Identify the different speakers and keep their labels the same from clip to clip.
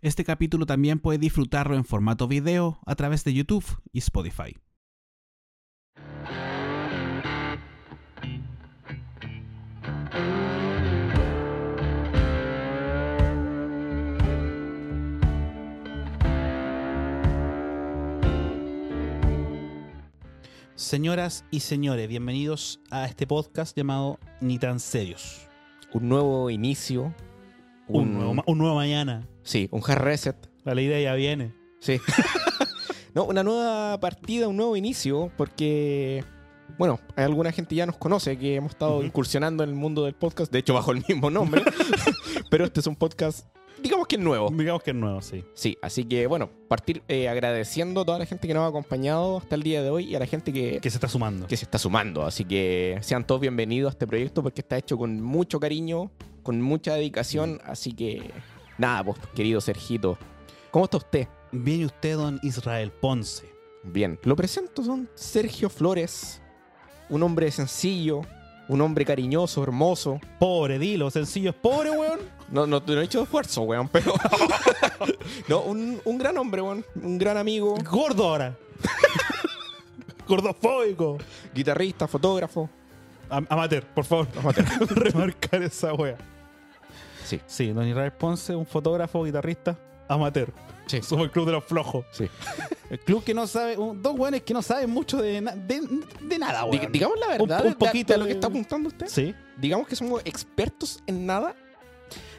Speaker 1: Este capítulo también puede disfrutarlo en formato video a través de YouTube y Spotify. Señoras y señores, bienvenidos a este podcast llamado Ni tan serios.
Speaker 2: Un nuevo inicio.
Speaker 1: Un, nuevo, ma- un nuevo mañana.
Speaker 2: Sí, un hard reset.
Speaker 1: La ley ya viene.
Speaker 2: Sí. no, una nueva partida, un nuevo inicio, porque. Bueno, hay alguna gente ya nos conoce que hemos estado
Speaker 1: Ujú.
Speaker 2: incursionando en el mundo del podcast, de hecho bajo el mismo nombre, pero este es un podcast, digamos que nuevo.
Speaker 1: Digamos que es nuevo, sí.
Speaker 2: Sí, así que bueno, partir eh, agradeciendo a toda la gente que nos ha acompañado hasta el día de hoy y a la gente que,
Speaker 1: Que se está sumando.
Speaker 2: que se está sumando. Así que sean todos bienvenidos a este proyecto porque está hecho con mucho cariño, con mucha dedicación. Así que nada, pues querido Sergito, ¿cómo está usted?
Speaker 1: Viene usted, don Israel Ponce.
Speaker 2: Bien, lo presento, son Sergio Flores, un hombre sencillo, un hombre cariñoso, hermoso.
Speaker 1: Pobre, dilo, sencillo, es pobre, weón.
Speaker 2: No, no, no he hecho esfuerzo, weón, pero... no, un, un gran hombre, weón, un gran amigo,
Speaker 1: Gordo ahora. Gordofóbico.
Speaker 2: guitarrista, fotógrafo.
Speaker 1: Am- amateur, por favor. Remarcar esa wea.
Speaker 2: Sí,
Speaker 1: Sí, don Israel Ponce, un fotógrafo, guitarrista, amateur.
Speaker 2: sí,
Speaker 1: Somos el club de los flojos.
Speaker 2: sí.
Speaker 1: El club que no sabe, un- dos weones que no saben mucho de, na- de, de nada,
Speaker 2: Di-
Speaker 1: weón.
Speaker 2: digamos la
Speaker 1: Un-
Speaker 2: verdad,
Speaker 1: un
Speaker 2: de- de-
Speaker 1: poquito
Speaker 2: de lo
Speaker 1: de-
Speaker 2: que está apuntando usted.
Speaker 1: Sí,
Speaker 2: digamos que somos expertos en nada,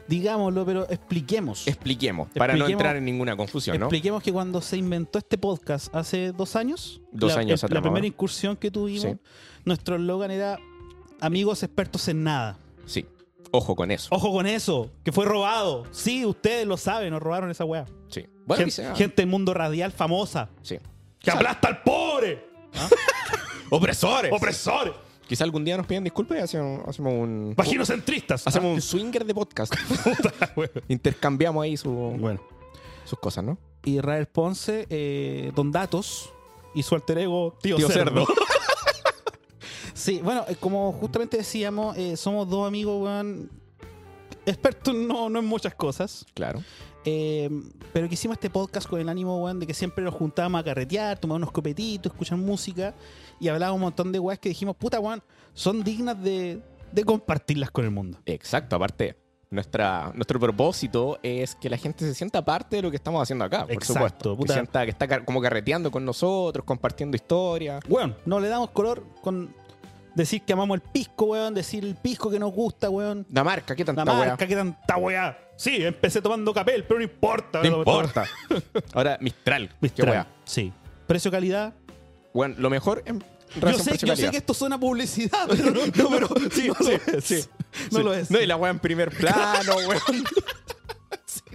Speaker 1: digámoslo, pero expliquemos.
Speaker 2: expliquemos, para no
Speaker 1: Expliquemos-
Speaker 2: entrar en ninguna confusión, ¿no?
Speaker 1: Expliquemos que cuando se inventó este podcast hace dos años,
Speaker 2: Dos
Speaker 1: la,
Speaker 2: años
Speaker 1: el- la
Speaker 2: atrás, más o
Speaker 1: primera
Speaker 2: menos.
Speaker 1: incursión que tuvimos,
Speaker 2: Sí.
Speaker 1: nuestro eslogan era Amigos expertos en nada.
Speaker 2: Sí, ojo con eso.
Speaker 1: Ojo con eso, que fue robado. Sí, ustedes lo saben, nos robaron esa weá.
Speaker 2: Sí. Bueno,
Speaker 1: Oh. Gen-
Speaker 2: quizá-
Speaker 1: gente, del mundo radial famosa.
Speaker 2: sí.
Speaker 1: Que aplasta al pobre.
Speaker 2: ¡Opresores!
Speaker 1: Opresores.
Speaker 2: Quizá algún día nos piden disculpas y hacemos, hacemos un...
Speaker 1: Vaginocentristas.
Speaker 2: Hacemos un swinger de podcast. Intercambiamos ahí su-
Speaker 1: Bueno.
Speaker 2: sus cosas, ¿no?
Speaker 1: Israel Ponce, eh, Don Datos y su alter ego Tío,
Speaker 2: Tío
Speaker 1: Cerdo.
Speaker 2: Cerdo.
Speaker 1: sí, bueno, eh, como justamente decíamos, eh, somos dos amigos, weón, expertos no, no en muchas cosas,
Speaker 2: Claro.
Speaker 1: eh, pero que hicimos este podcast con el ánimo, weón, de que siempre nos juntábamos a carretear, tomar unos copetitos, escuchar música y hablábamos un montón de weas que dijimos, puta, weón, son dignas de, de compartirlas con el mundo.
Speaker 2: Exacto, aparte, nuestra, nuestro propósito es que la gente se sienta parte de lo que estamos haciendo acá, por
Speaker 1: Exacto,
Speaker 2: supuesto.
Speaker 1: puta.
Speaker 2: Que sienta que está car- como carreteando con nosotros, compartiendo historias.
Speaker 1: Weón, no le damos color con decir que amamos el pisco, weón, decir el pisco que nos gusta, weón.
Speaker 2: La marca, ¿qué tanta
Speaker 1: La
Speaker 2: weá?
Speaker 1: marca, que tanta weá. Sí, empecé tomando capel, pero no importa.
Speaker 2: No importa. Ahora, Mistral.
Speaker 1: Mistral,
Speaker 2: Qué weá.
Speaker 1: Sí. Precio calidad.
Speaker 2: Bueno, lo mejor em, en
Speaker 1: Yo
Speaker 2: relación
Speaker 1: sé, yo sé
Speaker 2: precio-calidad.
Speaker 1: que esto suena a publicidad, pero no, no, pero sí, no lo es. No
Speaker 2: Sí.
Speaker 1: lo es.
Speaker 2: No, y la weá en primer plano, weón.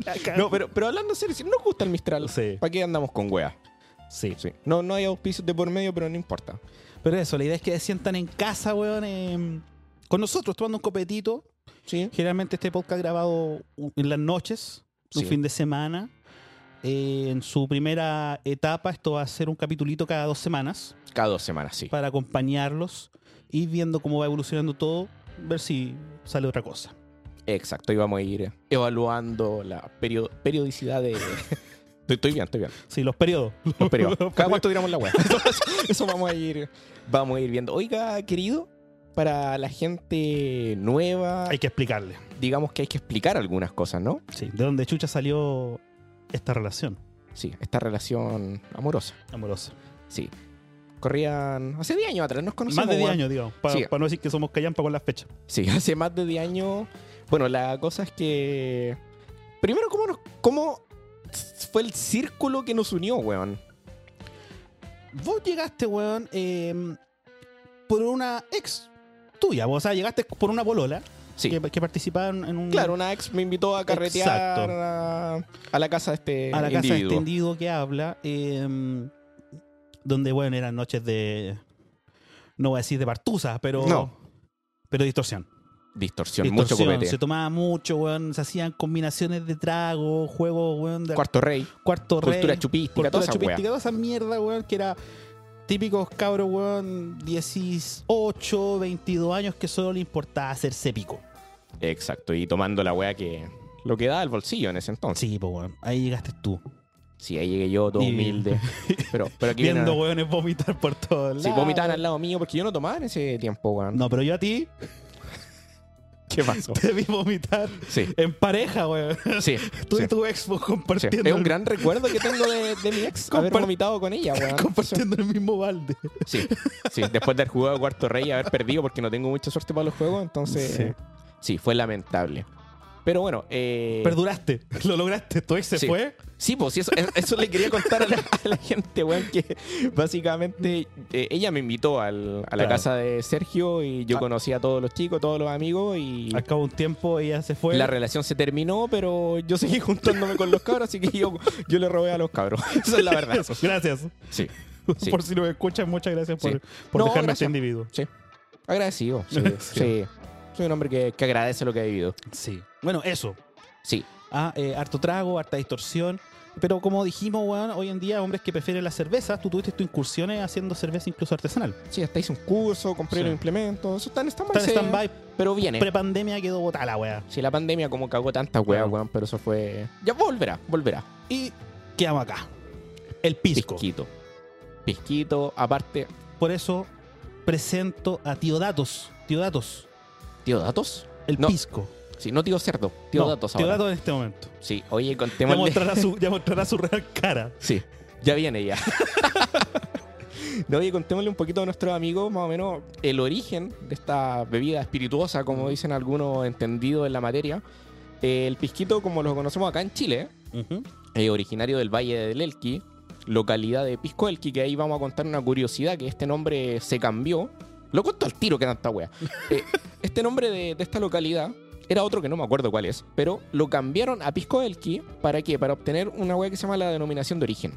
Speaker 1: La cago.
Speaker 2: No, pero, pero hablando en serio, si no nos gusta el Mistral,
Speaker 1: Sí.
Speaker 2: ¿para qué andamos con weá?
Speaker 1: sí.
Speaker 2: Sí. No, no hay auspicios de por medio, pero no importa.
Speaker 1: Pero eso, la idea es que se sientan en casa, weón, eh, con nosotros, tomando un copetito.
Speaker 2: Sí.
Speaker 1: Generalmente este podcast grabado en las noches, un
Speaker 2: Sí.
Speaker 1: fin de semana. Eh, en su primera etapa, esto va a ser un capitulito cada dos semanas.
Speaker 2: Cada dos semanas, sí.
Speaker 1: para acompañarlos y viendo cómo va evolucionando todo, ver si sale otra cosa.
Speaker 2: Exacto, y vamos a ir eh, evaluando la perio- periodicidad de. Estoy, estoy bien, estoy bien.
Speaker 1: Sí, los periodos.
Speaker 2: Los periodos. Cada cuánto tiramos la weá. Eso, eso vamos a ir. Vamos a ir viendo. Oiga, querido, para la gente nueva,
Speaker 1: Hay que explicarle.
Speaker 2: digamos que hay que explicar algunas cosas, ¿no?
Speaker 1: Sí, de dónde chucha salió esta relación
Speaker 2: Sí, esta relación amorosa.
Speaker 1: amorosa.
Speaker 2: Sí. Corrían hace 10 años atrás, nos conocimos.
Speaker 1: Más de 10
Speaker 2: weón.
Speaker 1: años, digamos, para
Speaker 2: Sí.
Speaker 1: no decir que somos callampa con las fechas.
Speaker 2: Sí, hace más de 10 años. Bueno, la cosa es que. Primero, ¿cómo, nos- cómo fue el círculo que nos unió, weón?
Speaker 1: Vos llegaste, weón, eh, por una ex tuya. vos, O sea, llegaste por una polola
Speaker 2: Sí.
Speaker 1: que, que participaba en en un...
Speaker 2: Claro, una ex me invitó a carretear
Speaker 1: Mm. Exacto.
Speaker 2: a, a la casa de este
Speaker 1: a la casa de
Speaker 2: individuo.
Speaker 1: este individuo que habla, eh, donde, bueno, eran noches de. No voy a decir de partusa, pero.
Speaker 2: No.
Speaker 1: Pero distorsión.
Speaker 2: Distorsión, mucho
Speaker 1: distorsión.
Speaker 2: copete.
Speaker 1: se tomaba mucho, weón. Se hacían combinaciones de trago, juegos, weón. De
Speaker 2: Cuarto rey,
Speaker 1: cuarto rey.
Speaker 2: cultura chupística, toda
Speaker 1: cultura
Speaker 2: esa
Speaker 1: chupística,
Speaker 2: weá.
Speaker 1: toda esa mierda, weón, que era. Típicos cabros, weón, 18, 22 años que solo le importaba hacerse pico.
Speaker 2: Exacto, y tomando la weá que, lo que da al bolsillo en ese entonces.
Speaker 1: Sí, pues, weón. Ahí llegaste tú.
Speaker 2: Sí, ahí llegué yo, todo
Speaker 1: Y-
Speaker 2: humilde. Pero, pero aquí viene-
Speaker 1: Viendo weones vomitar por todos lados.
Speaker 2: Si vomitaban al lado mío, porque yo no tomaba en ese tiempo, weón.
Speaker 1: No, pero yo a ti
Speaker 2: ¿Qué pasó?
Speaker 1: te vi vomitar
Speaker 2: Sí,
Speaker 1: en pareja, weón.
Speaker 2: sí.
Speaker 1: Tú
Speaker 2: sí,
Speaker 1: y tu ex pues,
Speaker 2: sí.
Speaker 1: compartiendo,
Speaker 2: Es un
Speaker 1: el-
Speaker 2: gran recuerdo que tengo de, de mi ex, haber
Speaker 1: Compart-
Speaker 2: vomitado con ella, weón.
Speaker 1: compartiendo el mismo balde.
Speaker 2: Sí, sí. Después de haber jugado Cuarto Rey y haber perdido porque no tengo mucha suerte para los juegos, entonces.
Speaker 1: Sí.
Speaker 2: Sí, fue lamentable. Pero bueno, eh,
Speaker 1: Perduraste, lo lograste. Tu ex se
Speaker 2: Sí.
Speaker 1: fue.
Speaker 2: Sí, pues sí, eso, eso le quería contar a la, a la gente, weón, que básicamente eh, ella me invitó al- a la
Speaker 1: Claro.
Speaker 2: casa de Sergio y yo
Speaker 1: Ah.
Speaker 2: conocí a todos los chicos, todos los amigos y
Speaker 1: Al cabo de un tiempo ella se fue.
Speaker 2: la relación se terminó, pero yo seguí juntándome con los cabros, así que yo, yo le robé a los cabros. Esa es la verdad.
Speaker 1: Eso, gracias.
Speaker 2: Sí, Sí.
Speaker 1: Por si nos escuchan, muchas gracias
Speaker 2: Sí.
Speaker 1: por, por
Speaker 2: No,
Speaker 1: dejarme este
Speaker 2: gracias.
Speaker 1: individuo.
Speaker 2: sí. Agradecido. Sí,
Speaker 1: Sí.
Speaker 2: sí. Soy un hombre que, que agradece lo que ha vivido.
Speaker 1: Sí. Bueno, eso.
Speaker 2: Sí,
Speaker 1: Ah, eh, harto trago, harta distorsión. Pero como dijimos, weón, hoy en día hombres que prefieren la cerveza, tú tuviste tus incursiones haciendo cerveza incluso artesanal.
Speaker 2: sí, hasta hice un curso, compré
Speaker 1: Sí.
Speaker 2: los implementos. Eso está en stand-by.
Speaker 1: Está en
Speaker 2: sí,
Speaker 1: stand-by,
Speaker 2: Pero viene.
Speaker 1: prepandemia quedó botada la weá.
Speaker 2: Si la pandemia como cagó tantas weas,
Speaker 1: Claro.
Speaker 2: weón, pero eso fue... Ya volverá, volverá.
Speaker 1: Y quedamos acá. El pisco.
Speaker 2: Pisquito. Pisquito, aparte...
Speaker 1: Por eso presento a Tío Datos. Tío Datos.
Speaker 2: ¿Tío Datos?
Speaker 1: El
Speaker 2: No.
Speaker 1: pisco.
Speaker 2: Sí, no tío Cerdo, tío
Speaker 1: No,
Speaker 2: Datos
Speaker 1: Tío
Speaker 2: ahora.
Speaker 1: Datos en este momento.
Speaker 2: Sí, oye,
Speaker 1: Ya
Speaker 2: contémosle...
Speaker 1: mostrará, su, ya mostrará su real cara.
Speaker 2: Sí, ya viene ya. No, oye, contémosle un poquito a nuestros amigos más o menos el origen de esta bebida espirituosa, como dicen algunos entendidos en la materia. Eh, el pisquito, como lo conocemos acá en Chile, eh, originario del Valle del Elqui, localidad de Pisco Elqui, que ahí vamos a contar una curiosidad, que este nombre se cambió. Lo cuento al tiro que tanta wea. Eh, este nombre de, de esta localidad era otro que no me acuerdo cuál es, pero lo cambiaron a Pisco Elqui, ¿para qué? Para obtener una wea que se llama la denominación de origen.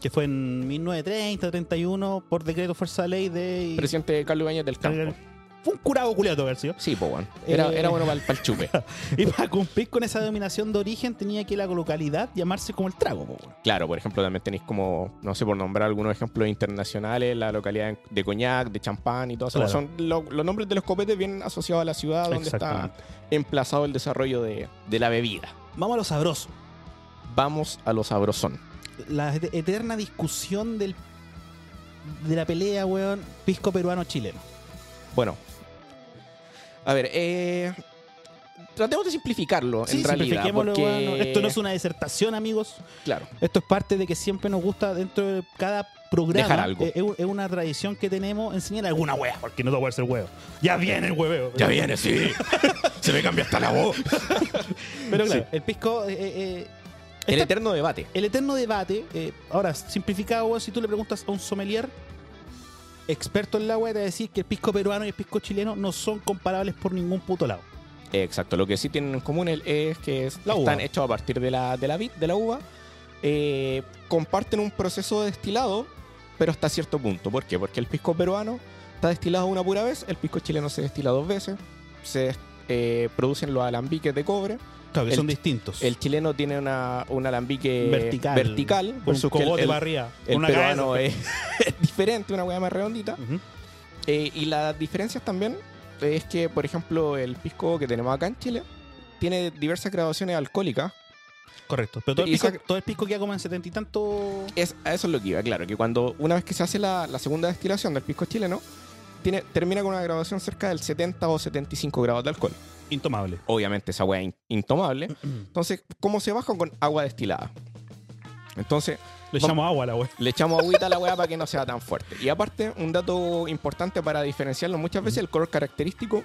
Speaker 1: Que fue en 1930, 31, por decreto fuerza de ley de...
Speaker 2: Presidente Carlos Ibañez del Campo.
Speaker 1: Fue un curado culiado, García.
Speaker 2: Sí, po, weón. Era,
Speaker 1: Eh.
Speaker 2: era bueno para el chupe.
Speaker 1: Y para cumplir con esa denominación de origen tenía que la localidad llamarse como el trago. po, weón.
Speaker 2: Claro, por ejemplo, también tenéis como, no sé, por nombrar algunos ejemplos internacionales, la localidad de Coñac, de Champán y todo eso.
Speaker 1: Claro.
Speaker 2: Son lo- los nombres de los copetes vienen asociados a la ciudad donde está
Speaker 1: Exactamente.
Speaker 2: emplazado el desarrollo de, de la bebida.
Speaker 1: Vamos a lo sabroso.
Speaker 2: Vamos a lo sabrosón.
Speaker 1: La et- eterna discusión del, de la pelea, weón, pisco peruano-chileno.
Speaker 2: Bueno, a ver, eh, tratemos de simplificarlo en realidad.
Speaker 1: simplifiquémoslo,
Speaker 2: porque-
Speaker 1: weón. Esto no es una disertación, amigos.
Speaker 2: Claro,
Speaker 1: Esto es parte de que siempre nos gusta dentro de cada programa.
Speaker 2: Dejar algo.
Speaker 1: Eh, Es, es una tradición que tenemos enseñar alguna wea, porque no te voy a ser huevo. Ya viene el hueveo.
Speaker 2: ya viene, sí. Se me cambia hasta la voz.
Speaker 1: Pero claro, el pisco. eh, eh, eh,
Speaker 2: El
Speaker 1: está-
Speaker 2: eterno debate.
Speaker 1: el eterno debate. eh, ahora, simplificado, weón, si tú le preguntas a un sommelier experto en la wea, te va a decir que el pisco peruano y el pisco chileno no son comparables por ningún puto lado.
Speaker 2: Exacto, lo que sí tienen en común es- es que es-
Speaker 1: La uva.
Speaker 2: están hechos a partir de la, de la vid, de la uva. Eh, comparten un proceso de destilado, pero hasta cierto punto. ¿Por qué? Porque el pisco peruano está destilado una pura vez, el pisco chileno se destila dos veces, se eh, producen los alambiques de cobre.
Speaker 1: Claro, que
Speaker 2: El-
Speaker 1: son distintos.
Speaker 2: El chileno tiene una, un alambique
Speaker 1: vertical.
Speaker 2: vertical,
Speaker 1: Con
Speaker 2: versus
Speaker 1: un
Speaker 2: que el-
Speaker 1: cogote
Speaker 2: el-
Speaker 1: para arriba.
Speaker 2: el
Speaker 1: una
Speaker 2: peruano
Speaker 1: cabeza.
Speaker 2: es, es diferente, una hueá más redondita.
Speaker 1: Ujú.
Speaker 2: Eh, y las diferencias también es que, por ejemplo, el pisco que tenemos acá en Chile tiene diversas graduaciones alcohólicas.
Speaker 1: Correcto. Pero todo el,
Speaker 2: Y
Speaker 1: pisco,
Speaker 2: esa-
Speaker 1: todo el pisco queda como en setenta y tanto.
Speaker 2: Es, a eso es lo que iba, claro, que cuando una vez que se hace la, la segunda destilación del pisco chileno, tiene, termina con una graduación cerca del 70 o 75 grados de alcohol.
Speaker 1: Intomable.
Speaker 2: Obviamente esa hueá es in- intomable. Entonces, ¿cómo se baja? Con agua destilada. Entonces,
Speaker 1: Le
Speaker 2: Vamos-
Speaker 1: llamo agua a la wea.
Speaker 2: Le echamos agüita a la weá para que no sea tan fuerte. Y aparte, un dato importante para diferenciarlo muchas veces, el color característico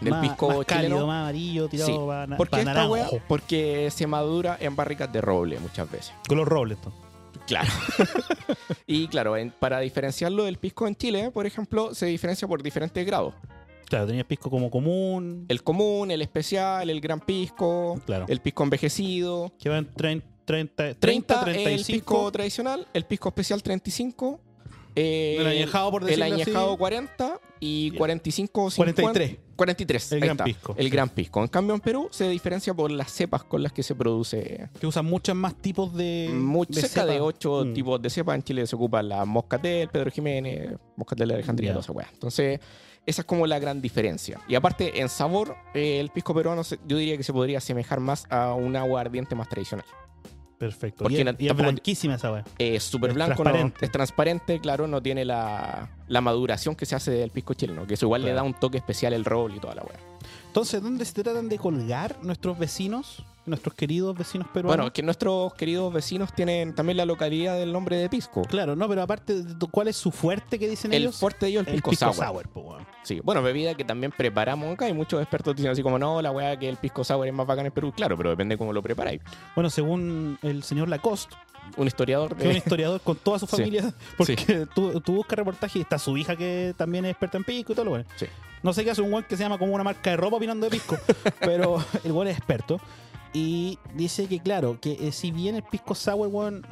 Speaker 2: del
Speaker 1: más,
Speaker 2: pisco
Speaker 1: más cálido,
Speaker 2: chileno.
Speaker 1: más amarillo, tirado
Speaker 2: Sí,
Speaker 1: para, na-
Speaker 2: ¿Por qué
Speaker 1: para
Speaker 2: esta
Speaker 1: naranjo.
Speaker 2: weá? Porque se madura en barricas de roble muchas veces.
Speaker 1: Color roble esto.
Speaker 2: Claro. y claro, en- para diferenciarlo del pisco en Chile, por ejemplo, se diferencia por diferentes grados.
Speaker 1: Claro, tenías pisco como común,
Speaker 2: El común, el especial, el gran pisco,
Speaker 1: Claro.
Speaker 2: el pisco envejecido.
Speaker 1: que van 30, 30,
Speaker 2: 30,
Speaker 1: 30
Speaker 2: el pisco
Speaker 1: 35.
Speaker 2: tradicional, el pisco especial 35, eh,
Speaker 1: El añejado, por
Speaker 2: el
Speaker 1: decirlo
Speaker 2: añejado
Speaker 1: así.
Speaker 2: 40 y 45 50,
Speaker 1: 43.
Speaker 2: 43.
Speaker 1: El
Speaker 2: ahí
Speaker 1: gran
Speaker 2: está,
Speaker 1: pisco.
Speaker 2: El gran pisco. En cambio en Perú se diferencia por las cepas con las que se produce.
Speaker 1: que usan muchos más tipos de.
Speaker 2: Mucho,
Speaker 1: de
Speaker 2: cerca
Speaker 1: cepa.
Speaker 2: de 8
Speaker 1: Mm.
Speaker 2: tipos de cepa. En Chile se ocupan la Moscatel, Pedro Jiménez, Moscatel de Alejandría,
Speaker 1: Ya.
Speaker 2: toda esa weá. Entonces, Esa es como la gran diferencia. Y aparte, en sabor, eh, el pisco peruano se- yo diría que se podría asemejar más a un aguardiente más tradicional.
Speaker 1: Perfecto.
Speaker 2: Porque
Speaker 1: Y, es-
Speaker 2: na-
Speaker 1: y es
Speaker 2: tampoco-
Speaker 1: blanquísima esa weá.
Speaker 2: Es súper
Speaker 1: Es
Speaker 2: blanco, no-
Speaker 1: transparente.
Speaker 2: es transparente, claro, no tiene la, la maduración que se hace del pisco chileno, que eso igual le
Speaker 1: Claro.
Speaker 2: da un toque especial el roble y toda la weá.
Speaker 1: Entonces, ¿dónde se tratan de colgar nuestros vecinos, nuestros queridos vecinos peruanos?
Speaker 2: Bueno, que nuestros queridos vecinos tienen también la localidad del nombre de pisco.
Speaker 1: claro, no, pero aparte, de tu- ¿cuál es su fuerte que dicen
Speaker 2: El
Speaker 1: ellos?
Speaker 2: fuerte de ellos es el pisco, sour.
Speaker 1: po, weón.
Speaker 2: Sí, bueno, bebida que también preparamos acá. Hay muchos expertos dicen así como, no, la weá que el pisco sour es más bacán en Perú. Claro, pero depende cómo lo preparáis.
Speaker 1: Bueno, según el señor Lacoste,
Speaker 2: Un historiador
Speaker 1: que es un
Speaker 2: de...
Speaker 1: historiador con toda su
Speaker 2: Eh, Sí.
Speaker 1: familia, porque tú, tú buscas reportaje y está su hija que también es experta en pisco y todo lo bueno.
Speaker 2: Sí.
Speaker 1: No sé qué hace un weón que se llama como una marca de ropa opinando de pisco, pero el weón es experto. Y dice que, claro, que eh, si bien el pisco sour, weón,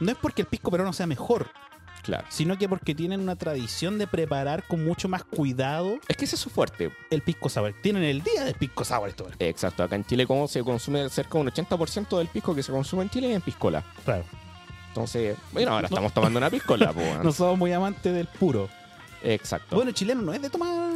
Speaker 1: no es porque el pisco peruano sea mejor,
Speaker 2: Claro.
Speaker 1: sino que porque tienen una tradición de preparar con mucho más cuidado
Speaker 2: Es que ese es su fuerte. eh,
Speaker 1: el pisco sour. Tienen el día del pisco sour, esto, weón.
Speaker 2: Exacto. Acá en Chile como se consume cerca de un 80% del pisco que se consume en Chile es en piscola.
Speaker 1: Claro.
Speaker 2: Entonces, bueno, ahora
Speaker 1: No.
Speaker 2: estamos tomando una piscola. po, weón.
Speaker 1: No somos muy amantes del puro.
Speaker 2: Exacto.
Speaker 1: Bueno, el chileno no es de tomar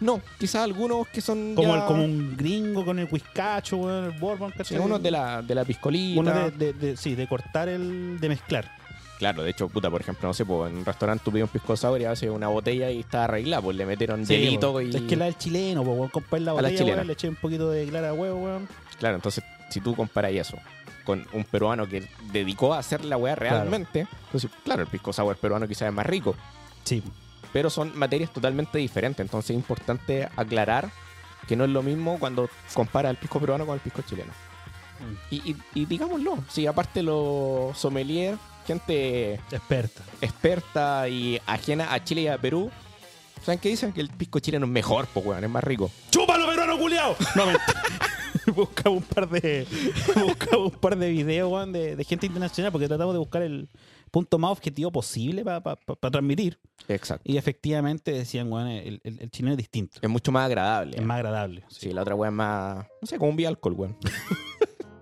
Speaker 2: no, quizás algunos que son
Speaker 1: Como,
Speaker 2: ya-
Speaker 1: el- como un gringo con el whiskacho, weón, el bourbon,
Speaker 2: Sí,
Speaker 1: ¿cachai?
Speaker 2: unos de la, de la piscolita.
Speaker 1: Uno de, de- de- sí, de cortar el... de mezclar.
Speaker 2: Claro, de hecho, puta, por ejemplo, no sé, po, en un restaurante tú pides un pisco sour y a veces una botella y está arreglada, pues le metieron hielito
Speaker 1: po.
Speaker 2: y...
Speaker 1: Es que la del chileno, po, weón, compré la
Speaker 2: la
Speaker 1: botella,
Speaker 2: chilena.
Speaker 1: weón, le eché un poquito de clara de huevo, weón.
Speaker 2: Claro, entonces, si tú comparas eso con un peruano que dedicó a hacer la weá
Speaker 1: Claro.
Speaker 2: realmente, entonces, claro, el pisco sour peruano quizás es más rico,
Speaker 1: Sí,
Speaker 2: pero son materias totalmente diferentes, entonces es importante aclarar que no es lo mismo cuando compara el pisco peruano con el pisco chileno.
Speaker 1: Mm.
Speaker 2: Y, y- y digámoslo, sí, aparte los sommelier, gente
Speaker 1: experta.
Speaker 2: experta y ajena a Chile y a Perú, ¿saben qué dicen? Que el pisco chileno es mejor, pues, weón, es más rico.
Speaker 1: ¡Chúpalo, peruano culiao! No, mentira. buscaba un par de buscaba un par de videos, weón, de, de gente internacional, porque tratamos de buscar el punto más objetivo posible para transmitir.
Speaker 2: Exacto.
Speaker 1: Y efectivamente decían, weón, el, el- el chileno es distinto.
Speaker 2: Es mucho más agradable.
Speaker 1: Es más agradable. sí.
Speaker 2: Sí, la otra weá es más. No sé, como un vía alcohol, weón. no,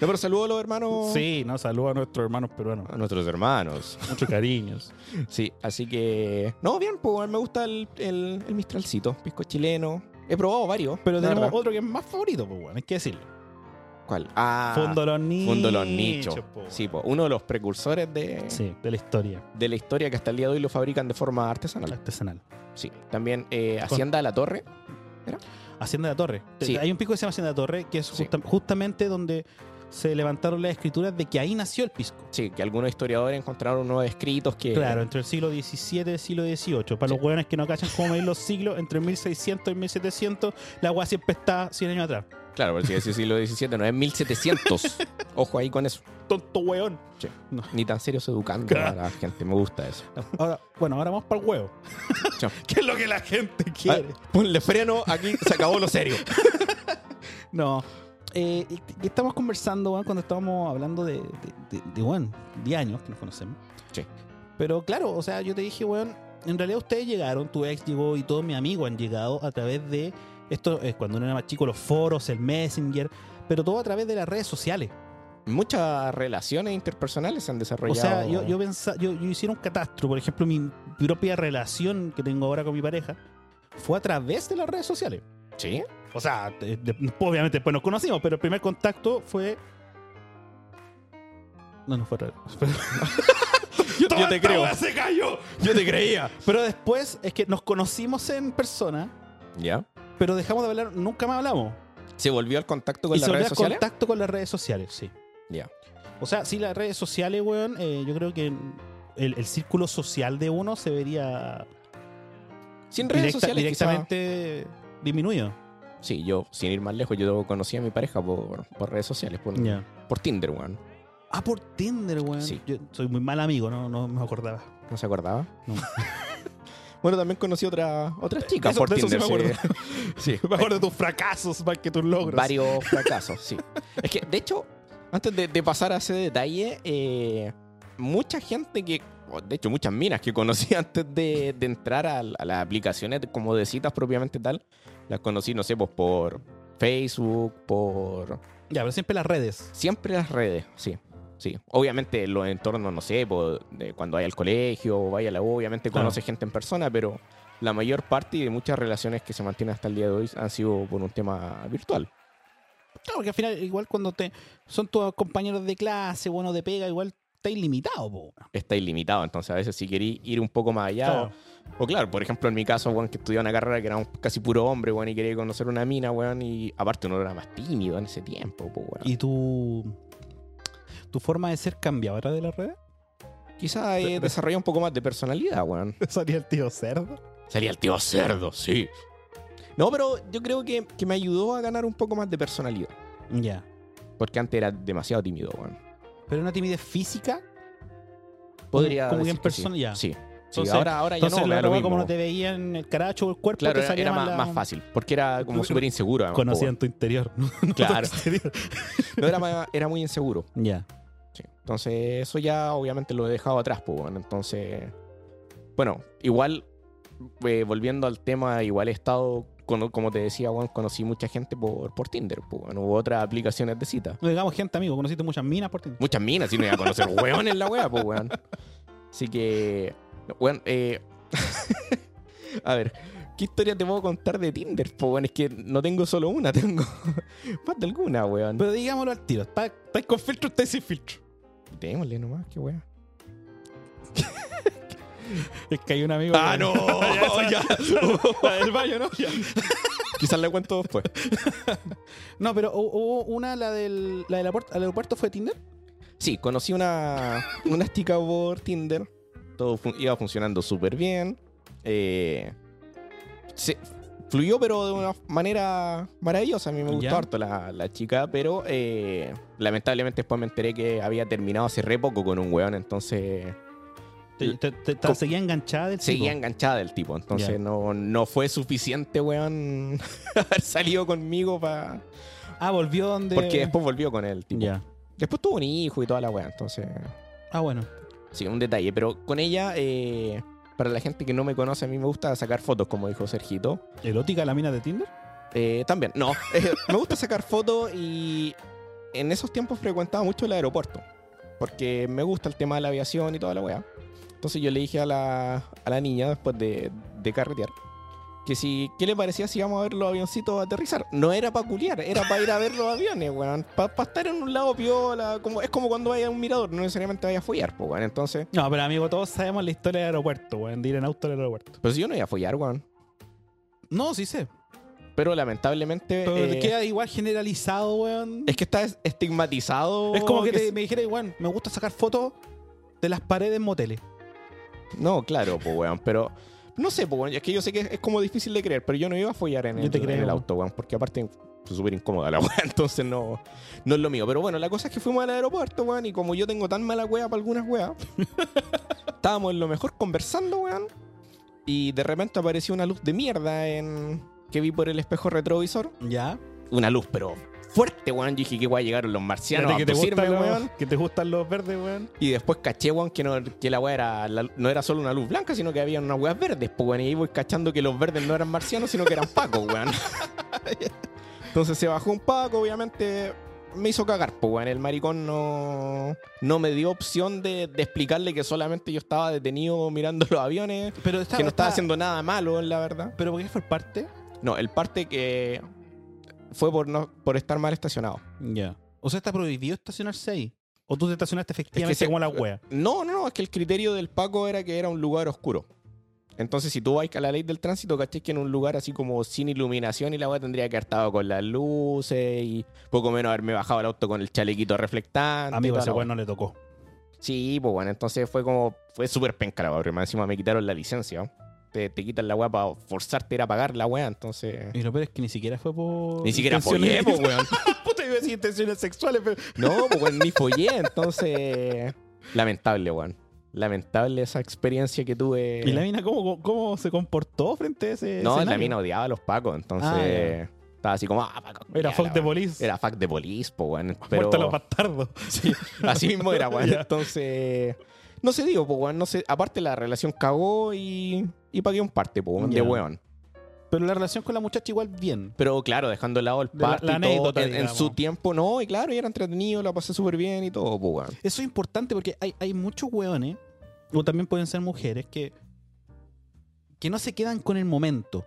Speaker 2: pero saludo a los hermanos.
Speaker 1: Sí, no, saludos a nuestros hermanos peruanos.
Speaker 2: A nuestros hermanos.
Speaker 1: Muchos cariños.
Speaker 2: Sí, así que. No, bien, pues weón, me gusta el, el, el mistralcito, pisco chileno. He probado varios.
Speaker 1: Pero
Speaker 2: la
Speaker 1: tenemos
Speaker 2: verdad.
Speaker 1: otro que es más favorito, pues, bueno, hay que decirlo.
Speaker 2: ¿Cuál? Ah,
Speaker 1: Fondo los nichos.
Speaker 2: Fondo los nichos.
Speaker 1: po, weón.
Speaker 2: Sí, pues uno de los precursores de,
Speaker 1: Sí, de la historia
Speaker 2: de la historia que hasta el día de hoy lo fabrican de forma artesanal.
Speaker 1: artesanal.
Speaker 2: Sí. También eh, Hacienda de la Torre.
Speaker 1: Hacienda de la Torre.
Speaker 2: Sí.
Speaker 1: Hay un pico que se llama Hacienda de la Torre, que es
Speaker 2: Sí.
Speaker 1: justa- justamente donde se levantaron las escrituras de que ahí nació el pisco.
Speaker 2: Sí, que algunos historiadores encontraron unos escritos que.
Speaker 1: Claro, entre el siglo XVII y el siglo XVIII. Para
Speaker 2: Sí.
Speaker 1: los hueones que no cachan cómo medir los siglos, entre 1600 y 1700, la agua siempre está 100 años atrás.
Speaker 2: Claro, porque si decís siglo XVII, no es 1700. Ojo ahí con eso.
Speaker 1: Tonto hueón.
Speaker 2: Ni tan serios educando
Speaker 1: Claro.
Speaker 2: a la gente. Me gusta eso.
Speaker 1: Ahora, bueno, ahora vamos para el huevo.
Speaker 2: Chao.
Speaker 1: ¿Qué es lo que la gente quiere?
Speaker 2: Ah, ponle freno, aquí se acabó lo serio.
Speaker 1: No. Eh, y- y estamos conversando, weón, cuando estábamos hablando de, de, de, de, weón, 10 años que nos conocemos.
Speaker 2: Sí.
Speaker 1: Pero claro, o sea, yo te dije, weón, en realidad ustedes llegaron, tu ex llegó y todos mis amigos han llegado a través de, esto es cuando uno era más chico, los foros, el messenger, pero todo a través de las redes sociales.
Speaker 2: Muchas relaciones interpersonales se han
Speaker 1: O
Speaker 2: desarrollado.
Speaker 1: sea, yo, yo, pensa- yo, yo hiciera un catastro, por ejemplo, mi propia relación que tengo ahora con mi pareja fue a través de las redes sociales.
Speaker 2: Sí,
Speaker 1: O sea, de- de- obviamente después nos conocimos, pero el primer contacto fue. No, no fue raro. yo,
Speaker 2: Yo te creo.
Speaker 1: Se cayó.
Speaker 2: yo te creía.
Speaker 1: Pero después es que nos conocimos en persona,
Speaker 2: ¿Ya?
Speaker 1: pero dejamos de hablar, nunca más hablamos.
Speaker 2: ¿Se volvió al contacto con
Speaker 1: y
Speaker 2: las
Speaker 1: se
Speaker 2: redes
Speaker 1: volvió a
Speaker 2: sociales?
Speaker 1: contacto con las redes sociales, sí.
Speaker 2: Ya.
Speaker 1: O sea, sí, las redes sociales, weón, eh, yo creo que el, el círculo social de uno se vería
Speaker 2: Sin redes
Speaker 1: directa-
Speaker 2: sociales, quizá-
Speaker 1: directamente disminuido.
Speaker 2: Sí, yo, sin ir más lejos, yo conocí a mi pareja por, por redes sociales, por, por Tinder, weón.
Speaker 1: Ah, por Tinder, weón.
Speaker 2: Sí.
Speaker 1: Yo soy muy mal amigo, no, no me acordaba.
Speaker 2: ¿No se acordaba?
Speaker 1: No. Eh,
Speaker 2: bueno, también conocí otra, otras chicas
Speaker 1: Eso-
Speaker 2: por
Speaker 1: de eso sí
Speaker 2: Tinder.
Speaker 1: me
Speaker 2: sí. sí.
Speaker 1: Me acuerdo de tus fracasos más que tus logros.
Speaker 2: varios fracasos, sí. Es que, de hecho, antes de, de pasar a ese detalle, eh, mucha gente que, o de hecho, muchas minas que conocí antes de, de entrar a, la- a las aplicaciones de- como de citas propiamente tal, las conocí, no sé, pues por Facebook, por...
Speaker 1: Ya, pero siempre las redes.
Speaker 2: Siempre las redes, sí. Sí, obviamente los pues, entornos, no sé, por- de cuando vaya al colegio o vaya a la U, obviamente
Speaker 1: Claro.
Speaker 2: conoce gente en persona, pero la mayor parte y de muchas relaciones que se mantienen hasta el día de hoy han sido por un tema virtual.
Speaker 1: Claro, porque al final, igual cuando te son tus compañeros de clase, bueno, de pega, igual estáis limitados, po. weón.
Speaker 2: Está ilimitado, entonces a veces si queréis ir un poco más allá.
Speaker 1: Claro.
Speaker 2: O, o claro, por ejemplo, en mi caso, weón, que estudiaba una carrera que éramos casi puro hombre, weón, y quería conocer una mina, weón, y aparte uno era más tímido en ese tiempo, po, weón.
Speaker 1: Y tu, tu forma de ser cambiadora de la red.
Speaker 2: Quizá eh, desarrolla un poco más de personalidad, weón.
Speaker 1: Salía el tío cerdo.
Speaker 2: Sería el tío cerdo, sí. No, pero yo creo que, que me ayudó a ganar un poco más de personalidad.
Speaker 1: Ya.
Speaker 2: Porque antes era demasiado tímido, weón.
Speaker 1: Pero una timidez física.
Speaker 2: Podría
Speaker 1: Como que en
Speaker 2: decir que sí.
Speaker 1: persona ya.
Speaker 2: Sí. Sí,
Speaker 1: Entonces-
Speaker 2: ahora, ahora ya
Speaker 1: Entonces,
Speaker 2: no, me
Speaker 1: la
Speaker 2: da lo
Speaker 1: weá,
Speaker 2: mismo.
Speaker 1: como no te veían el caracho o el cuerpo,
Speaker 2: Claro,
Speaker 1: te
Speaker 2: era,
Speaker 1: salía
Speaker 2: era
Speaker 1: más
Speaker 2: más,
Speaker 1: la-
Speaker 2: más fácil, porque era como súper inseguro. además, po,
Speaker 1: Conocían
Speaker 2: weón.
Speaker 1: tu interior. ¿no? No tu
Speaker 2: Claro.
Speaker 1: exterior.
Speaker 2: No, era, más- era muy inseguro.
Speaker 1: Ya.
Speaker 2: Sí. Entonces, eso ya obviamente lo he dejado atrás, pues, bueno. Entonces, bueno, igual, eh, volviendo al tema, igual he estado, cono- como te decía, weón, conocí mucha gente por, por Tinder, pues, bueno, u otras aplicaciones de cita.
Speaker 1: No digamos gente, amigo. Conociste muchas minas por ti.
Speaker 2: Muchas minas, si no iba a conocer weón en la wea, pues, weón. Así que, weón, eh, a ver, ¿qué historia te puedo contar de Tinder, pues, weón? Es que no tengo solo una, tengo más de alguna, weón.
Speaker 1: Pero digámoslo al tiro. ¿Estás estás con filtro o estás sin filtro?
Speaker 2: Démosle nomás, qué wea.
Speaker 1: Es que hay un amigo. que-
Speaker 2: Ah, ya.
Speaker 1: La del baño, ¿no? Ya.
Speaker 2: Quizás le cuento después.
Speaker 1: No, pero hu- hubo una, la del, la del aeropuerto, ¿al aeropuerto fue Tinder.
Speaker 2: Sí, conocí una, una chica por Tinder. Todo fu- iba funcionando súper bien. Eh, se- fluyó, pero de una manera maravillosa. A mí me gustó
Speaker 1: Ya.
Speaker 2: harto la, la chica, pero eh, lamentablemente después me enteré que había terminado hace re poco con un weón. Entonces
Speaker 1: Te, te- te- te-
Speaker 2: Co-
Speaker 1: seguía enganchada del
Speaker 2: seguía
Speaker 1: tipo.
Speaker 2: enganchada del tipo. Entonces
Speaker 1: Ya.
Speaker 2: no, no fue suficiente, weón, haber salido conmigo para.
Speaker 1: Ah, volvió donde.
Speaker 2: Porque después volvió con él, tipo.
Speaker 1: Ya.
Speaker 2: Después tuvo un hijo y toda la weá, entonces.
Speaker 1: Ah, bueno.
Speaker 2: Sí, un detalle. Pero con ella, eh, para la gente que no me conoce, a mí me gusta sacar fotos, como dijo Sergito.
Speaker 1: ¿Erótica la mina de Tinder?
Speaker 2: Eh, también, no. eh, me gusta sacar fotos y en esos tiempos frecuentaba mucho el aeropuerto. Porque me gusta el tema de la aviación y toda la weá. Entonces yo le dije a la, a la niña, después de, de carretear, que si, ¿qué le parecía si íbamos a ver los avioncitos aterrizar? No era para culiar, era para ir a ver los aviones, weón. Para estar en un lado piola, como, es como cuando vaya a un mirador, no necesariamente vaya a follar, pues, weón. Entonces,
Speaker 1: No, pero amigo, todos sabemos la historia del aeropuerto, weón, de ir en auto al aeropuerto.
Speaker 2: pero si Pues yo no iba a follar, weón.
Speaker 1: No, sí sé.
Speaker 2: Pero lamentablemente.
Speaker 1: Pero
Speaker 2: eh,
Speaker 1: queda igual generalizado, weón.
Speaker 2: Es que está es- estigmatizado.
Speaker 1: Es como que, te-
Speaker 2: se-
Speaker 1: me dijera, weón, me gusta sacar fotos de las paredes en moteles.
Speaker 2: No, claro, pues, weón, pero... No sé, pues, weón, es que yo sé que es, es como difícil de creer, pero yo no iba a follar en,
Speaker 1: Yo
Speaker 2: el,
Speaker 1: te
Speaker 2: en
Speaker 1: creo.
Speaker 2: el auto, weón, porque aparte es súper incómoda la weá, entonces no, no es lo mío. Pero bueno, la cosa es que fuimos al aeropuerto, weón, y como yo tengo tan mala weá para algunas weas, estábamos en lo mejor conversando, weón, y de repente apareció una luz de mierda en... que vi por el espejo retrovisor.
Speaker 1: Ya.
Speaker 2: Una luz, pero fuerte, weón. Yo dije que weá llegaron los marcianos
Speaker 1: Fíjate
Speaker 2: a abducirme, weón.
Speaker 1: que te gustan los verdes, weón.
Speaker 2: Y después caché, weón, que, no, que la weá era, la- no era solo una luz blanca, sino que había unas weas verdes, pues, weón. Y ahí voy cachando que los verdes no eran marcianos, sino que eran pacos, weón. Entonces se bajó un paco, obviamente me hizo cagar, pues, weón. El maricón no, no me dio opción de, de explicarle que solamente yo estaba detenido mirando los aviones,
Speaker 1: Pero estaba,
Speaker 2: que no
Speaker 1: estaba-
Speaker 2: estaba haciendo nada malo, la verdad.
Speaker 1: ¿Pero por qué fue parte?
Speaker 2: No, el parte que fue por, no, por estar mal estacionado.
Speaker 1: Ya. O sea, está prohibido estacionarse ahí. O tú te estacionaste efectivamente
Speaker 2: se-
Speaker 1: como la wea.
Speaker 2: No, no, no, es que el criterio del Paco era que era un lugar oscuro. Entonces, si tú vas a la ley del tránsito, caché que en un lugar así como sin iluminación y la weá tendría que haber estado con las luces y poco menos haberme bajado el auto con el chalequito reflectante. y
Speaker 1: Amigo,
Speaker 2: toda
Speaker 1: ese
Speaker 2: la
Speaker 1: weón
Speaker 2: weá.
Speaker 1: no le tocó.
Speaker 2: Sí, pues bueno, entonces fue como. Fue súper penca la weá, porque más encima me quitaron la licencia. Te, te quitan la weá para forzarte a ir a pagar la weá, entonces.
Speaker 1: Y lo peor es que ni siquiera fue por.
Speaker 2: Ni siquiera
Speaker 1: intenciones-
Speaker 2: follé, pues, weón.
Speaker 1: Puta, iba a decir intenciones sexuales, pero.
Speaker 2: No, pues weón, ni follé, entonces. Lamentable, weón. Lamentable esa experiencia que tuve.
Speaker 1: ¿Y la mina cómo, cómo se comportó frente a ese.?
Speaker 2: No, la
Speaker 1: escenario?
Speaker 2: mina odiaba a los pacos, entonces
Speaker 1: Ah, ya.
Speaker 2: estaba así como, ah, Paco.
Speaker 1: Era
Speaker 2: culiao,
Speaker 1: fuck
Speaker 2: la
Speaker 1: de
Speaker 2: weá.
Speaker 1: police.
Speaker 2: Era fuck de police, po, weón. Pero
Speaker 1: Muerto a los bastardos.
Speaker 2: sí, así mismo era, weón.
Speaker 1: Ya.
Speaker 2: Entonces, no se dio, po, weón. No sé, aparte la relación cagó y, y pagué un parte, po, weón, de
Speaker 1: Ya.
Speaker 2: weón.
Speaker 1: Pero la relación con la muchacha igual bien.
Speaker 2: Pero claro, dejando de lado el
Speaker 1: De la-
Speaker 2: parte
Speaker 1: la
Speaker 2: y todo,
Speaker 1: anécdota,
Speaker 2: en, en su
Speaker 1: digamos.
Speaker 2: tiempo, no, y claro, y era entretenido, la pasé súper bien y todo, po, weón.
Speaker 1: Eso es importante porque hay, hay muchos weones, o también pueden ser mujeres, que, que no se quedan con el momento,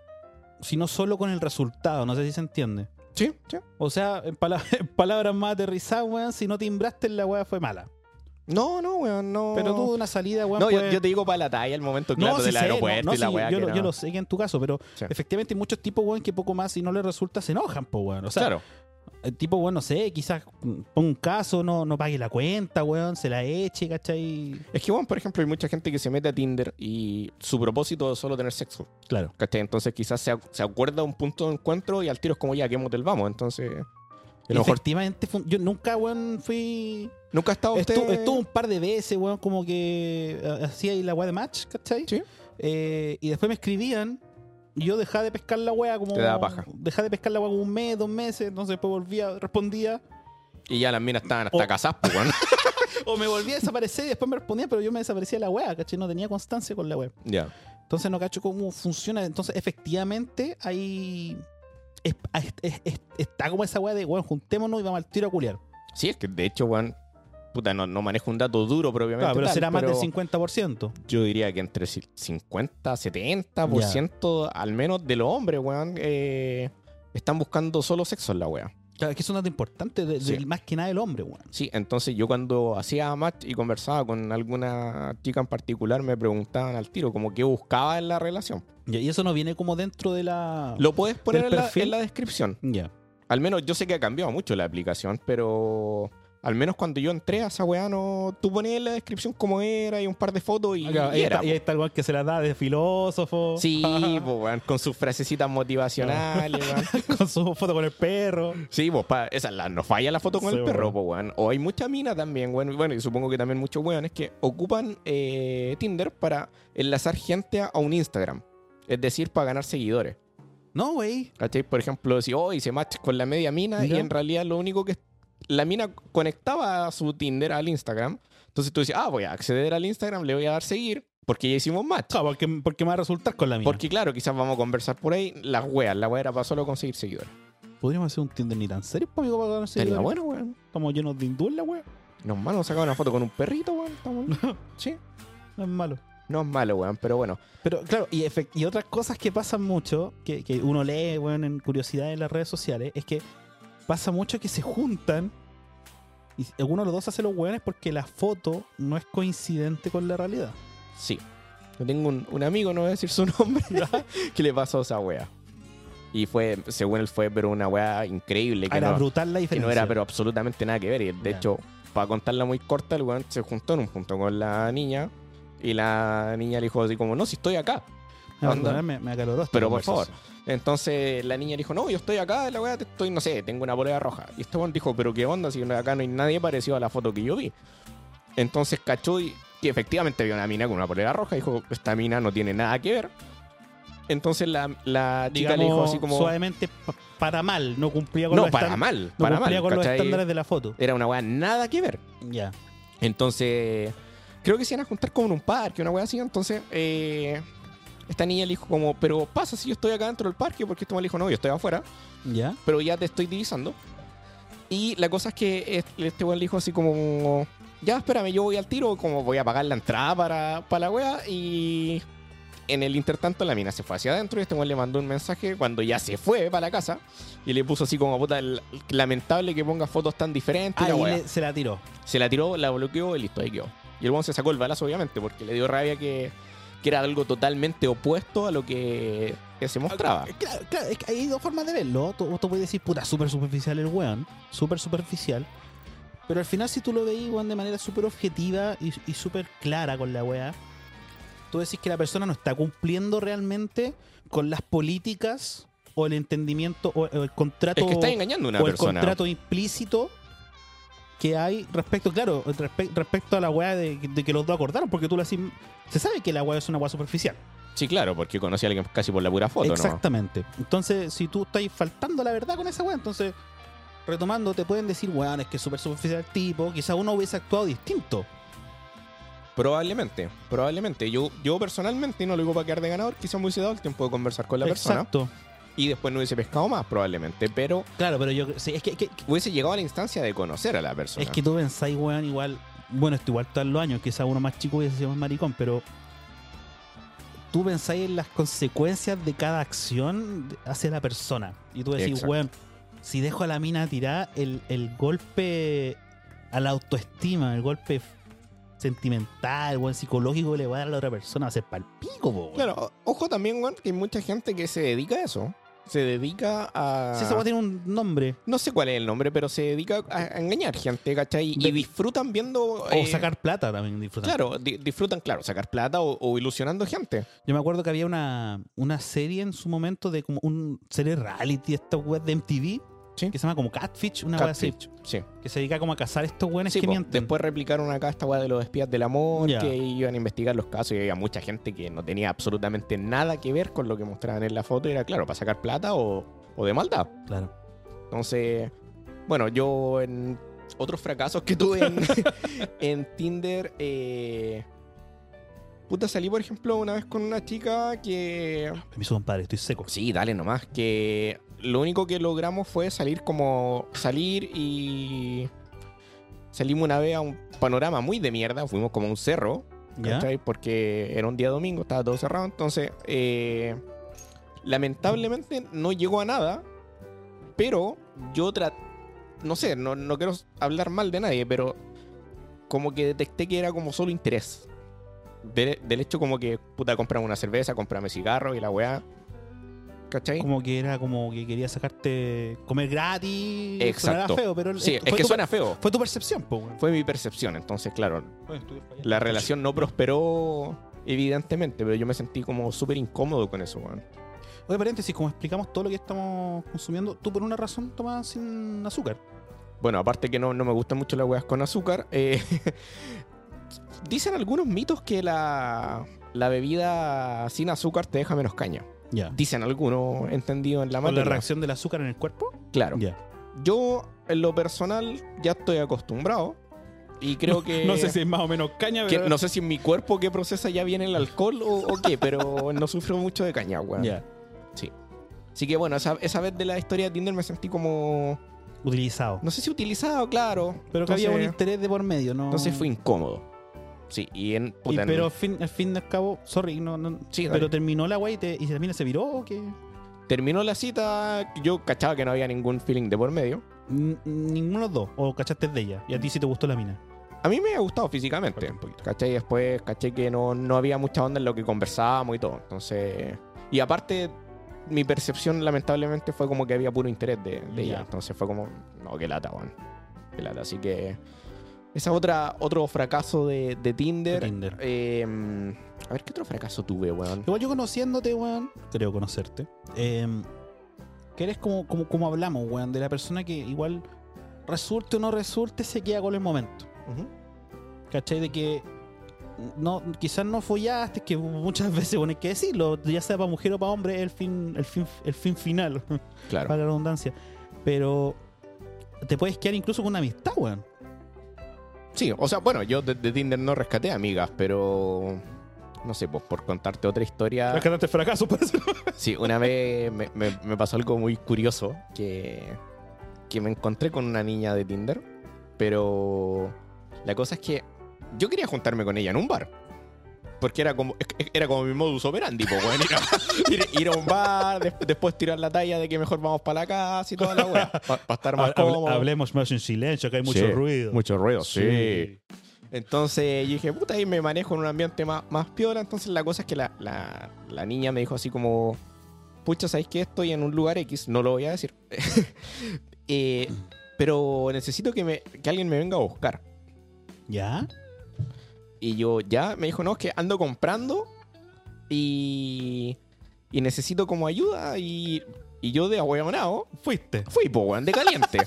Speaker 1: sino solo con el resultado. No sé si se entiende.
Speaker 2: Sí, sí.
Speaker 1: O sea, en, pala- en palabras más aterrizadas, weón, si no timbraste, la weá fue mala.
Speaker 2: No, no, weón, no.
Speaker 1: Pero tuvo una salida, weón.
Speaker 2: No, yo,
Speaker 1: pues-
Speaker 2: yo te digo para la talla, el momento claro
Speaker 1: sí
Speaker 2: del
Speaker 1: sé,
Speaker 2: aeropuerto
Speaker 1: no, no,
Speaker 2: y la
Speaker 1: sí,
Speaker 2: weá.
Speaker 1: yo,
Speaker 2: que
Speaker 1: lo,
Speaker 2: no.
Speaker 1: yo lo sé que en tu caso, pero
Speaker 2: Sí.
Speaker 1: efectivamente hay muchos tipos, weón, que poco más si no les resulta se enojan, po, weón. O sea,
Speaker 2: claro.
Speaker 1: el tipo, weón, no sé, quizás mm, ponga un caso, no, no pague la cuenta, weón, se la eche, ¿cachai?
Speaker 2: Es que, bueno, por ejemplo, hay mucha gente que se mete a Tinder y su propósito es solo tener sexo.
Speaker 1: Claro.
Speaker 2: ¿Cachai? Entonces quizás se, ac- se acuerda un punto de encuentro y al tiro es como ya, ¿qué motel vamos? Entonces, a lo mejor
Speaker 1: Efectivamente, fue un- yo nunca, weón, fui...
Speaker 2: nunca ha estado usted...
Speaker 1: Estuvo, estuvo un par de veces, weón, como que eh, hacía ahí la weá de match, ¿cachai?
Speaker 2: Sí.
Speaker 1: Eh, y después me escribían y yo dejaba de pescar la weá como...
Speaker 2: Te daba paja.
Speaker 1: Dejaba de pescar la weá como un mes, dos meses, entonces después volvía, respondía...
Speaker 2: Y ya las minas estaban hasta
Speaker 1: O-
Speaker 2: casadas, pues, weón.
Speaker 1: O me volví a desaparecer y después me respondía, pero yo me desaparecía de la web, ¿cachai? No tenía constancia con la web.
Speaker 2: Ya.
Speaker 1: Entonces no cacho cómo funciona. Entonces, efectivamente, hay. es- es- es- está como esa web de, bueno, juntémonos y vamos al tiro a culiar.
Speaker 2: Sí, es que de hecho, weón, puta, no, no manejo un dato duro propiamente.
Speaker 1: Claro, pero
Speaker 2: tal,
Speaker 1: será más del 50%.
Speaker 2: Yo diría que entre ci- 50, 70% al menos de los hombres, weón, eh, están buscando solo sexo en la wea.
Speaker 1: Claro, es que es un dato importante, de-
Speaker 2: Sí.
Speaker 1: del- más que nada del hombre, weón.
Speaker 2: Sí, entonces yo cuando hacía match y conversaba con alguna chica en particular, me preguntaban al tiro como qué buscaba en la relación.
Speaker 1: Ya, Y eso no viene como dentro de la.
Speaker 2: Lo puedes poner
Speaker 1: ¿Del
Speaker 2: en la,
Speaker 1: perfil?
Speaker 2: en la descripción.
Speaker 1: Ya.
Speaker 2: Al menos yo sé que ha cambiado mucho la aplicación, pero al menos cuando yo entré a esa weá, no, tú ponías en la descripción cómo era y un par de fotos y,
Speaker 1: Ah, claro,
Speaker 2: y
Speaker 1: ahí,
Speaker 2: era.
Speaker 1: está, y ahí está el weón que se la da de filósofo.
Speaker 2: Sí, po, weón, con sus frasecitas motivacionales. weón.
Speaker 1: con su foto con el perro.
Speaker 2: Sí, pues pa, esa la, no falla la foto con
Speaker 1: Sí,
Speaker 2: el
Speaker 1: weón.
Speaker 2: perro, po, weón. O hay mucha mina también, weón. Bueno, y supongo que también muchos weones que ocupan eh, Tinder para enlazar gente a, a un Instagram. Es decir, para ganar seguidores.
Speaker 1: No, wey.
Speaker 2: ¿Cachai? Por ejemplo, si hoy se match con la media mina
Speaker 1: Ya.
Speaker 2: y en realidad lo único que la mina conectaba a su Tinder al Instagram. Entonces tú dices, ah, voy a acceder al Instagram, le voy a dar seguir porque ya hicimos match.
Speaker 1: Claro, porque, porque me va a resultar con la mía.
Speaker 2: Porque claro, quizás vamos a conversar por ahí. Las weas, la wea era para solo conseguir seguidores.
Speaker 1: Podríamos hacer un Tinder ni tan serio, pues, amigo, para ganar
Speaker 2: Sería
Speaker 1: seguidores.
Speaker 2: bueno, weón.
Speaker 1: Estamos llenos de hindú en la wea.
Speaker 2: Nos malo sacar una foto con un perrito, weón. Estamos- sí.
Speaker 1: No es malo.
Speaker 2: No es malo, weón, pero bueno.
Speaker 1: Pero claro, y, efect- y otras cosas que pasan mucho, que, que uno lee, weón, en curiosidad en las redes sociales, es que pasa mucho que se juntan y alguno de los dos hace los weones porque la foto no es coincidente con la realidad.
Speaker 2: Sí. Yo tengo un, un amigo, no voy a decir su nombre, que le pasó esa wea. Y fue, según él fue, pero una wea increíble. Que
Speaker 1: Ah, Era
Speaker 2: no,
Speaker 1: brutal la
Speaker 2: que
Speaker 1: diferencia.
Speaker 2: no era, pero absolutamente nada que ver. Y de
Speaker 1: Ya.
Speaker 2: hecho, para contarla muy corta, el weón se juntó en un punto con la niña. Y la niña le dijo así como, no, si estoy acá.
Speaker 1: No, perdón, me, me acaloró esta
Speaker 2: Pero por
Speaker 1: conversación.
Speaker 2: Entonces la niña le dijo, no, yo estoy acá, la weá, te estoy, no sé, tengo una polea roja. Y este weón dijo, pero qué onda, si acá no hay nadie parecido a la foto que yo vi. Entonces cachó y, y efectivamente vio una mina con una polea roja. Dijo, esta mina no tiene nada que ver. Entonces la, la chica
Speaker 1: Digamos,
Speaker 2: le dijo así como,
Speaker 1: suavemente pa- para mal, no cumplía con
Speaker 2: no,
Speaker 1: los
Speaker 2: para
Speaker 1: estan-
Speaker 2: mal,
Speaker 1: no
Speaker 2: para
Speaker 1: cumplía
Speaker 2: mal.
Speaker 1: con los
Speaker 2: ¿cachai?
Speaker 1: estándares de la foto.
Speaker 2: Era una weá nada que ver.
Speaker 1: Ya.
Speaker 2: Entonces, creo que se iban a juntar como en un parque, una wea así. Entonces, eh, esta niña le dijo como, pero pasa si yo estoy acá dentro del parque, porque este weón le dijo, no, yo estoy afuera.
Speaker 1: Ya.
Speaker 2: pero ya te estoy divisando. Y la cosa es que es- este weón le dijo así como, ya espérame, yo voy al tiro, como voy a pagar la entrada para, para la wea. Y en el intertanto la mina se fue hacia adentro y este weón le mandó un mensaje cuando ya se fue para la casa. Y le puso así como, puta, el- lamentable que ponga fotos tan diferentes. y
Speaker 1: Ahí
Speaker 2: la wea.
Speaker 1: le- se la tiró.
Speaker 2: Se la tiró, la bloqueó y listo, ahí quedó. Y el weón se sacó el balazo obviamente porque le dio rabia que, que era algo totalmente opuesto a lo que, que se mostraba.
Speaker 1: eh, Claro, claro, es que hay dos formas de verlo. Tú, tú puedes decir, puta, súper superficial el weón, súper superficial. Pero al final, si tú lo veis, weón, de manera súper objetiva y, y súper clara con la weá, tú decís que la persona no está cumpliendo realmente con las políticas o el entendimiento o, o el contrato
Speaker 2: Es que está engañando a una
Speaker 1: o el
Speaker 2: persona.
Speaker 1: contrato implícito que hay respecto, claro, respe- respecto a la weá de, de que los dos acordaron, porque tú lo decís, se sabe que la weá es una weá superficial.
Speaker 2: Sí, claro, porque conocí a alguien casi por la pura foto, ¿no?
Speaker 1: Exactamente. Entonces, si tú estás faltando a la verdad con esa weá, entonces, retomando, te pueden decir, weón, es que es súper superficial el tipo, quizás uno hubiese actuado distinto.
Speaker 2: Probablemente, probablemente. Yo, yo personalmente no lo digo para quedar de ganador, quizá me hubiese dado el tiempo de conversar con la persona
Speaker 1: Exacto.
Speaker 2: y después no hubiese pescado más, probablemente, pero
Speaker 1: Claro, pero yo sí, es que, que-
Speaker 2: hubiese llegado a la instancia de conocer a la persona.
Speaker 1: es que tú pensáis, weón, igual, bueno, esto igual todos los años, quizás uno más chico hubiese sido más maricón, pero tú pensáis en las consecuencias de cada acción hacia la persona. Y tú decís,
Speaker 2: Exacto.
Speaker 1: weón, si dejo a la mina tirada, el, el golpe a la autoestima, el golpe sentimental, weón, psicológico que le va a dar a la otra persona va a ser palpico, po, weón.
Speaker 2: Claro, o- ojo también, weón, que hay mucha gente que se dedica a eso. Se dedica a.
Speaker 1: Si esa weá tiene un nombre.
Speaker 2: No sé cuál es el nombre, pero se dedica a, a engañar gente, ¿cachai? Y
Speaker 1: De-
Speaker 2: disfrutan viendo.
Speaker 1: O
Speaker 2: eh,
Speaker 1: sacar plata también disfrutar.
Speaker 2: Claro, di- disfrutan, claro, sacar plata o, o ilusionando gente.
Speaker 1: Yo me acuerdo que había una, una serie en su momento de como un serie reality, esta web de MTV,
Speaker 2: Sí.
Speaker 1: que se llama como Catfish, una web así,
Speaker 2: Catfish, Sí.
Speaker 1: que se dedica como a cazar estos weones
Speaker 2: Sí,
Speaker 1: que
Speaker 2: po,
Speaker 1: mienten.
Speaker 2: después replicaron acá esta weá de los espías del amor,
Speaker 1: Ya.
Speaker 2: que iban a investigar los casos y había mucha gente que no tenía absolutamente nada que ver con lo que mostraban en la foto. Y era, claro, para sacar plata o, o de maldad.
Speaker 1: Claro.
Speaker 2: Entonces, bueno, yo en otros fracasos que tuve en, en Tinder, eh, puta, salí por ejemplo una vez con una chica que...
Speaker 1: Permiso, compadre, estoy seco.
Speaker 2: Sí, dale nomás, que lo único que logramos fue salir como... salir y... Salimos una vez a un panorama muy de mierda, fuimos como a un cerro,
Speaker 1: ¿Ya?
Speaker 2: ¿cachai? Porque era un día domingo, estaba todo cerrado. Entonces, eh, lamentablemente no llegó a nada, pero yo traté, no sé, no, no quiero hablar mal de nadie, pero como que detecté que era como solo interés. De- del hecho como que, puta, comprame una cerveza, comprame cigarro y la weá. ¿Cachai?
Speaker 1: Como que era como que quería sacarte comer gratis.
Speaker 2: Exacto.
Speaker 1: Sonará feo, pero
Speaker 2: sí,
Speaker 1: eh,
Speaker 2: es
Speaker 1: fue
Speaker 2: que
Speaker 1: tu-
Speaker 2: suena feo.
Speaker 1: Fue tu percepción, po, weón.
Speaker 2: Fue mi percepción, entonces, claro, la relación no prosperó evidentemente, pero yo me sentí como súper incómodo con eso, weón.
Speaker 1: Oye, paréntesis, como explicamos todo lo que estamos consumiendo, tú por una razón tomas sin azúcar.
Speaker 2: Bueno, aparte que no, no me gustan mucho las huevas con azúcar. eh, dicen algunos mitos que la, la bebida sin azúcar te deja menos caña.
Speaker 1: Ya.
Speaker 2: Dicen algunos entendidos en la
Speaker 1: ¿Por la
Speaker 2: materia.
Speaker 1: reacción del azúcar en el cuerpo?
Speaker 2: Claro.
Speaker 1: Ya.
Speaker 2: Yo, en lo personal, ya estoy acostumbrado. Y creo que.
Speaker 1: No sé si es más o menos caña,
Speaker 2: que-
Speaker 1: pero.
Speaker 2: no sé si en mi cuerpo que procesa ya bien el alcohol o, o qué, pero no sufro mucho de caña, weón.
Speaker 1: Ya.
Speaker 2: Así que bueno, esa, esa vez de la historia de Tinder me sentí como.
Speaker 1: Utilizado.
Speaker 2: No sé si utilizado, claro.
Speaker 1: Pero que había un
Speaker 2: Entonces-
Speaker 1: interés de por medio, ¿no?
Speaker 2: Entonces fue incómodo. Sí, y en.
Speaker 1: Y
Speaker 2: puta, en-
Speaker 1: pero al fin, al fin y al cabo, sorry, no, no-
Speaker 2: Sí, dale.
Speaker 1: pero terminó la wey y, te- y la mina se viró o qué?
Speaker 2: terminó la cita. Yo cachaba que no había ningún feeling de por medio.
Speaker 1: N- Ninguno de los dos, o cachaste de ella, y a ti sí te gustó la mina.
Speaker 2: A mí me ha gustado físicamente. ¿Cachai? Después caché que no, no había mucha onda en lo que conversábamos y todo. Entonces. Y aparte, mi percepción lamentablemente fue como que había puro interés de, de
Speaker 1: Ya.
Speaker 2: ella. Entonces fue como. No, qué lata, weón. Qué lata. Así que. Esa otra, otro fracaso de, de Tinder.
Speaker 1: De Tinder.
Speaker 2: Eh, a ver, ¿qué otro fracaso tuve, weón?
Speaker 1: Igual yo conociéndote, weón, creo conocerte, eh, que eres como, como, como hablamos, weón, de la persona que igual resulte o no resulte, se queda con el momento.
Speaker 2: Ujú.
Speaker 1: ¿Cachai? De que no, quizás no follaste, que muchas veces bueno, hay que decirlo, ya sea para mujer o para hombre, es el fin, el fin, el fin final,
Speaker 2: Claro.
Speaker 1: para la redundancia. Pero te puedes quedar incluso con una amistad, weón.
Speaker 2: Sí, o sea, bueno, yo de, de Tinder no rescaté amigas, pero no sé, pues por contarte otra historia.
Speaker 1: Rescataste fracaso, parece.
Speaker 2: Sí, una vez me, me- me pasó algo muy curioso que, que me encontré con una niña de Tinder, pero la cosa es que yo quería juntarme con ella en un bar. Porque era como, era como mi modus operandi, po, weón. Ir, a- ir- ir a un bar, des- después tirar la talla de que mejor vamos para la casa y toda la weá. Para estar más cómodo.
Speaker 1: hablemos más en silencio, que hay mucho
Speaker 2: Sí,
Speaker 1: ruido.
Speaker 2: Mucho ruido, sí. Entonces yo dije, puta, ahí me manejo en un ambiente más, más piola. Entonces la cosa es que la, la- la niña me dijo así como, pucha, ¿sabéis que estoy en un lugar X? No lo voy a decir. Eh, pero necesito que, me, que alguien me venga a buscar.
Speaker 1: ¿Ya?
Speaker 2: Y yo ya me dijo, no, es que ando comprando y, y necesito como ayuda. Y, y yo de ahueonado
Speaker 1: Fuiste.
Speaker 2: fui, po, weón, de caliente.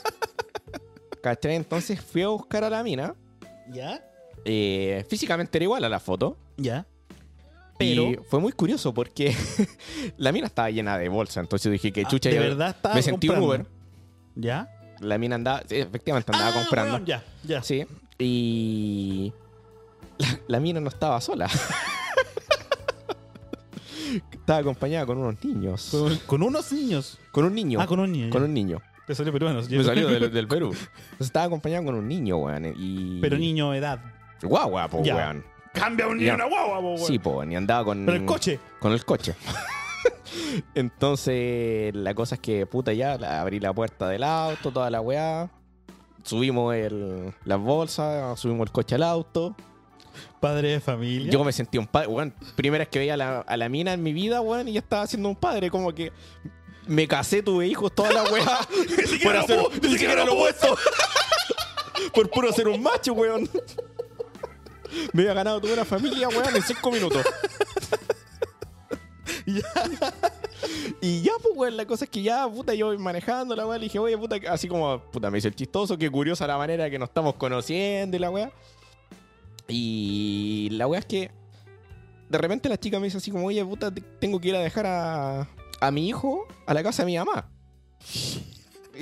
Speaker 2: ¿Cachai? Entonces fui a buscar a la mina.
Speaker 1: ¿Ya?
Speaker 2: Eh, físicamente era igual a la foto.
Speaker 1: ¿Ya?
Speaker 2: Pero
Speaker 1: Pero-
Speaker 2: fue muy curioso porque la mina estaba llena de bolsa. Entonces dije que
Speaker 1: Ah,
Speaker 2: chucha,
Speaker 1: de
Speaker 2: yo
Speaker 1: verdad estaba
Speaker 2: me sentí un
Speaker 1: comprando.
Speaker 2: Uber.
Speaker 1: ¿Ya?
Speaker 2: La mina andaba, sí, efectivamente andaba
Speaker 1: Ah,
Speaker 2: comprando.
Speaker 1: weón, ya, ya.
Speaker 2: Sí. Y la, la mina no estaba sola. estaba acompañada con unos niños.
Speaker 1: Con, con unos niños.
Speaker 2: Con un niño.
Speaker 1: Ah, con un niño.
Speaker 2: Con un niño.
Speaker 1: Te salió peruano.
Speaker 2: Me salió del, del Perú. Entonces estaba acompañada con un niño, weón. Y...
Speaker 1: Pero niño edad.
Speaker 2: Guau, guapo,
Speaker 1: Ya.
Speaker 2: weón.
Speaker 1: Cambia un niño
Speaker 2: Ya.
Speaker 1: una guagua, po, weón.
Speaker 2: Sí, po, mm. ni andaba con.
Speaker 1: Pero el coche.
Speaker 2: Con el coche. Entonces, la cosa es que, puta, ya la- abrí la puerta del auto, toda la weá. Subimos el- las bolsas, subimos el coche al auto.
Speaker 1: Padre de familia.
Speaker 2: Yo me sentí un padre, weón. Primera vez que veía a la, a la mina en mi vida, weón, y ya estaba siendo un padre. Como que me casé, tuve hijos, toda la weá. por
Speaker 1: lo
Speaker 2: hacer
Speaker 1: puedo-
Speaker 2: ni siquiera lo puesto. por puro ser un macho, weón. Me había ganado toda una familia, weón, en cinco minutos. Ya. Y ya, pues, weón, la cosa es que ya, puta, yo voy manejando la weá, le dije, oye, puta, así como, puta, me hizo el chistoso, qué curiosa la manera que nos estamos conociendo y la weá. Y la weá es que de repente la chica me dice así como, oye, puta, te- tengo que ir a dejar a, a mi hijo a la casa de mi mamá.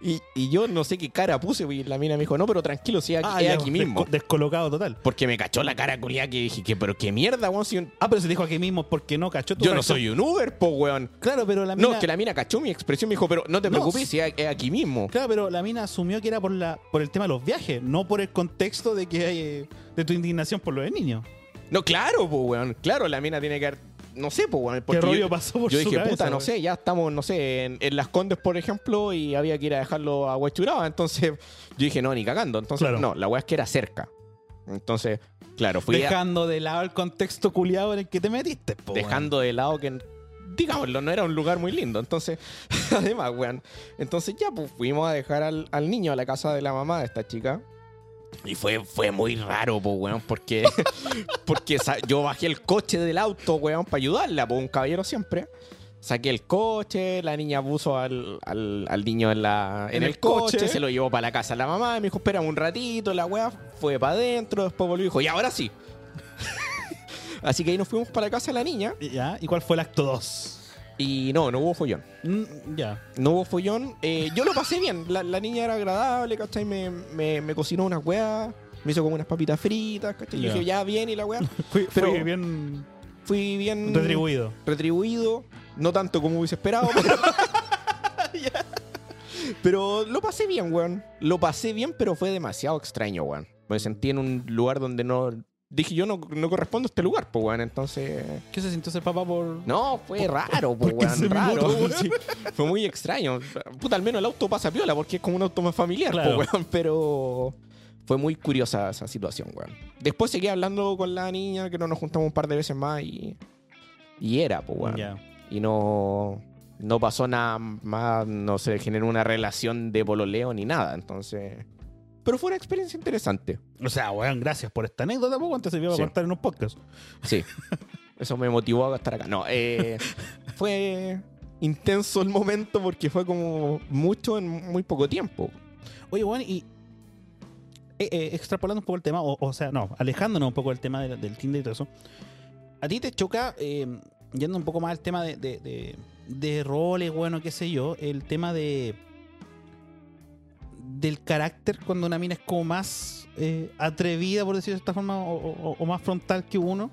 Speaker 2: y, y- y yo no sé qué cara puse, y la mina me dijo, no, pero tranquilo, sí, aquí,
Speaker 1: Ah,
Speaker 2: es
Speaker 1: ya,
Speaker 2: aquí
Speaker 1: desco-
Speaker 2: mismo.
Speaker 1: Descolocado total.
Speaker 2: Porque me cachó la cara culiada que dije, que, pero qué mierda, weón, si un-
Speaker 1: Ah, pero se dijo aquí mismo porque no cachó tu
Speaker 2: yo no
Speaker 1: reacción.
Speaker 2: soy un Uber, po, weón.
Speaker 1: Claro, pero la mina.
Speaker 2: No, es que la mina cachó mi expresión, me dijo, pero no te
Speaker 1: No,
Speaker 2: preocupes,
Speaker 1: s-
Speaker 2: si es es aquí mismo.
Speaker 1: Claro, pero la mina asumió que era por la por el tema de los viajes, no por el contexto de que eh, de tu indignación por lo de niños.
Speaker 2: No, claro, pues, weón. Claro, la mina tiene que haber. No sé, pues, weón.
Speaker 1: ¿Qué
Speaker 2: porque
Speaker 1: rollo
Speaker 2: yo,
Speaker 1: pasó por
Speaker 2: yo
Speaker 1: su
Speaker 2: dije,
Speaker 1: cabeza,
Speaker 2: puta, no
Speaker 1: weón?
Speaker 2: sé, ya estamos, no sé, en, en Las Condes, por ejemplo, y había que ir a dejarlo a Huachuraba. Entonces, yo dije, no, ni cagando. Entonces,
Speaker 1: Claro.
Speaker 2: no, la weá es que era cerca. Entonces, claro, fui a-
Speaker 1: dejando de lado el contexto culiado en el que te metiste, po, weón.
Speaker 2: dejando de lado que, digámoslo, no era un lugar muy lindo. Entonces, además, weón. Entonces ya, pues fuimos a dejar al, al niño a la casa de la mamá de esta chica. Y fue, fue muy raro, pues, weón, porque, porque sa- yo bajé el coche del auto, weón, para ayudarla, pues, un caballero siempre. Saqué el coche, la niña puso al, al- al niño en, la, en,
Speaker 1: En
Speaker 2: el,
Speaker 1: el
Speaker 2: coche,
Speaker 1: coche.
Speaker 2: se lo llevó para la casa de la mamá, y me dijo, espera un ratito, la weá fue para adentro, después volvió y dijo, y ahora sí. Así que ahí nos fuimos para la casa de la niña.
Speaker 1: ¿Ya? ¿Y cuál fue el acto 2?
Speaker 2: Y no, no hubo follón.
Speaker 1: ya.
Speaker 2: No hubo follón. Eh, yo lo pasé bien. La, la niña era agradable, ¿cachai? Me, me, me cocinó unas weas. Me hizo como unas papitas fritas, ¿cachai? Yo
Speaker 1: Ya.
Speaker 2: dije, ya bien y la wea.
Speaker 1: Fui,
Speaker 2: Pero- Mm.
Speaker 1: fui bien
Speaker 2: Fui bien.
Speaker 1: retribuido.
Speaker 2: retribuido. No tanto como hubiese esperado, pero. Ya. Pero lo pasé bien, weón. Lo pasé bien, pero fue demasiado extraño, weón. Me sentí en un lugar donde no. Dije, yo no, no correspondo a este lugar, pues, weón. Entonces.
Speaker 1: ¿Qué se sintió ese papá por.?
Speaker 2: No, fue raro, po,
Speaker 1: por
Speaker 2: weón,
Speaker 1: 15
Speaker 2: raro.
Speaker 1: minutos, weón.
Speaker 2: Sí, fue muy extraño. Puta, al menos el auto pasa piola porque es como un auto más familiar, po,
Speaker 1: Claro.
Speaker 2: weón, pero fue muy curiosa esa situación, weón. Después seguí hablando con la niña, que no nos juntamos un par de veces más y, y era, pues, weón.
Speaker 1: Ya.
Speaker 2: Y no, no pasó nada más, no se generó una relación de pololeo ni nada, entonces... Pero fue una experiencia interesante,
Speaker 1: O sea, weón, gracias por esta anécdota, pues, po, antes se iba a
Speaker 2: Sí.
Speaker 1: contar en un podcast.
Speaker 2: sí. Eso me motivó a estar acá. No, eh, fue intenso el momento porque fue como mucho en muy poco tiempo.
Speaker 1: Oye, weón, y. eh, eh, extrapolando un poco el tema, o, o sea, no, alejándonos un poco del tema del, del Tinder y todo eso. ¿A ti te choca, eh, yendo un poco más al tema de, de, de- de roles, bueno, qué sé yo, el tema de. del carácter cuando una mina es como más eh, atrevida, por decirlo de esta forma, o, o- o más frontal que uno,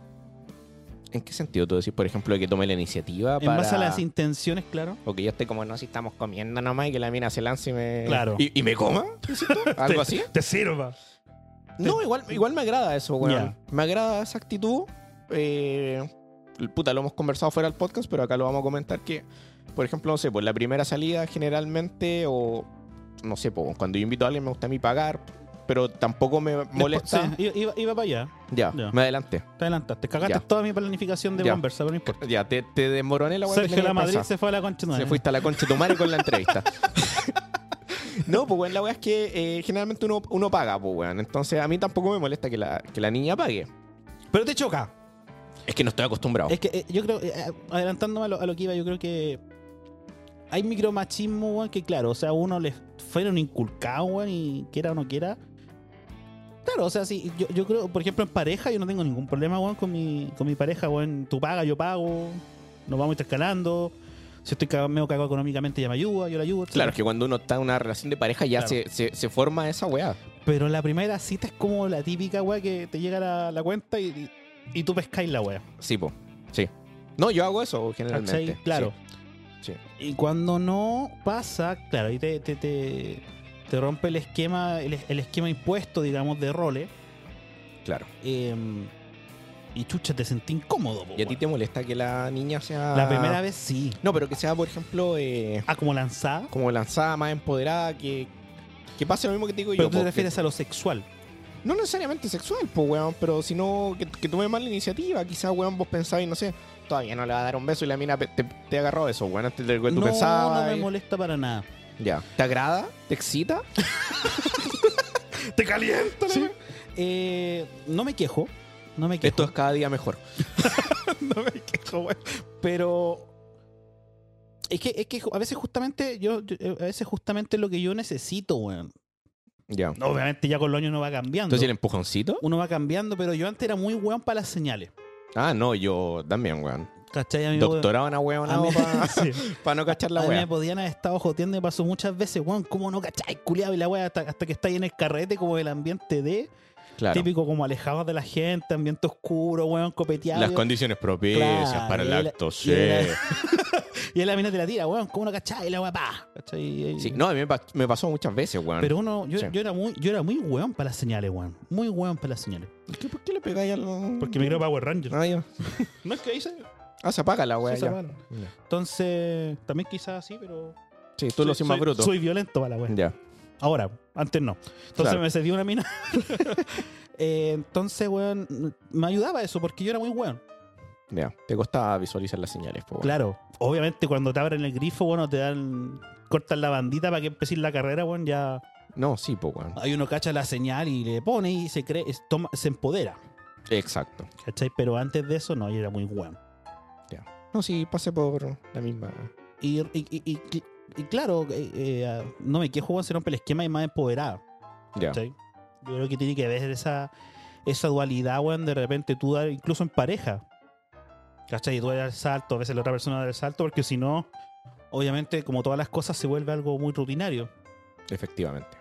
Speaker 2: ¿En qué sentido tú decís, por ejemplo, que tome la iniciativa
Speaker 1: en
Speaker 2: Ah, para...
Speaker 1: base a las intenciones, claro?
Speaker 2: o que yo esté como, no, si estamos comiendo nomás y que la mina se lance y me...
Speaker 1: Claro.
Speaker 2: ¿Y, y me coma? ¿Es esto? ¿Algo
Speaker 1: Te-
Speaker 2: así?
Speaker 1: Te sirva.
Speaker 2: No, igual, igual me agrada eso, weón.
Speaker 1: Ya.
Speaker 2: Me agrada esa actitud. Eh, puta, lo hemos conversado fuera del podcast, pero acá lo vamos a comentar que, por ejemplo, no sé, pues la primera salida generalmente, o no sé, pues, cuando yo invito a alguien me gusta a mí pagar, pero tampoco me molesta.
Speaker 1: Después- sí, iba, iba para allá.
Speaker 2: Ya,
Speaker 1: Ya.
Speaker 2: me adelanté.
Speaker 1: Te adelantaste. Cagaste
Speaker 2: Ya.
Speaker 1: toda mi planificación de
Speaker 2: Ya.
Speaker 1: conversa, pero no importa.
Speaker 2: Ya, te, te desmoroné la weá que
Speaker 1: Sergio
Speaker 2: tenía
Speaker 1: La Madrid
Speaker 2: pensada.
Speaker 1: se fue a la concha.
Speaker 2: Se fuiste a la concha de tu madre con la entrevista. no, pues weón, la weá es que eh, generalmente uno, uno paga, pues weón. Entonces a mí tampoco me molesta que la, que la niña pague.
Speaker 1: Pero te choca.
Speaker 2: Es que no estoy acostumbrado.
Speaker 1: Es que eh, yo creo, eh, eh, adelantándome a lo, a lo que iba, yo creo que hay micromachismo, weón, que claro, o sea, uno les fueron inculcados, weón, y quiera o no quiera. Claro, o sea, sí, yo, yo creo, por ejemplo, en pareja yo no tengo ningún problema, weón, con mi, con mi pareja, weón. Tú pagas, yo pago, nos vamos intercalando. Si estoy cagado, medio cagado económicamente, ella me ayuda, yo la ayudo. etcétera.
Speaker 2: Claro, es que cuando uno está en una relación de pareja ya
Speaker 1: Claro.
Speaker 2: se, se- se forma esa weá.
Speaker 1: Pero la primera cita es como la típica, weón, que te llega la, la cuenta y, y, y tú pescáis la weón.
Speaker 2: Sí, po. Sí. No, yo hago eso generalmente.
Speaker 1: ¿Cachai? Claro.
Speaker 2: Sí, sí.
Speaker 1: Y cuando no pasa, claro, ahí te, te, te- te rompe el esquema, el, el esquema impuesto, digamos, de roles.
Speaker 2: Claro.
Speaker 1: Em, y chucha, te sentí incómodo. po,
Speaker 2: ¿Y a ti
Speaker 1: Oh, weón.
Speaker 2: te molesta que la niña sea.
Speaker 1: La primera vez sí.
Speaker 2: No, pero que sea, por ejemplo, eh,
Speaker 1: Ah, como lanzada.
Speaker 2: como lanzada, más empoderada, que. Que pase lo mismo que te digo
Speaker 1: Pero
Speaker 2: yo.
Speaker 1: tú te
Speaker 2: po,
Speaker 1: refieres a lo sexual.
Speaker 2: No necesariamente sexual, pues, weón, pero sino que, que tome mal la iniciativa. Quizás, weón, vos pensabais, no sé, todavía no le va a dar un beso y la mina pe- te, te agarró eso, weón, antes de lo que tú
Speaker 1: no,
Speaker 2: pensabas.
Speaker 1: no me
Speaker 2: y-
Speaker 1: molesta para nada.
Speaker 2: ya. ¿Te agrada? ¿Te excita?
Speaker 1: ¿Te calienta?
Speaker 2: Sí.
Speaker 1: Eh, no me quejo. No me quejo.
Speaker 2: Esto es cada día mejor.
Speaker 1: no me quejo, weón. Pero. Es que, es que a veces justamente yo, yo- a veces justamente es lo que yo necesito, weón.
Speaker 2: Ya.
Speaker 1: Obviamente ya con los años uno va cambiando.
Speaker 2: Entonces, ¿el empujoncito?
Speaker 1: Uno va cambiando, pero yo antes era muy weón para las señales.
Speaker 2: Ah, no, yo también, weón.
Speaker 1: ¿Cachai? A mí me-
Speaker 2: Doctorado en
Speaker 1: a
Speaker 2: ahueonado
Speaker 1: mí-
Speaker 2: para
Speaker 1: sí.
Speaker 2: no cachar la
Speaker 1: A mí me
Speaker 2: weá.
Speaker 1: podían haber estado joteando y pasó muchas veces, weón, cómo no cacháis, culiado y la weá, hasta, hasta que estáis en el carrete, como el ambiente de,
Speaker 2: Claro.
Speaker 1: típico como alejados de la gente, ambiente oscuro, weón, copeteado.
Speaker 2: Las condiciones propicias
Speaker 1: Claro,
Speaker 2: para el
Speaker 1: y la-
Speaker 2: acto
Speaker 1: y la-
Speaker 2: C.
Speaker 1: y él la mina te la tira, weón, cómo no cacháis, la weá, pa. ¿Cachai? Eh,
Speaker 2: Sí, no, a mí me, pa- me pasó muchas veces, weón.
Speaker 1: Pero uno, yo,
Speaker 2: Sí.
Speaker 1: yo era muy, yo era muy weón para las señales, weón. Muy weón para las señales.
Speaker 2: ¿Qué- ¿Por qué le pegáis al.?
Speaker 1: Power Ranger.
Speaker 2: Ah, ya.
Speaker 1: No es que hice.
Speaker 2: Ah, se apaga la weá.
Speaker 1: se
Speaker 2: ya.
Speaker 1: apaga.
Speaker 2: Ya.
Speaker 1: Entonces, también quizás así, pero.
Speaker 2: Sí, tú lo
Speaker 1: soy-
Speaker 2: haces más
Speaker 1: soy-
Speaker 2: bruto.
Speaker 1: Soy violento para la weá.
Speaker 2: Ya.
Speaker 1: Ahora, antes no. Entonces
Speaker 2: Claro.
Speaker 1: me cedió una mina. Eh, entonces, weón, me ayudaba eso porque yo era muy weón.
Speaker 2: Ya, te costaba visualizar las señales, po, weón.
Speaker 1: Claro, obviamente cuando te abren el grifo, bueno, te dan. cortan la bandita para que empecéis la carrera, weón, ya.
Speaker 2: No, sí, po, weón.
Speaker 1: Hay uno cacha la señal y le pone y se cree, es- toma- se empodera.
Speaker 2: Exacto.
Speaker 1: ¿Cachai? Pero antes de eso, no, yo era muy weón.
Speaker 2: No, sí, pasé por la misma.
Speaker 1: Y, y- y- y- cl- y claro, eh, eh, ah, no me quejo, weón, se rompe el esquema y más empoderada.
Speaker 2: Ya.
Speaker 1: ¿cachai? Yo creo que tiene que ver esa, esa dualidad, weón, de repente tú dar, incluso en pareja. ¿Cachai? Tú das el salto, a veces la otra persona da el salto, porque si no, obviamente, como todas las cosas, se vuelve algo muy rutinario.
Speaker 2: Efectivamente.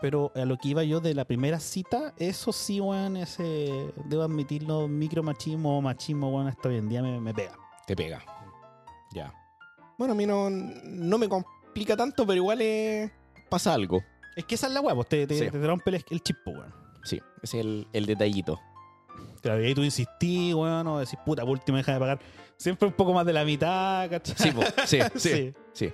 Speaker 1: Pero a lo que iba yo de la primera cita, eso sí, weón, ese, debo admitirlo, micromachismo, machismo, weón, hasta hoy en día me, me pega.
Speaker 2: Te pega. Ya. Bueno, a mí no, no me complica tanto, pero igual eh, pasa algo.
Speaker 1: Es que esa es la weá, pues, te, te,
Speaker 2: Sí.
Speaker 1: te rompe el, el chip, pues, weón.
Speaker 2: Sí, ese es el, el detallito.
Speaker 1: Claro, y ahí tú insistís, weón, o decís, puta, por último deja de pagar. Siempre un poco más de la mitad, ¿cachai?
Speaker 2: Sí, po, sí, sí, sí,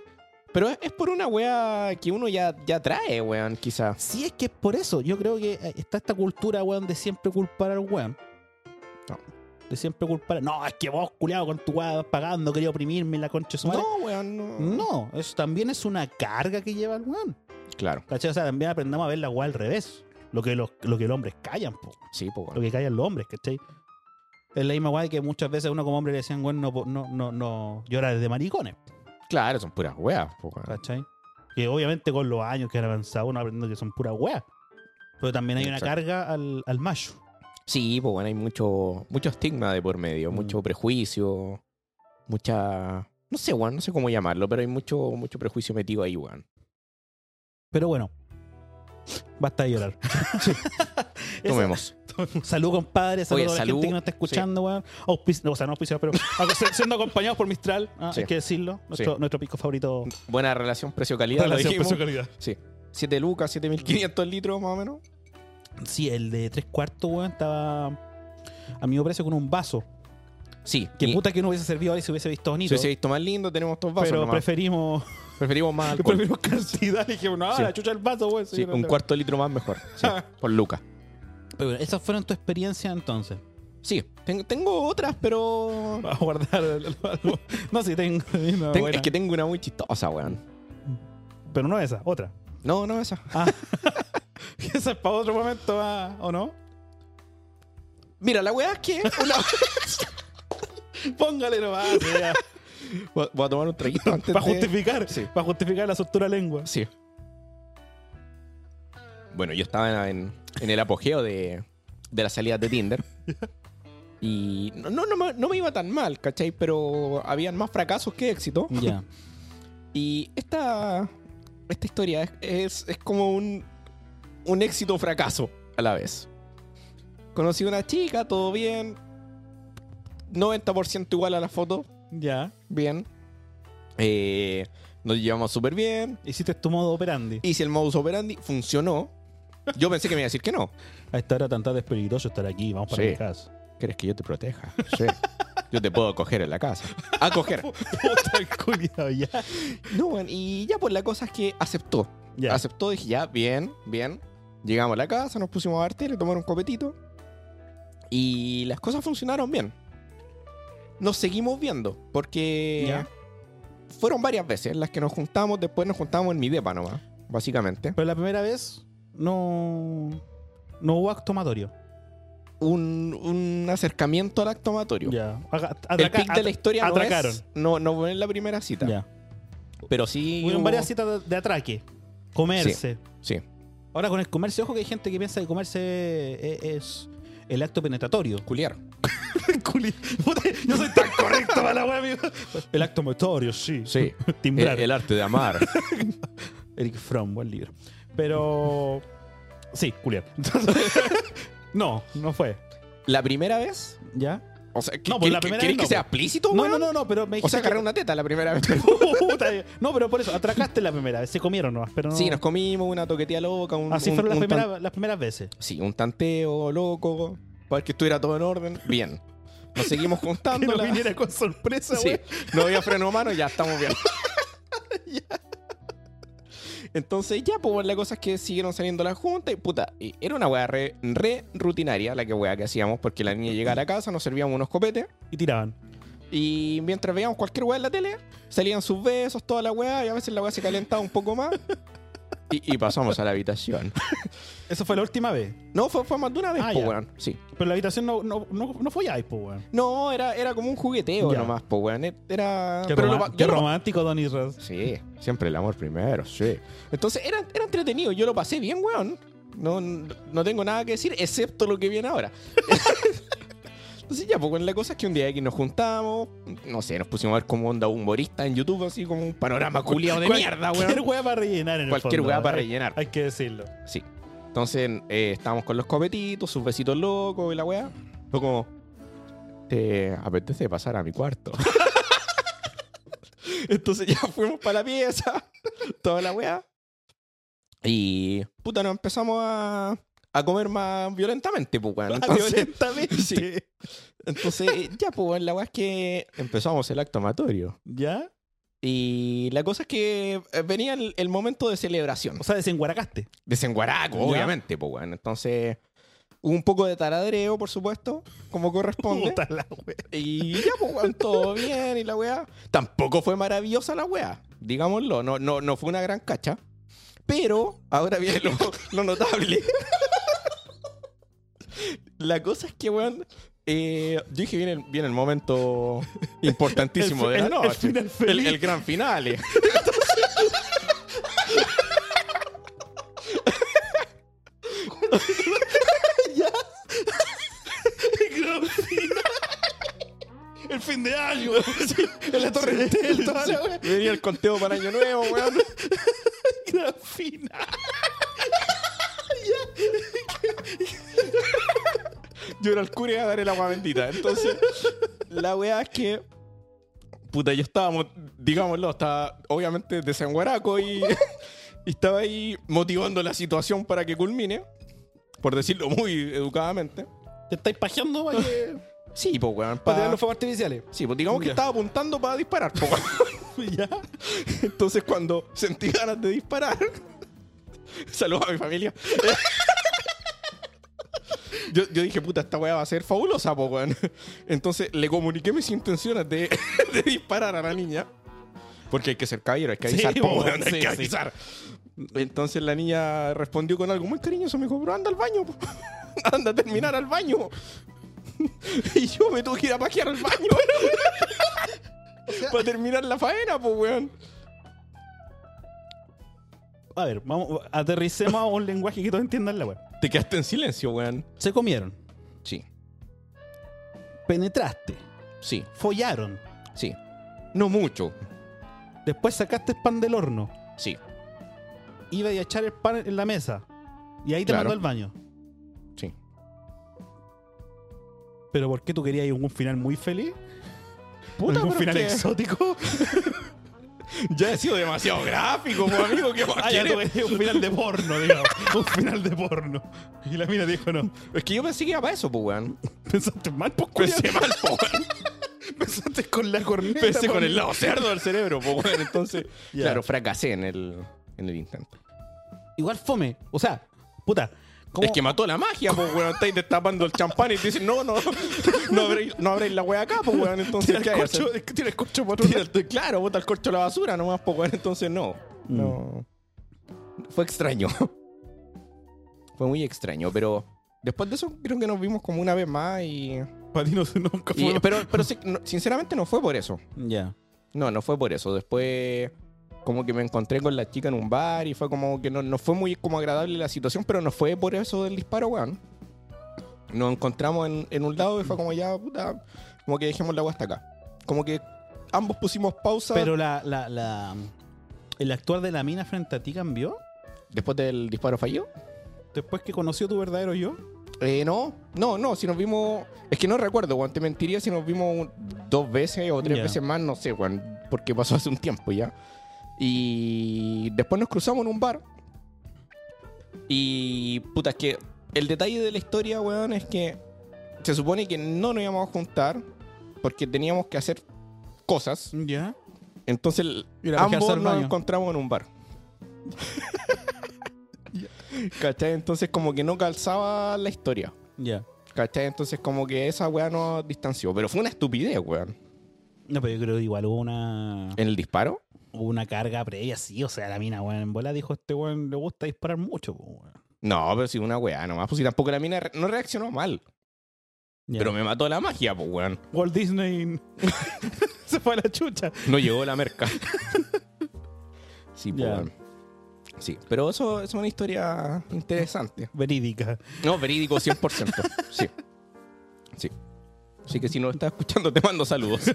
Speaker 2: Pero es, es por una wea que uno ya, ya trae, weón, quizás.
Speaker 1: Sí, es que es por eso. Yo creo que eh, está esta cultura, weón, de siempre culpar al weón.
Speaker 2: No.
Speaker 1: De siempre culpar. No, es que vos, culiado, con tu weón vas pagando, quería oprimirme la concha de su madre.
Speaker 2: No, weón, no.
Speaker 1: No, eso también es una carga que lleva el weón.
Speaker 2: Claro,
Speaker 1: ¿Cachai? O sea, también aprendamos a ver la weá al revés. Lo que los, lo que los hombres callan, po.
Speaker 2: sí, pues, po, weón.
Speaker 1: Lo que callan los hombres, ¿cachai? Es la misma weá que muchas veces uno como hombre le decían, weón, no, po- no, no, no llora desde maricones.
Speaker 2: Claro, son puras weas, pues, po, weón.
Speaker 1: ¿Cachai? Que obviamente con los años que han avanzado uno aprendiendo que son puras weas. Pero también hay una
Speaker 2: Exacto.
Speaker 1: carga al, al macho.
Speaker 2: Sí, pues bueno, hay mucho, mucho estigma de por medio,
Speaker 1: Mm.
Speaker 2: mucho prejuicio, mucha... No sé, weón, no sé cómo llamarlo, pero hay mucho, mucho prejuicio metido ahí, weón.
Speaker 1: Pero bueno, basta de llorar. Esa-
Speaker 2: Tomemos.
Speaker 1: Salud, compadre. Salud
Speaker 2: Oye,
Speaker 1: a la
Speaker 2: salud.
Speaker 1: gente que nos está escuchando, weón. Auspici- no, o sea, no auspiciados, pero ac- se- siendo acompañados por Mistral, ah,
Speaker 2: Sí.
Speaker 1: hay que decirlo. Nuestro, nuestro pisco favorito.
Speaker 2: Buena relación precio-calidad, lo
Speaker 1: Relación
Speaker 2: dijimos.
Speaker 1: precio-calidad.
Speaker 2: 7 lucas, 7500 litros más o menos.
Speaker 1: Sí, el de tres cuartos, weón, estaba a mi precio con un vaso.
Speaker 2: Sí.
Speaker 1: Que
Speaker 2: y
Speaker 1: puta que no hubiese servido ahora y se hubiese visto
Speaker 2: Si
Speaker 1: bonito.
Speaker 2: hubiese visto más lindo, tenemos estos vasos
Speaker 1: pero
Speaker 2: nomás.
Speaker 1: preferimos,
Speaker 2: Preferimos más alcohol.
Speaker 1: preferimos cantidad. Y dijimos, no,
Speaker 2: Sí.
Speaker 1: la chucha el vaso, weón.
Speaker 2: Sí,
Speaker 1: señora,
Speaker 2: un
Speaker 1: la-
Speaker 2: cuarto de litro más mejor. Sí, por lucas.
Speaker 1: Pero bueno, esas fueron tu experiencia entonces.
Speaker 2: Sí, ten- tengo otras, pero...
Speaker 1: Vamos a guardar el- el- algo. No, sí, tengo. una
Speaker 2: Ten-
Speaker 1: buena.
Speaker 2: es que tengo una muy chistosa, weón.
Speaker 1: Pero no esa, otra.
Speaker 2: No, no esa.
Speaker 1: esa es para otro momento, ah, ¿o no?
Speaker 2: Mira, la weá es que... una-
Speaker 1: Póngale nomás.
Speaker 2: Voy a- voy a tomar un traguito antes
Speaker 1: para
Speaker 2: de...
Speaker 1: justificar.
Speaker 2: Sí.
Speaker 1: Para justificar la soltura lengua.
Speaker 2: Sí. Bueno, yo estaba en, en el apogeo de, de las salidas de Tinder. Y no, no, no me, no me iba tan mal, ¿cachai? Pero habían más fracasos que éxito.
Speaker 1: Ya.
Speaker 2: Y esta, esta historia es, es- es como un, un éxito-fracaso a la vez. Conocí a una chica, todo bien. 90% igual a la foto,
Speaker 1: Ya.
Speaker 2: bien. Eh, nos llevamos súper bien.
Speaker 1: Hiciste tu modo operandi.
Speaker 2: Hice el modus operandi, funcionó. Yo pensé que me iba a decir que no.
Speaker 1: A esta hora tan tarde es peligroso estar aquí, vamos para
Speaker 2: Sí.
Speaker 1: mi casa.
Speaker 2: ¿Quieres que yo te proteja? Sí. Yo te puedo coger en la casa. A coger.
Speaker 1: Puta el culiao, ya.
Speaker 2: No, weón, y ya pues la cosa es que aceptó.
Speaker 1: Ya.
Speaker 2: Aceptó, dije, ya, bien, bien. Llegamos a la casa, nos pusimos a ver tele, tomaron un copetito. Y las cosas funcionaron bien. Nos seguimos viendo, porque
Speaker 1: Ya.
Speaker 2: fueron varias veces las que nos juntamos, después nos juntamos en mi depa nomás, básicamente.
Speaker 1: Pero la primera vez no, no hubo acto amatorio.
Speaker 2: Un, un acercamiento al acto amatorio.
Speaker 1: Ya. Aga-
Speaker 2: El
Speaker 1: atraca-
Speaker 2: pic de la historia no
Speaker 1: atracaron.
Speaker 2: es, no, no fue en la primera cita,
Speaker 1: Ya.
Speaker 2: pero sí
Speaker 1: Hubieron
Speaker 2: hubo-
Speaker 1: varias citas de- de atraque. Comerse.
Speaker 2: Sí,
Speaker 1: Ahora con el comerse, ojo que hay gente que piensa que comerse es, es el acto penetratorio.
Speaker 2: culiar.
Speaker 1: Culi- Puta, Yo soy tan correcto para la wea, amigo. El acto amatorio, sí.
Speaker 2: Sí. el,
Speaker 1: Timbrar.
Speaker 2: el arte de amar.
Speaker 1: Eric Fromm, buen libro. Pero. Sí, culiar. no, no fue.
Speaker 2: la primera vez
Speaker 1: ¿Ya?
Speaker 2: O sea, ¿qué-
Speaker 1: No, pues la
Speaker 2: qué-
Speaker 1: primera
Speaker 2: ¿querés
Speaker 1: vez
Speaker 2: que
Speaker 1: no,
Speaker 2: sea
Speaker 1: pues.
Speaker 2: explícito,
Speaker 1: No,
Speaker 2: weón?
Speaker 1: no, no, no, pero me
Speaker 2: O sea,
Speaker 1: dijiste
Speaker 2: agarré una teta la primera vez.
Speaker 1: que- Puta, ya. No, pero por eso, atracaste la primera vez. Se comieron nomás, pero no.
Speaker 2: Sí, nos comimos una toquetía loca, un,
Speaker 1: Así
Speaker 2: un-
Speaker 1: fueron las,
Speaker 2: un
Speaker 1: primeras- las primeras veces.
Speaker 2: tan- Sí, un tanteo loco, para que estuviera todo en orden. Bien. Nos seguimos
Speaker 1: Que
Speaker 2: juntando.
Speaker 1: no
Speaker 2: la-
Speaker 1: viniera con sorpresa,
Speaker 2: Sí,
Speaker 1: güey.
Speaker 2: no había freno a mano, ya estamos bien. Ya. Entonces ya, pues la cosa es que siguieron saliendo las juntas y puta, y era una weá re, re rutinaria la que weá que hacíamos porque la niña llegaba a la casa, nos servíamos unos copetes
Speaker 1: Y tiraban.
Speaker 2: Y mientras veíamos cualquier weá en la tele, salían sus besos, toda la weá, y a veces la weá se calentaba un poco más. Y, y pasamos a la habitación.
Speaker 1: Eso fue la última vez.
Speaker 2: No, fue, fue más de una vez,
Speaker 1: Ah,
Speaker 2: po,
Speaker 1: ya.
Speaker 2: weón. Sí.
Speaker 1: Pero la habitación no, no, no, no fue ya, po, weón.
Speaker 2: No, era, era como un jugueteo
Speaker 1: Ya.
Speaker 2: nomás, po, weón. Era.
Speaker 1: Qué,
Speaker 2: lo
Speaker 1: roma-
Speaker 2: pa-
Speaker 1: qué
Speaker 2: yo lo pa-
Speaker 1: romántico, Don Isras.
Speaker 2: Sí, siempre el amor primero, sí. Entonces era, era entretenido, yo lo pasé bien, weón. No, no tengo nada que decir, excepto lo que viene ahora. Entonces ya, pues bueno, la cosa es que un día aquí nos juntamos, no sé, nos pusimos a ver como onda humorista en YouTube, así como un panorama culiado de mierda,
Speaker 1: Cualquier
Speaker 2: weón.
Speaker 1: weá para rellenar en el
Speaker 2: Cualquier
Speaker 1: fondo, ¿eh?
Speaker 2: weá para
Speaker 1: hay-
Speaker 2: rellenar.
Speaker 1: Hay que decirlo.
Speaker 2: Sí. Entonces eh, estábamos con los copetitos, sus besitos locos y la weá. Fue como, ¿te apetece pasar a mi cuarto? Entonces ya fuimos para la pieza, toda la weá. Y puta, nos empezamos a, a comer más violentamente, pues weón. Entonces,
Speaker 1: Violentamente.
Speaker 2: sí. entonces eh, ya, pues weón, la weá es que empezamos el acto amatorio.
Speaker 1: ¿Ya?
Speaker 2: Y la cosa es que eh, venía el- el momento de celebración
Speaker 1: O sea, desenguaracaste.
Speaker 2: desenguaraco,
Speaker 1: Ya.
Speaker 2: obviamente, pues, weón. Entonces, hubo un poco de taradreo, por supuesto, como corresponde.
Speaker 1: Puta la wea.
Speaker 2: y ya, pues, weón, todo bien y la weá. Tampoco fue maravillosa la weá, digámoslo. No, no, no fue una gran cacha. Pero, ahora viene lo, lo notable. la cosa es que, weón, eh, yo dije, viene, el- viene el momento
Speaker 1: El-
Speaker 2: importantísimo de la
Speaker 1: el- el
Speaker 2: noche.
Speaker 1: final feliz.
Speaker 2: el gran finale.
Speaker 1: El fin de año.
Speaker 2: En la torre del
Speaker 1: toda la wea.
Speaker 2: Venía el conteo para Año Nuevo, weón.
Speaker 1: Gran final.
Speaker 2: Yo era el cura y iba a dar el agua bendita. Entonces, la weá es que. Puta, yo estábamos, digámoslo, estaba obviamente desenguaraco y, y estaba ahí motivando la situación para que culmine, por decirlo muy educadamente.
Speaker 1: Te estáis pajeando para que.
Speaker 2: Sí, pues, weón. pa-
Speaker 1: Para tirar los fuegos artificiales.
Speaker 2: Sí, pues digamos que
Speaker 1: Ya.
Speaker 2: estaba apuntando para disparar, po, weón.
Speaker 1: ¿Ya?
Speaker 2: Entonces, cuando sentí ganas de disparar, saludos a mi familia. Yo, yo dije, puta, esta weá va a ser fabulosa, po, weón. Entonces le comuniqué mis intenciones de, de disparar a la niña. Porque hay que ser caballero, hay que
Speaker 1: Sí,
Speaker 2: avisar, po,
Speaker 1: po,
Speaker 2: weón, hay
Speaker 1: sí,
Speaker 2: que
Speaker 1: sí.
Speaker 2: avisar. Entonces la niña respondió con algo muy cariñoso. Me dijo, bro, anda al baño, po. anda a terminar al baño. Y yo me tuve que ir a pajear al baño, para terminar la faena, po, weón.
Speaker 1: A ver, vamos, aterricemos a un lenguaje que todos entiendan la wea.
Speaker 2: Te quedaste en silencio, weón.
Speaker 1: Se comieron.
Speaker 2: Sí,
Speaker 1: Penetraste.
Speaker 2: sí,
Speaker 1: Follaron.
Speaker 2: sí. No mucho,
Speaker 1: Después sacaste el pan del horno.
Speaker 2: sí,
Speaker 1: Iba a echar el pan en la mesa. Y ahí te
Speaker 2: Claro.
Speaker 1: mandó al baño.
Speaker 2: sí.
Speaker 1: ¿Pero por qué tú querías un final muy feliz?
Speaker 2: Puta,
Speaker 1: ¿Algún
Speaker 2: pero
Speaker 1: final
Speaker 2: es que-
Speaker 1: exótico?
Speaker 2: Ya he sido demasiado gráfico, pues, amigo. ¿Qué más
Speaker 1: Ah, ya
Speaker 2: quieres?
Speaker 1: tuve un final de porno, digamos. Un final de porno. Y la mina dijo no.
Speaker 2: Es que yo pensé que iba para eso, pues, weón.
Speaker 1: Pensaste mal, pues culiao.
Speaker 2: Pensé mal, pues, weón.
Speaker 1: Pensaste con la corneta.
Speaker 2: Pensé
Speaker 1: po,
Speaker 2: con el
Speaker 1: amigo.
Speaker 2: lado cerdo del cerebro, pues, weón. Entonces,
Speaker 1: Ya.
Speaker 2: claro, fracasé en el, en el intento.
Speaker 1: Igual fome. O sea, puta. ¿cómo-
Speaker 2: Es que mató la magia, pues, weón. Estáis destapando el champán y te dicen, no, no, no abréis, no abréis la weá acá, pues, weón. Entonces,
Speaker 1: Tira el
Speaker 2: ¿qué hay?
Speaker 1: corcho-
Speaker 2: es que tienes corcho por otro lado. Claro, bota el corcho a la basura nomás, pues, weón. Entonces, no. No. Fue extraño. Fue muy extraño, pero después de eso creo que nos vimos como una vez más y...
Speaker 1: Para ti no se nunca
Speaker 2: y-
Speaker 1: fue.
Speaker 2: pero pero sí, no, sinceramente no fue por eso.
Speaker 1: Ya.
Speaker 2: No, no fue por eso. Después como que me encontré con la chica en un bar y fue como que no, no fue muy como agradable la situación, pero no fue por eso del disparo, weón. Nos encontramos en, en un lado y fue como ya, puta, como que dejemos la agua hasta acá. Como que ambos pusimos pausa
Speaker 1: Pero la, la, la. El actuar de la mina frente a ti cambió.
Speaker 2: después del disparo falló.
Speaker 1: Después que conoció tu verdadero yo.
Speaker 2: Eh, no, no, no, si nos vimos... Es que no recuerdo, weón, te mentiría si nos vimos un- dos veces o tres
Speaker 1: Ya.
Speaker 2: veces más, no sé, weón, porque pasó hace un tiempo ya. Y después nos cruzamos en un bar. Y puta, es que el detalle de la historia, weón, es que se supone que no nos íbamos a juntar porque teníamos que hacer cosas.
Speaker 1: Ya.
Speaker 2: Entonces
Speaker 1: Ir a
Speaker 2: ambos
Speaker 1: pajearse al
Speaker 2: nos
Speaker 1: baño.
Speaker 2: encontramos en un bar. ¿Cachai? Entonces como que no calzaba la historia.
Speaker 1: Ya.
Speaker 2: ¿Cachai? Entonces como que esa weá nos distanció. Pero fue una estupidez, weón.
Speaker 1: No, pero yo creo que igual hubo una.
Speaker 2: ¿En el disparo?
Speaker 1: hubo una carga previa, sí. O sea, la mina, weón, en bola dijo: Este weón le gusta disparar mucho, po, weón.
Speaker 2: No, pero sí una weá nomás. Pues si tampoco la mina re- no reaccionó mal.
Speaker 1: Ya.
Speaker 2: Pero me mató la magia, pues weón.
Speaker 1: Walt Disney se fue a la chucha.
Speaker 2: No llegó la merca. sí, pues
Speaker 1: Ya.
Speaker 2: weón. Sí, pero eso es una historia interesante.
Speaker 1: Verídica.
Speaker 2: No, verídico 100%. sí. Sí. Así que si nos estás escuchando, te mando saludos.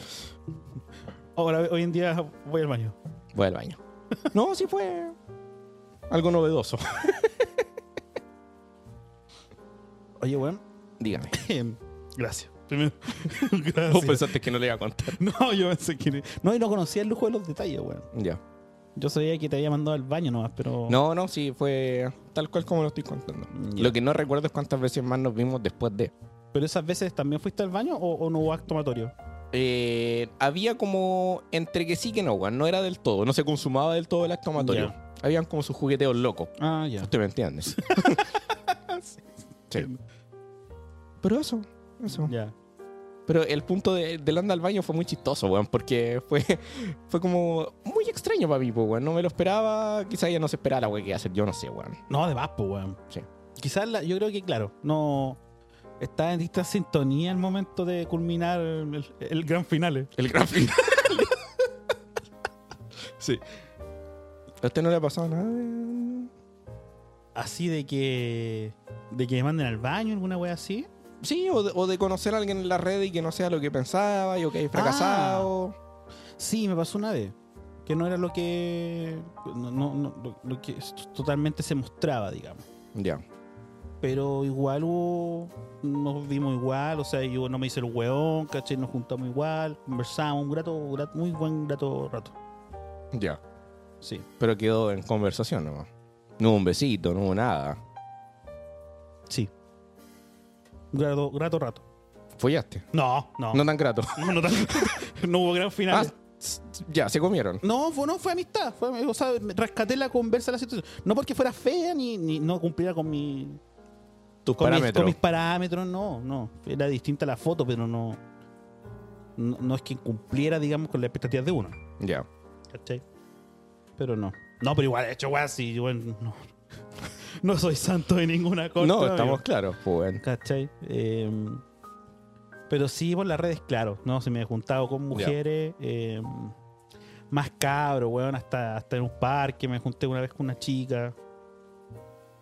Speaker 1: Ahora, hoy en día voy al baño.
Speaker 2: Voy al baño. No, sí fue algo novedoso.
Speaker 1: Oye, weón.
Speaker 2: Dígame.
Speaker 1: Gracias. Primero.
Speaker 2: Vos
Speaker 1: Gracias.
Speaker 2: pensaste que no pues. le iba a contar.
Speaker 1: No, yo pensé que. No, y no conocía el lujo de los detalles, weón.
Speaker 2: Ya.
Speaker 1: Yo sabía que te había mandado al baño nomás, pero.
Speaker 2: No, no, sí, fue tal cual como lo estoy contando.
Speaker 1: Ya.
Speaker 2: Lo que no recuerdo es cuántas veces más nos vimos después de.
Speaker 1: ¿Pero esas veces también fuiste al baño o, o no hubo acto amatorio?
Speaker 2: Eh, había como entre que sí que no, weón. No era del todo, no se consumaba del todo el acto amatorio. Habían como sus jugueteos locos.
Speaker 1: Ah, ya.
Speaker 2: ¿Usted me entiendes? sí. Pero eso, eso.
Speaker 1: Ya.
Speaker 2: Pero el punto de, del anda al baño fue muy chistoso, weón, porque fue, fue como muy extraño para mí, pues, weón. No me lo esperaba, quizá ella no se esperara, weón, qué iba a hacer, yo no sé, weón.
Speaker 1: No, de más, pues, weón.
Speaker 2: Sí.
Speaker 1: Quizás la- yo creo que, claro, no. Está en esta sintonía el momento de culminar el, el gran final.
Speaker 2: El gran final. sí. ¿A usted no le ha pasado nada? de-
Speaker 1: Así de que. de que me manden al baño, alguna wea así.
Speaker 2: Sí, o de, o de conocer a alguien en la red y que no sea lo que pensaba, y o que hay fracasado.
Speaker 1: Sí, me pasó una vez. Que no era lo que. No, no- no- lo, lo que totalmente se mostraba, digamos.
Speaker 2: Ya.
Speaker 1: Pero igual hubo. Nos vimos igual, o sea, yo no me hice el hueón, ¿cachai? Nos juntamos igual, conversamos, un grato, gra- muy buen grato rato.
Speaker 2: Ya.
Speaker 1: Sí.
Speaker 2: Pero quedó en conversación nomás. No hubo un besito, no hubo nada.
Speaker 1: Sí. Grato, grato rato.
Speaker 2: Follaste.
Speaker 1: No, no.
Speaker 2: No
Speaker 1: No,
Speaker 2: tan grato.
Speaker 1: no tan- no hubo gran
Speaker 2: Ah,
Speaker 1: final.
Speaker 2: s- ya, se comieron.
Speaker 1: No, fue, no, fue amistad. Fue, o sea, rescaté la conversa de la situación. No porque fuera fea ni, ni no cumpliera con mi.
Speaker 2: Tus
Speaker 1: Con mis,
Speaker 2: parámetros.
Speaker 1: con mis parámetros, no, no. Era distinta la foto, pero no. No, no es que cumpliera, digamos, con las expectativas de uno.
Speaker 2: Ya.
Speaker 1: ¿Cachai? Pero no. No, pero igual, de hecho, weá, sí, bueno, no. No soy santo de ninguna cosa.
Speaker 2: no,
Speaker 1: amigo.
Speaker 2: estamos claros, pues, weón.
Speaker 1: ¿Cachai? Eh, pero sí, por las redes, claro, ¿no? Se me he juntado con mujeres. eh, más cabro, weón, hasta, hasta en un parque. Me junté una vez con una chica.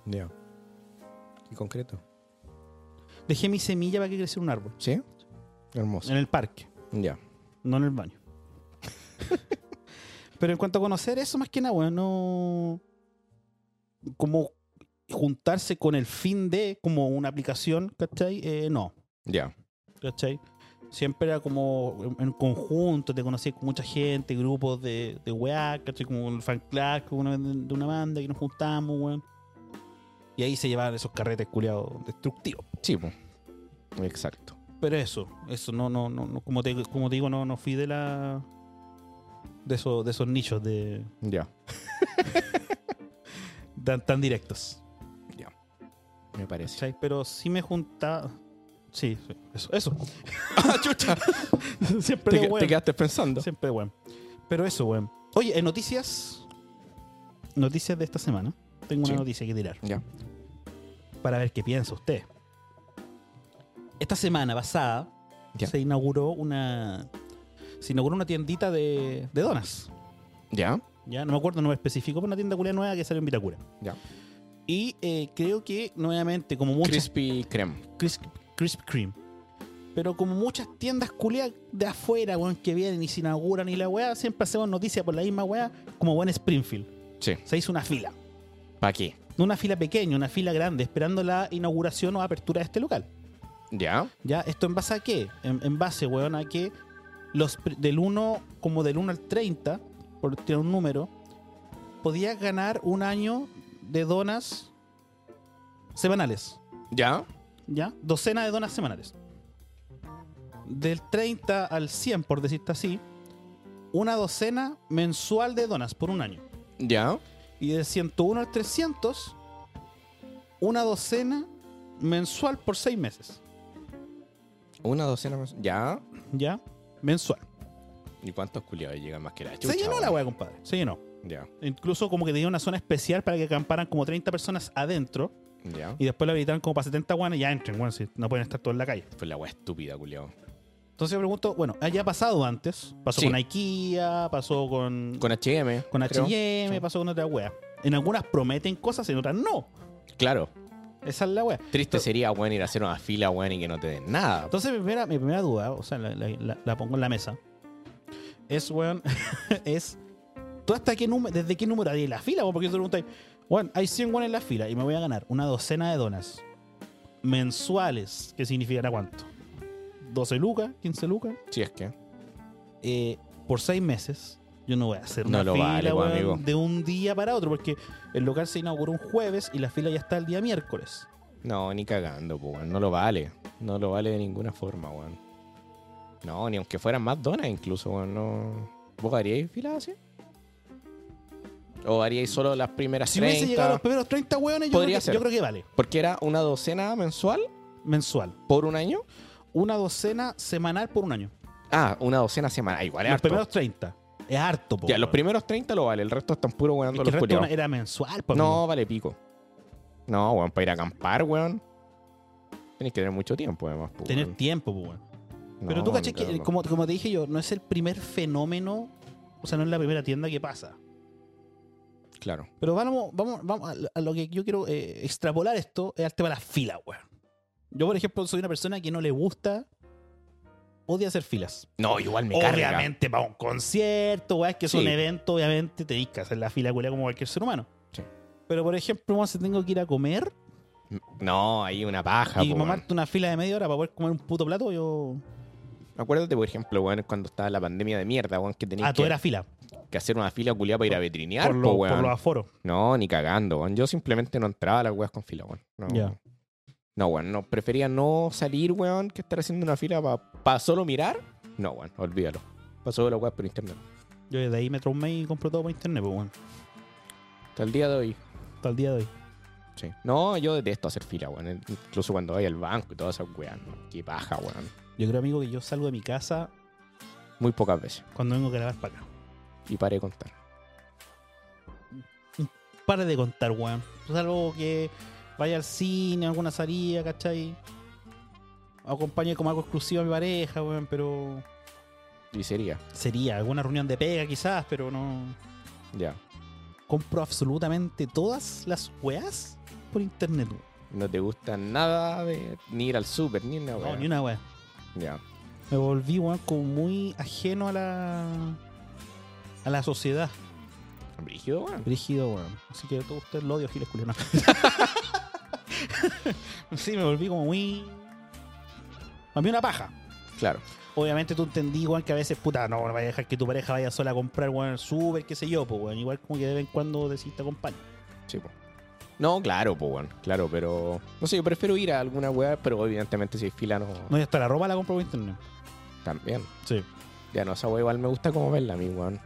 Speaker 2: Ya. ¿Y concreto?
Speaker 1: Dejé mi semilla para que creciera un árbol.
Speaker 2: ¿Sí? Hermoso.
Speaker 1: En el parque.
Speaker 2: Ya.
Speaker 1: No en el baño. Pero en cuanto a conocer eso, más que nada, weón, no. Como juntarse con el fin de, como una aplicación, ¿cachai? Eh, no,
Speaker 2: Ya.
Speaker 1: ¿cachai? Siempre era como en- en conjunto, te conocías con mucha gente, grupos de, de weá, ¿cachai? Como el fan club como una- de una banda que nos juntamos, weón. Y ahí se llevaban esos carretes culiados destructivos.
Speaker 2: Sí, po. Exacto.
Speaker 1: Pero eso, eso, no, no, no, no, como te, como te digo, no, no fui de la. de esos, de esos nichos de.
Speaker 2: Ya.
Speaker 1: tan, tan directos.
Speaker 2: Me parece.
Speaker 1: ¿cachai? Pero sí me juntaba. Sí, sí, eso, eso.
Speaker 2: ¡Ah, chucha!
Speaker 1: Siempre
Speaker 2: te,
Speaker 1: de
Speaker 2: que-
Speaker 1: weón.
Speaker 2: te quedaste pensando.
Speaker 1: Siempre weón. Pero eso, weón. Oye, en noticias. Noticias de esta semana. Tengo una
Speaker 2: Sí.
Speaker 1: noticia que tirar.
Speaker 2: Ya.
Speaker 1: Para ver qué piensa usted. Esta semana pasada
Speaker 2: Ya.
Speaker 1: se inauguró una. Se inauguró una tiendita de, de donas.
Speaker 2: Ya.
Speaker 1: Ya, no me acuerdo, no me especificó, pero una tienda culia nueva que salió en Vitacura.
Speaker 2: Ya.
Speaker 1: Y eh, creo que, nuevamente, como muchas
Speaker 2: Crispy Creme.
Speaker 1: Crisp, Crisp Cream. Pero como muchas tiendas culiadas de afuera, weón, que vienen y se inauguran y la weá, siempre hacemos noticia por la misma weá, como buen Springfield.
Speaker 2: Sí.
Speaker 1: Se hizo una fila.
Speaker 2: ¿Para qué?
Speaker 1: No una fila pequeña, una fila grande, esperando la inauguración o apertura de este local.
Speaker 2: Ya.
Speaker 1: ¿Ya? ¿Esto en base a qué? En, en base, weón, a que los, pr- del 1, como del 1 al 30, por tirar un número, podías ganar un año de donas semanales.
Speaker 2: Ya.
Speaker 1: ¿ya? Docena de donas semanales. Del 30 al 100, por decirte así, una docena mensual de donas por un año.
Speaker 2: Ya.
Speaker 1: Y del 101 al 300, una docena mensual por seis meses,
Speaker 2: Una docena más. Ya.
Speaker 1: ¿ya? Mensual.
Speaker 2: ¿Y cuántos culiados llegan más que la chucha?
Speaker 1: Se llenó la
Speaker 2: weón?
Speaker 1: weá, compadre. Se llenó.
Speaker 2: Ya.
Speaker 1: Incluso como que tenía una zona especial para que acamparan como 30 personas adentro
Speaker 2: Ya.
Speaker 1: y después la habilitaron como para 70 guanes y ya entren, bueno, si no pueden estar todos en la calle.
Speaker 2: Fue la weá estúpida, culiado.
Speaker 1: Entonces yo pregunto, bueno, haya pasado antes, pasó
Speaker 2: Sí.
Speaker 1: con IKEA, pasó con,
Speaker 2: Con HM.
Speaker 1: Con
Speaker 2: creo.
Speaker 1: HM,
Speaker 2: Sí.
Speaker 1: pasó con otra wea. En algunas prometen cosas, en otras no.
Speaker 2: Claro.
Speaker 1: Esa es la wea.
Speaker 2: Triste sería, weón, ir a hacer una fila, weón, y que no te den nada.
Speaker 1: Entonces, mi primera, mi primera duda, o sea, la, la- la- la pongo en la mesa, es, weón, es. ¿Tú hasta qué número, desde qué número hay en la fila? weón? Porque tú te preguntas, weón, hay 100 weón en la fila y me voy a ganar una docena de donas mensuales, que significará cuánto? 12 lucas, 15 lucas,
Speaker 2: Si es que.
Speaker 1: eh, por 6 meses. Yo no voy a hacer
Speaker 2: No
Speaker 1: una
Speaker 2: lo
Speaker 1: fila
Speaker 2: vale, weón,
Speaker 1: weón,
Speaker 2: amigo.
Speaker 1: de un día para otro, porque el local se inauguró un jueves y la fila ya está el día miércoles.
Speaker 2: No, ni cagando, po, weón. No lo vale. No lo vale de ninguna forma, weón. No, ni aunque fueran más donas incluso, weón. No... ¿Vos haríais filas así? ¿O haríais solo las primeras
Speaker 1: Si hubiese
Speaker 2: 30?
Speaker 1: llegado a los primeros 30 hueones, yo,
Speaker 2: Podría
Speaker 1: creo que,
Speaker 2: ser.
Speaker 1: yo creo que vale.
Speaker 2: Porque era una docena mensual
Speaker 1: Mensual.
Speaker 2: por un año.
Speaker 1: Una docena semanal por un año.
Speaker 2: Ah, una docena semanal. Igual es
Speaker 1: los
Speaker 2: harto.
Speaker 1: primeros 30. Es harto, po.
Speaker 2: ya, los
Speaker 1: weón.
Speaker 2: primeros 30 lo vale. El resto están puro
Speaker 1: Es
Speaker 2: weonando
Speaker 1: que el
Speaker 2: los
Speaker 1: resto
Speaker 2: culiados.
Speaker 1: era mensual, po.
Speaker 2: No,
Speaker 1: amigo.
Speaker 2: vale pico. No, weón, para ir a acampar, weón. Tenés que tener mucho tiempo, además. po,
Speaker 1: Tener
Speaker 2: weón.
Speaker 1: tiempo, po. weón.
Speaker 2: No,
Speaker 1: Pero tú
Speaker 2: ni
Speaker 1: caché que, eh,
Speaker 2: cagando.
Speaker 1: como, como te dije yo, no es el primer fenómeno, o sea, no es la primera tienda que pasa.
Speaker 2: Claro.
Speaker 1: Pero vamos, vamos, vamos a- a lo que yo quiero eh, extrapolar esto, es al tema de las filas, weón. Yo, por ejemplo, soy una persona que no le gusta, odia hacer filas.
Speaker 2: No, igual me carga.
Speaker 1: Obviamente, para un concierto, weá, es que es
Speaker 2: Sí.
Speaker 1: un evento, obviamente te que hacer la fila culia como cualquier ser humano.
Speaker 2: Sí.
Speaker 1: Pero, por ejemplo, weón, si tengo que ir a comer
Speaker 2: No, hay una paja.
Speaker 1: y
Speaker 2: po,
Speaker 1: mamarte una fila de media hora para poder comer un puto plato, yo.
Speaker 2: weón. Acuérdate, por ejemplo, weón, cuando estaba la pandemia de mierda, weón, que tenías
Speaker 1: Ah, tú
Speaker 2: que,
Speaker 1: eras fila.
Speaker 2: que hacer una fila culiada para ir a veterinar,
Speaker 1: por, lo-
Speaker 2: po,
Speaker 1: por
Speaker 2: weón.
Speaker 1: los aforos.
Speaker 2: No, ni cagando, weón. Yo simplemente no entraba a las weas con fila, weón. No,
Speaker 1: Ya.
Speaker 2: no weón, no. Prefería no salir, weón, que estar haciendo una fila para solo mirar. No, weón, olvídalo. Pasó de las weas por internet.
Speaker 1: Yo desde ahí me traumé y compro todo por internet, pues, weón.
Speaker 2: Hasta el día de hoy.
Speaker 1: Hasta el día de hoy.
Speaker 2: Sí. No, yo detesto hacer fila, weón. Incluso cuando voy al banco y todas esas weas, no. Qué paja, weón.
Speaker 1: Yo creo, amigo, que yo salgo de mi casa
Speaker 2: Muy pocas veces.
Speaker 1: cuando vengo a grabar para acá.
Speaker 2: Y paré de contar.
Speaker 1: Pare de contar, weón. Salvo que vaya al cine, a alguna salida, ¿cachai? Acompañe como algo exclusivo a mi pareja, weón, pero.
Speaker 2: Y sería.
Speaker 1: Sería alguna reunión de pega quizás, pero no.
Speaker 2: Ya.
Speaker 1: Compro absolutamente todas las weas por internet. weón.
Speaker 2: No te gusta nada de ni ir al súper, ni una
Speaker 1: No,
Speaker 2: wea.
Speaker 1: ni una wea.
Speaker 2: Ya.
Speaker 1: Me volví, weón, como muy ajeno a la. a la sociedad.
Speaker 2: Brígido, weón.
Speaker 1: Brígido, weón. Así que todo usted lo odio, Giles Culiano. sí, me volví como muy. A mí una paja.
Speaker 2: Claro.
Speaker 1: Obviamente tú entendí, weón, que a veces, puta, no, no vayas a dejar que tu pareja vaya sola a comprar, weón, al súper, qué sé yo, pues, weón. Igual como que de vez en cuando decís te acompaña.
Speaker 2: Sí, po. No, claro, pues, weón. Claro, pero. No sé, yo prefiero ir a alguna weá, pero evidentemente si hay fila no.
Speaker 1: No, y hasta la ropa la compro por internet.
Speaker 2: También.
Speaker 1: Sí.
Speaker 2: Ya no, esa weá igual me gusta como verla a mí, weón.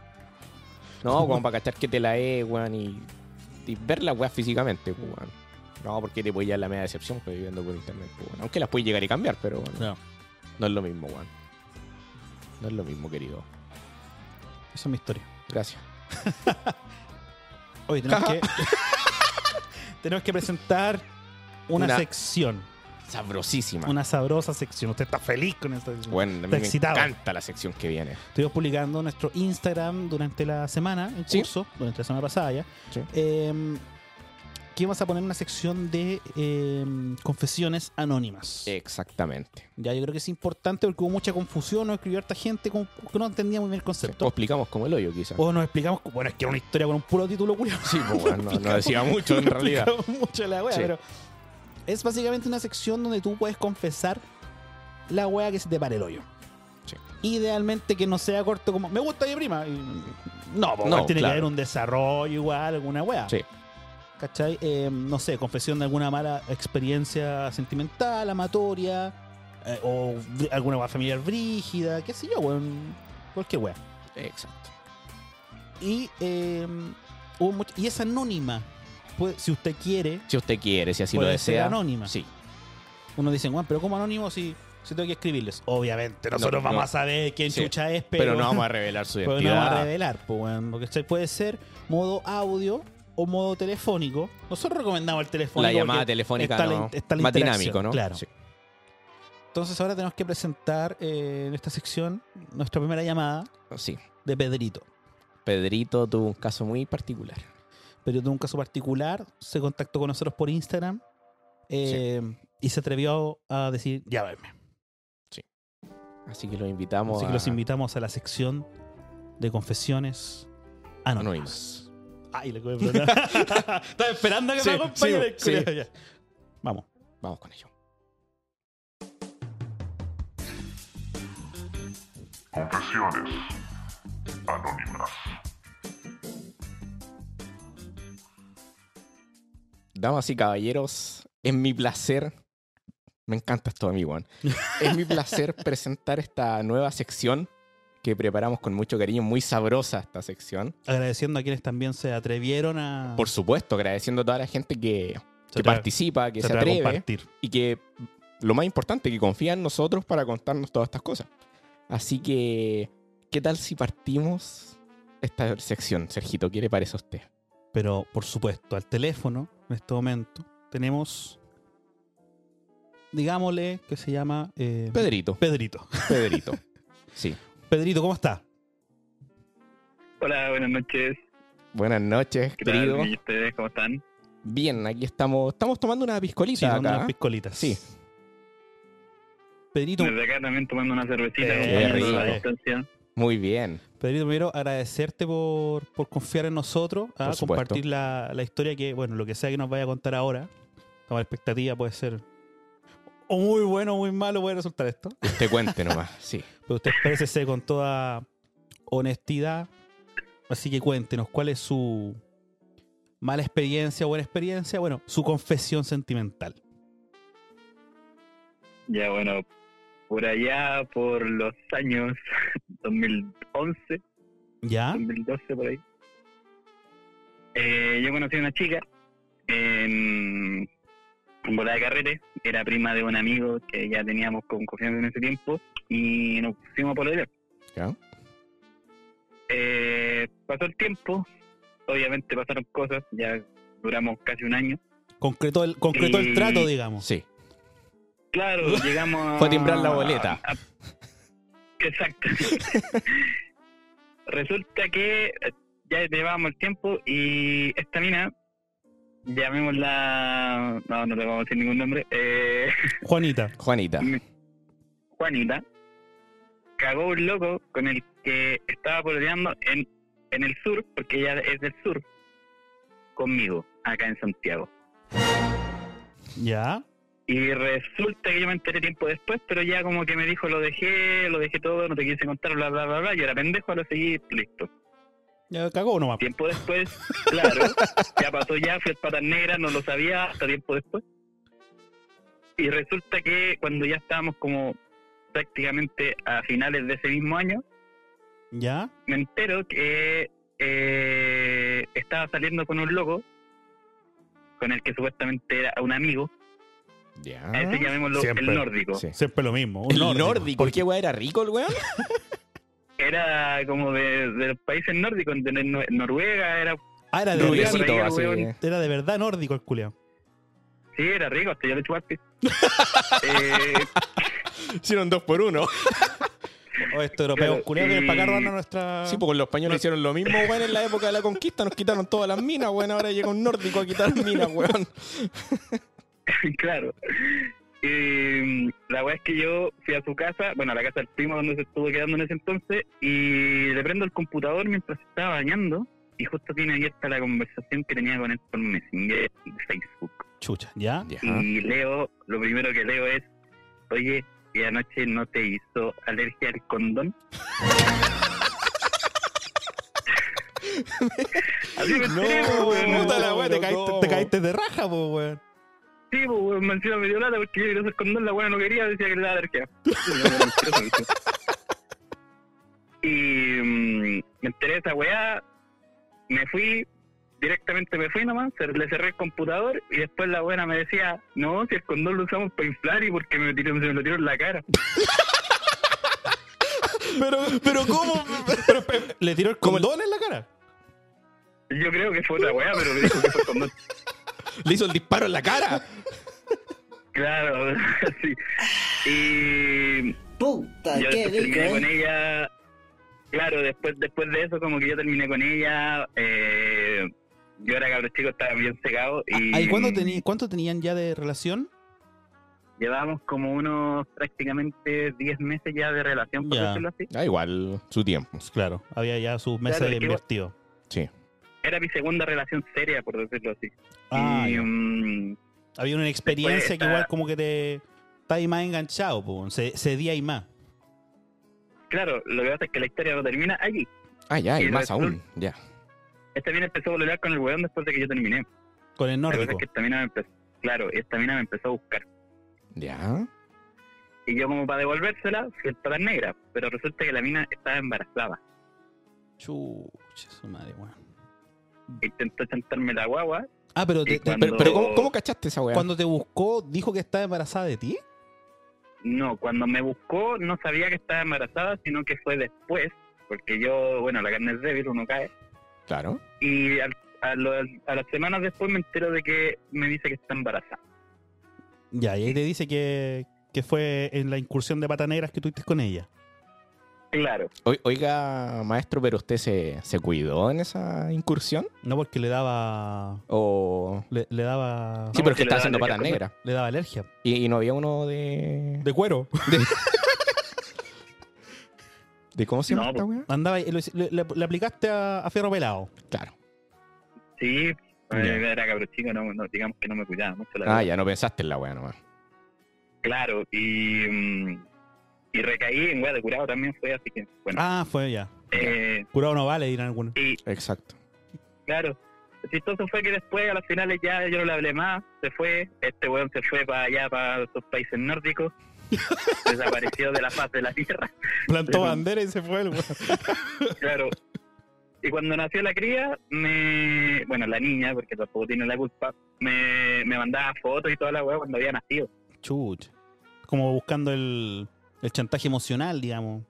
Speaker 2: No, weón, para cachar que te la es, weón, y, y ver la weá físicamente, pues, weón. No, porque te puede llegar la media decepción pues, viviendo por internet, pues, weón. Aunque las puedes llegar y cambiar, pero weón,
Speaker 1: No.
Speaker 2: no es lo mismo, weón. No es lo mismo, querido.
Speaker 1: Esa es mi historia.
Speaker 2: Gracias.
Speaker 1: Oye, tenemos que. tenemos que presentar una,
Speaker 2: Una-
Speaker 1: sección.
Speaker 2: Sabrosísima.
Speaker 1: Una sabrosa sección. Usted está feliz con esta sección.
Speaker 2: Bueno, a mí
Speaker 1: Está
Speaker 2: me
Speaker 1: excitado.
Speaker 2: encanta la sección que viene.
Speaker 1: Estuvimos publicando nuestro Instagram durante la semana, en
Speaker 2: Sí.
Speaker 1: curso, durante la semana pasada ya.
Speaker 2: Sí.
Speaker 1: Eh, que íbamos a poner una sección de eh, confesiones anónimas.
Speaker 2: Exactamente.
Speaker 1: Ya, yo creo que es importante porque hubo mucha confusión, nos escribió harta gente como que no entendía muy bien el
Speaker 2: O
Speaker 1: concepto.
Speaker 2: explicamos como el hoyo, quizás.
Speaker 1: O nos explicamos, bueno, es que era una historia con un puro título culiado.
Speaker 2: Sí, pues, weón, no, no decía mucho en realidad.
Speaker 1: mucho la wea,
Speaker 2: Sí.
Speaker 1: pero es básicamente una sección donde tú puedes confesar la wea que se te pare el hoyo.
Speaker 2: Sí.
Speaker 1: Idealmente que no sea corto como, me gusta mi prima. y- no, po,
Speaker 2: No,
Speaker 1: weón, tiene
Speaker 2: claro.
Speaker 1: que haber un desarrollo igual, alguna wea.
Speaker 2: Sí.
Speaker 1: ¿Cachai? Eh, no sé, confesión de alguna mala experiencia sentimental, amatoria, eh, o br- alguna wea familiar brígida, qué sé yo, weón. Cualquier wea.
Speaker 2: Exacto.
Speaker 1: Y, eh, hubo much- y es anónima. Pues, si usted quiere,
Speaker 2: Si usted quiere, si así lo
Speaker 1: puede ser
Speaker 2: desea.
Speaker 1: anónima.
Speaker 2: Sí.
Speaker 1: Uno dice, Juan, pero ¿cómo anónimo si, si tengo que escribirles? Obviamente, nosotros
Speaker 2: No,
Speaker 1: vamos
Speaker 2: no.
Speaker 1: a saber quién
Speaker 2: Sí.
Speaker 1: chucha es, pero,
Speaker 2: Pero, no vamos a revelar su
Speaker 1: pero no
Speaker 2: identidad.
Speaker 1: vamos a revelar. Pues, weón, porque este puede ser modo audio o modo telefónico. Nosotros recomendamos el telefónico.
Speaker 2: la llamada
Speaker 1: porque
Speaker 2: telefónica
Speaker 1: está la
Speaker 2: no.
Speaker 1: in- está la
Speaker 2: más
Speaker 1: interacción,
Speaker 2: dinámico, ¿no?
Speaker 1: claro.
Speaker 2: Sí.
Speaker 1: Entonces ahora tenemos que presentar eh, en esta sección nuestra primera llamada
Speaker 2: Sí.
Speaker 1: de Pedrito.
Speaker 2: Pedrito tuvo un caso muy particular.
Speaker 1: Pedrito tuvo un caso particular, se contactó con nosotros por Instagram eh, y se atrevió a decir, ya verme.
Speaker 2: Así que los invitamos.
Speaker 1: Así que
Speaker 2: a-
Speaker 1: los invitamos a la sección de confesiones anónimas.
Speaker 2: Anónimas.
Speaker 1: Ay, lo que voy a preguntar. Estaba esperando a que
Speaker 2: Sí,
Speaker 1: me acompañe.
Speaker 2: sí,
Speaker 1: el culiao, ya. Vamos.
Speaker 2: Vamos con ello.
Speaker 3: Confesiones anónimas.
Speaker 2: Damas y caballeros, es mi placer. Me encanta esto, amigo. weón. es mi placer presentar esta nueva sección que preparamos con mucho cariño. Muy sabrosa esta sección.
Speaker 1: Agradeciendo a quienes también se atrevieron a,
Speaker 2: Por supuesto, agradeciendo a toda la gente que,
Speaker 1: Ah. se
Speaker 2: que
Speaker 1: atreve-
Speaker 2: participa, que se,
Speaker 1: atreve a
Speaker 2: atreve.
Speaker 1: compartir.
Speaker 2: y que lo más importante, que confía en nosotros para contarnos todas estas cosas. Así que, ¿qué tal si partimos esta sección, Sergito? ¿Qué le parece a usted?
Speaker 1: Pero, por supuesto, al teléfono, en este momento, tenemos, digámosle, que se llama eh,
Speaker 2: Pedrito,
Speaker 1: Pedrito.
Speaker 2: Pedrito. Sí.
Speaker 1: Pedrito, ¿cómo está?
Speaker 4: Hola, buenas noches.
Speaker 2: Buenas noches,
Speaker 4: ¿Qué tal?
Speaker 2: querido.
Speaker 4: ¿Y ustedes cómo están?
Speaker 2: Bien, aquí estamos. Estamos tomando una piscolita
Speaker 1: Sí,
Speaker 2: acá.
Speaker 1: dando unas piscolitas.
Speaker 2: Sí.
Speaker 1: Pedrito,
Speaker 4: Desde acá también tomando una cervecita,
Speaker 1: Eh,
Speaker 4: acompañando la
Speaker 2: rico.
Speaker 4: distancia.
Speaker 2: Muy bien.
Speaker 1: Pedrito, primero agradecerte por, por confiar en nosotros, a
Speaker 2: Por supuesto.
Speaker 1: compartir la, la historia que, bueno, lo que sea que nos vaya a contar ahora, estamos a la expectativa, puede ser o muy bueno o muy malo puede resultar esto.
Speaker 2: Usted cuente nomás. Sí.
Speaker 1: Pero usted exprésese con toda honestidad. Así que cuéntenos, ¿cuál es su mala experiencia, buena experiencia? Bueno, su confesión sentimental.
Speaker 4: Ya bueno, por allá, por los años 2011,
Speaker 2: Ah.
Speaker 1: ¿Ya?
Speaker 4: 2012 por ahí. Eh, yo conocí a una chica en, en bola de carrete, era prima de un amigo que ya teníamos con confianza en ese tiempo y nos pusimos a pololear.
Speaker 2: ¿Ya?
Speaker 4: Eh, pasó el tiempo, obviamente pasaron cosas, ya duramos casi un año.
Speaker 1: Concretó el, concretó
Speaker 2: Mm.
Speaker 1: el
Speaker 4: Y-
Speaker 1: trato, digamos.
Speaker 2: Sí.
Speaker 4: Claro, llegamos a...
Speaker 2: Fue a timbrar la boleta.
Speaker 4: a- Exacto. Resulta que eh, ya llevábamos el tiempo y esta mina, llamémosla... No, no le vamos a decir ningún nombre. Eh,
Speaker 1: Juanita.
Speaker 2: Juanita.
Speaker 4: Juanita, cagó un loco con el que estaba pololeando en, en el sur, porque ella es del sur, conmigo, acá en Santiago.
Speaker 1: ¿Ya?
Speaker 4: Y resulta que yo me enteré tiempo después, pero ya como que me dijo, lo dejé, lo dejé todo, no te quise contar, bla, bla, bla, bla. Yo era pendejo, ahora seguí, listo.
Speaker 1: Ya cagó nomás.
Speaker 4: Tiempo después, claro, ya pasó ya, fui a patas negras, no lo sabía hasta tiempo después. Y resulta que cuando ya estábamos como prácticamente a finales de ese mismo año,
Speaker 1: ¿Ya?
Speaker 4: me entero que eh, estaba saliendo con un loco, con el que supuestamente era un amigo,
Speaker 2: Ya.
Speaker 4: a ese llamémoslo
Speaker 1: siempre.
Speaker 4: el nórdico.
Speaker 2: Sí.
Speaker 1: Siempre lo mismo. Un
Speaker 2: El nórdico. ¿Por
Speaker 1: Porque
Speaker 2: qué, weón? ¿Era rico el weón?
Speaker 4: Era como de, de los países nórdicos, de Nor- Noruega, era,
Speaker 1: ah, era de,
Speaker 4: Rubiecito,
Speaker 1: verdad-
Speaker 2: Rubiecito,
Speaker 4: el
Speaker 2: así.
Speaker 4: weón.
Speaker 1: era de verdad nórdico el culiao.
Speaker 4: sí, era rico, hasta yo le chupaste. eh,
Speaker 2: Hicieron dos por uno.
Speaker 1: O estos europeos
Speaker 4: Claro,
Speaker 1: culiados vienen
Speaker 4: y-
Speaker 1: para acá a robarnos nuestra.
Speaker 2: Sí, porque los españoles hicieron lo mismo, weón, en la época de la conquista. Nos quitaron todas las minas, weón. Ahora llega un nórdico a quitar minas, weón.
Speaker 4: claro. Eh, la weá es que yo fui a su casa, bueno, a la casa del primo donde se estuvo quedando en ese entonces, y le prendo el computador mientras estaba bañando, y justo tiene abierta la conversación que tenía con él por Messenger de Facebook.
Speaker 1: Chucha, ¿ya?
Speaker 2: Ya.
Speaker 4: Y leo, lo primero que leo es, oye, ¿y anoche no te hizo alergia al condón? Así me enteré,
Speaker 2: No,
Speaker 4: pues, weón.
Speaker 2: puta la weá,
Speaker 1: te,
Speaker 2: te
Speaker 1: caíste,
Speaker 2: caíste-
Speaker 1: te caíste de raja, po, weón.
Speaker 4: Sí, pues, weón, me encima me dio lata porque yo quería hacer condón, la weá no quería, decía que le daba alergia. Sí, weón, mentiroso, dice. y mm, me enteré de esa weá, me fui, directamente me fui nomás, cer- le cerré el computador y después la buena me decía, no, si el condón lo usamos para inflar y porque me tiró, se me lo tiró en la cara.
Speaker 1: Pero, pero ¿cómo? Pero, pero, ¿Le tiró el
Speaker 2: ¿Cómo le-
Speaker 1: condón en la cara?
Speaker 4: Yo creo que fue otra weá, pero me dijo que fue el condón.
Speaker 2: Le hizo el disparo en la cara.
Speaker 4: Claro, sí. Y
Speaker 5: Puta,
Speaker 4: yo
Speaker 5: qué
Speaker 4: después
Speaker 5: rico,
Speaker 4: terminé con
Speaker 5: eh.
Speaker 4: ella. Claro, después después de eso, como que yo terminé con ella. Eh, yo era cabro chico, estaba bien secado. Y
Speaker 1: ¿Ahí Ah, cuándo teni- cuánto tenían ya de relación?
Speaker 4: Llevábamos como unos prácticamente 10 meses ya de relación, por
Speaker 1: Ya.
Speaker 4: decirlo así.
Speaker 2: Da Ah, igual su tiempo.
Speaker 1: Pues claro, había ya sus meses
Speaker 4: Claro, es que vos-
Speaker 1: invertidos.
Speaker 4: Era mi segunda relación seria, por decirlo así.
Speaker 1: Ah,
Speaker 4: y,
Speaker 1: ya.
Speaker 4: mm,
Speaker 1: había una experiencia que
Speaker 4: esta-
Speaker 1: igual como que te está ahí más enganchado, po, weón. se cedía y más.
Speaker 4: claro, lo que pasa es que la historia no termina allí.
Speaker 2: Ah, ya, y
Speaker 4: Y
Speaker 2: más
Speaker 4: resulta-
Speaker 2: aún. Ya.
Speaker 4: Esta mina empezó a volver con el weón después de que yo terminé.
Speaker 1: Con el
Speaker 4: La cosa es
Speaker 1: nórdico.
Speaker 4: que esta mina me empezó, claro, esta mina me empezó a buscar.
Speaker 2: Ya.
Speaker 4: Y yo como para devolvérsela, fui para la negra. Pero resulta que la mina estaba embarazada.
Speaker 1: Chucha, su madre, weón.
Speaker 4: Intentó chantarme la guagua.
Speaker 1: Ah, pero,
Speaker 4: Y
Speaker 1: te- te-
Speaker 2: Pero,
Speaker 4: No.
Speaker 2: pero ¿cómo, cómo cachaste esa weá?
Speaker 1: cuando te buscó, dijo que estaba embarazada de ti.
Speaker 4: No, cuando me buscó no sabía que estaba embarazada, sino que fue después. Porque yo, bueno, la carne es débil, uno cae.
Speaker 2: Claro.
Speaker 4: Y al- a, lo- a las semanas después me entero de que me dice que está embarazada.
Speaker 1: Ya, y ahí te dice que, que fue en la incursión de patanegras que tuviste con ella.
Speaker 4: Claro.
Speaker 2: Oi- Oiga, maestro, pero usted se, se cuidó en esa incursión?
Speaker 1: No porque le daba.
Speaker 2: ¿O.?
Speaker 1: Le, le daba.
Speaker 2: Sí, pero es
Speaker 4: que
Speaker 2: que está
Speaker 4: le daban
Speaker 2: haciendo
Speaker 4: de
Speaker 2: patas
Speaker 4: cajón.
Speaker 2: negras.
Speaker 1: Le daba alergia.
Speaker 2: Y, y no había uno de.
Speaker 1: De cuero.
Speaker 2: ¿De cómo se llama
Speaker 4: No,
Speaker 2: esta weá?
Speaker 1: Andaba y lo hici- le, le- le aplicaste a, a fierro pelado.
Speaker 2: Claro.
Speaker 4: Sí, eh,
Speaker 2: Ya.
Speaker 4: era cabro chico, no, no, digamos que no me cuidaba mucho. La
Speaker 2: Ah,
Speaker 4: verdad.
Speaker 2: ya no pensaste en la weá nomás.
Speaker 4: Claro, y, mm, y recaí en weá de curado también fue, así que, bueno.
Speaker 1: Ah, fue ya.
Speaker 4: eh,
Speaker 1: Curado no vale, dirán algunos.
Speaker 4: y
Speaker 2: Exacto.
Speaker 4: Claro. Lo chistoso fue que después, a las finales, ya yo no le hablé más. Se fue. Este weón se fue para allá, para los países nórdicos. Desapareció de la faz de la tierra.
Speaker 1: Plantó
Speaker 4: Pero-
Speaker 1: bandera y se fue el weón.
Speaker 4: Claro. Y cuando nació la cría, me. Bueno, la niña, porque tampoco tiene la culpa. Me, me mandaba fotos y toda la weá cuando había nacido.
Speaker 1: Chuch. Como buscando el, el chantaje emocional, digamos.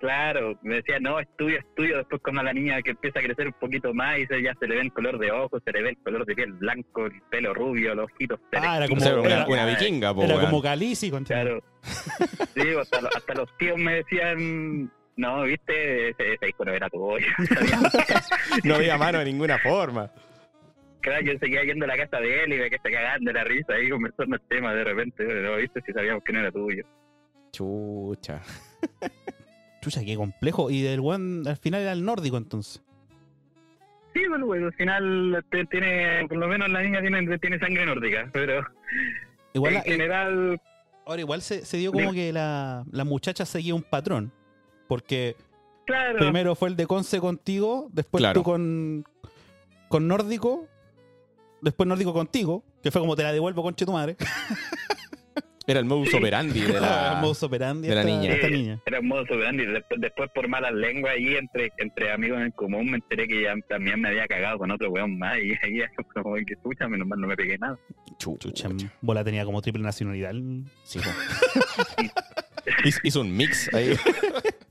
Speaker 4: Claro, me decía, no, estudio, estudio. Después, cuando la niña que empieza a crecer un poquito más, y se, ya se le ve el color de ojos, se le ve el color de piel blanco, el pelo rubio, los ojitos.
Speaker 1: Ah, era
Speaker 2: O
Speaker 1: como-
Speaker 2: sea,
Speaker 4: celestinos.
Speaker 2: una, una vikinga, po,
Speaker 1: Era
Speaker 2: weón.
Speaker 1: como Calici, concha.
Speaker 4: Claro. Sí, hasta, lo- hasta los tíos me decían, no, viste, ese, ese disco no era tuyo.
Speaker 2: No había mano de ninguna forma.
Speaker 4: Claro, yo seguía yendo a la casa de él y me quedé cagando de la risa ahí conversando el tema de repente, no, viste, si sabíamos que no era tuyo.
Speaker 2: Chucha.
Speaker 1: Chucha, qué complejo. Y del weón al final era el nórdico entonces.
Speaker 4: Sí, pues, este, bueno, güey, al final te- tiene, por lo menos la niña tiene, tiene sangre nórdica, pero
Speaker 1: Igual,
Speaker 4: en
Speaker 1: la-
Speaker 4: general,
Speaker 1: ahora igual se, se dio como que la, la muchacha seguía un patrón. Porque
Speaker 4: claro.
Speaker 1: primero fue el de Conce contigo, después
Speaker 2: Claro.
Speaker 1: tú con, con Nórdico, después Nórdico contigo, que fue como te la devuelvo, conche tu madre.
Speaker 2: Era el modus operandi de la.
Speaker 1: Modus operandi
Speaker 2: de la
Speaker 1: esta-
Speaker 2: niña.
Speaker 1: esta niña.
Speaker 4: Era un modo soberano y después, después por malas lenguas ahí entre, entre amigos en común me enteré que ya también me había cagado con otro weón más y ahí ya como que escucha, menos mal no me pegué nada.
Speaker 1: Chucha, bola tenía como triple nacionalidad.
Speaker 2: Sí, po. Hizo- Hizo un mix ahí.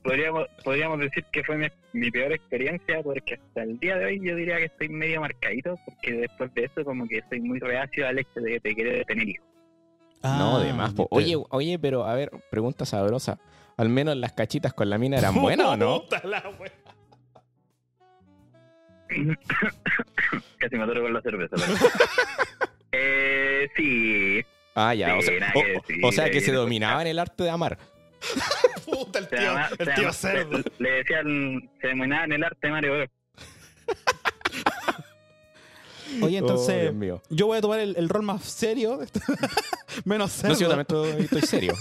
Speaker 4: Podríamos, podríamos decir que fue mi, mi peor experiencia porque hasta el día de hoy yo diría que estoy medio marcadito porque después de eso como que soy muy reacio al hecho de que te quiere tener hijos.
Speaker 2: No, de más. po.
Speaker 1: Ah,
Speaker 2: Oye, oye, pero a ver, pregunta sabrosa. Al menos las cachitas con la mina eran buenas o no?
Speaker 1: Puta la wea.
Speaker 4: Casi me atoro con la cerveza. pero- eh, sí,
Speaker 2: Ah, ya. o,
Speaker 4: Sí,
Speaker 2: sea,
Speaker 4: nada
Speaker 2: o-
Speaker 4: que
Speaker 2: o-
Speaker 4: decir,
Speaker 2: o sea
Speaker 4: ahí
Speaker 2: que se
Speaker 4: no-
Speaker 2: dominaban el arte de amar.
Speaker 1: Puta, el
Speaker 4: se
Speaker 1: tío,
Speaker 4: llama- se
Speaker 1: el tío
Speaker 4: llama-
Speaker 1: cerdo.
Speaker 4: le- le decían, se denominaba en el arte Mario Bros.
Speaker 1: Oye,
Speaker 2: Oh,
Speaker 1: entonces,
Speaker 2: Dios mío.
Speaker 1: yo voy a tomar el, el rol más serio, de esto. menos
Speaker 2: No,
Speaker 1: cerdo.
Speaker 2: sí, yo también estoy, estoy serio.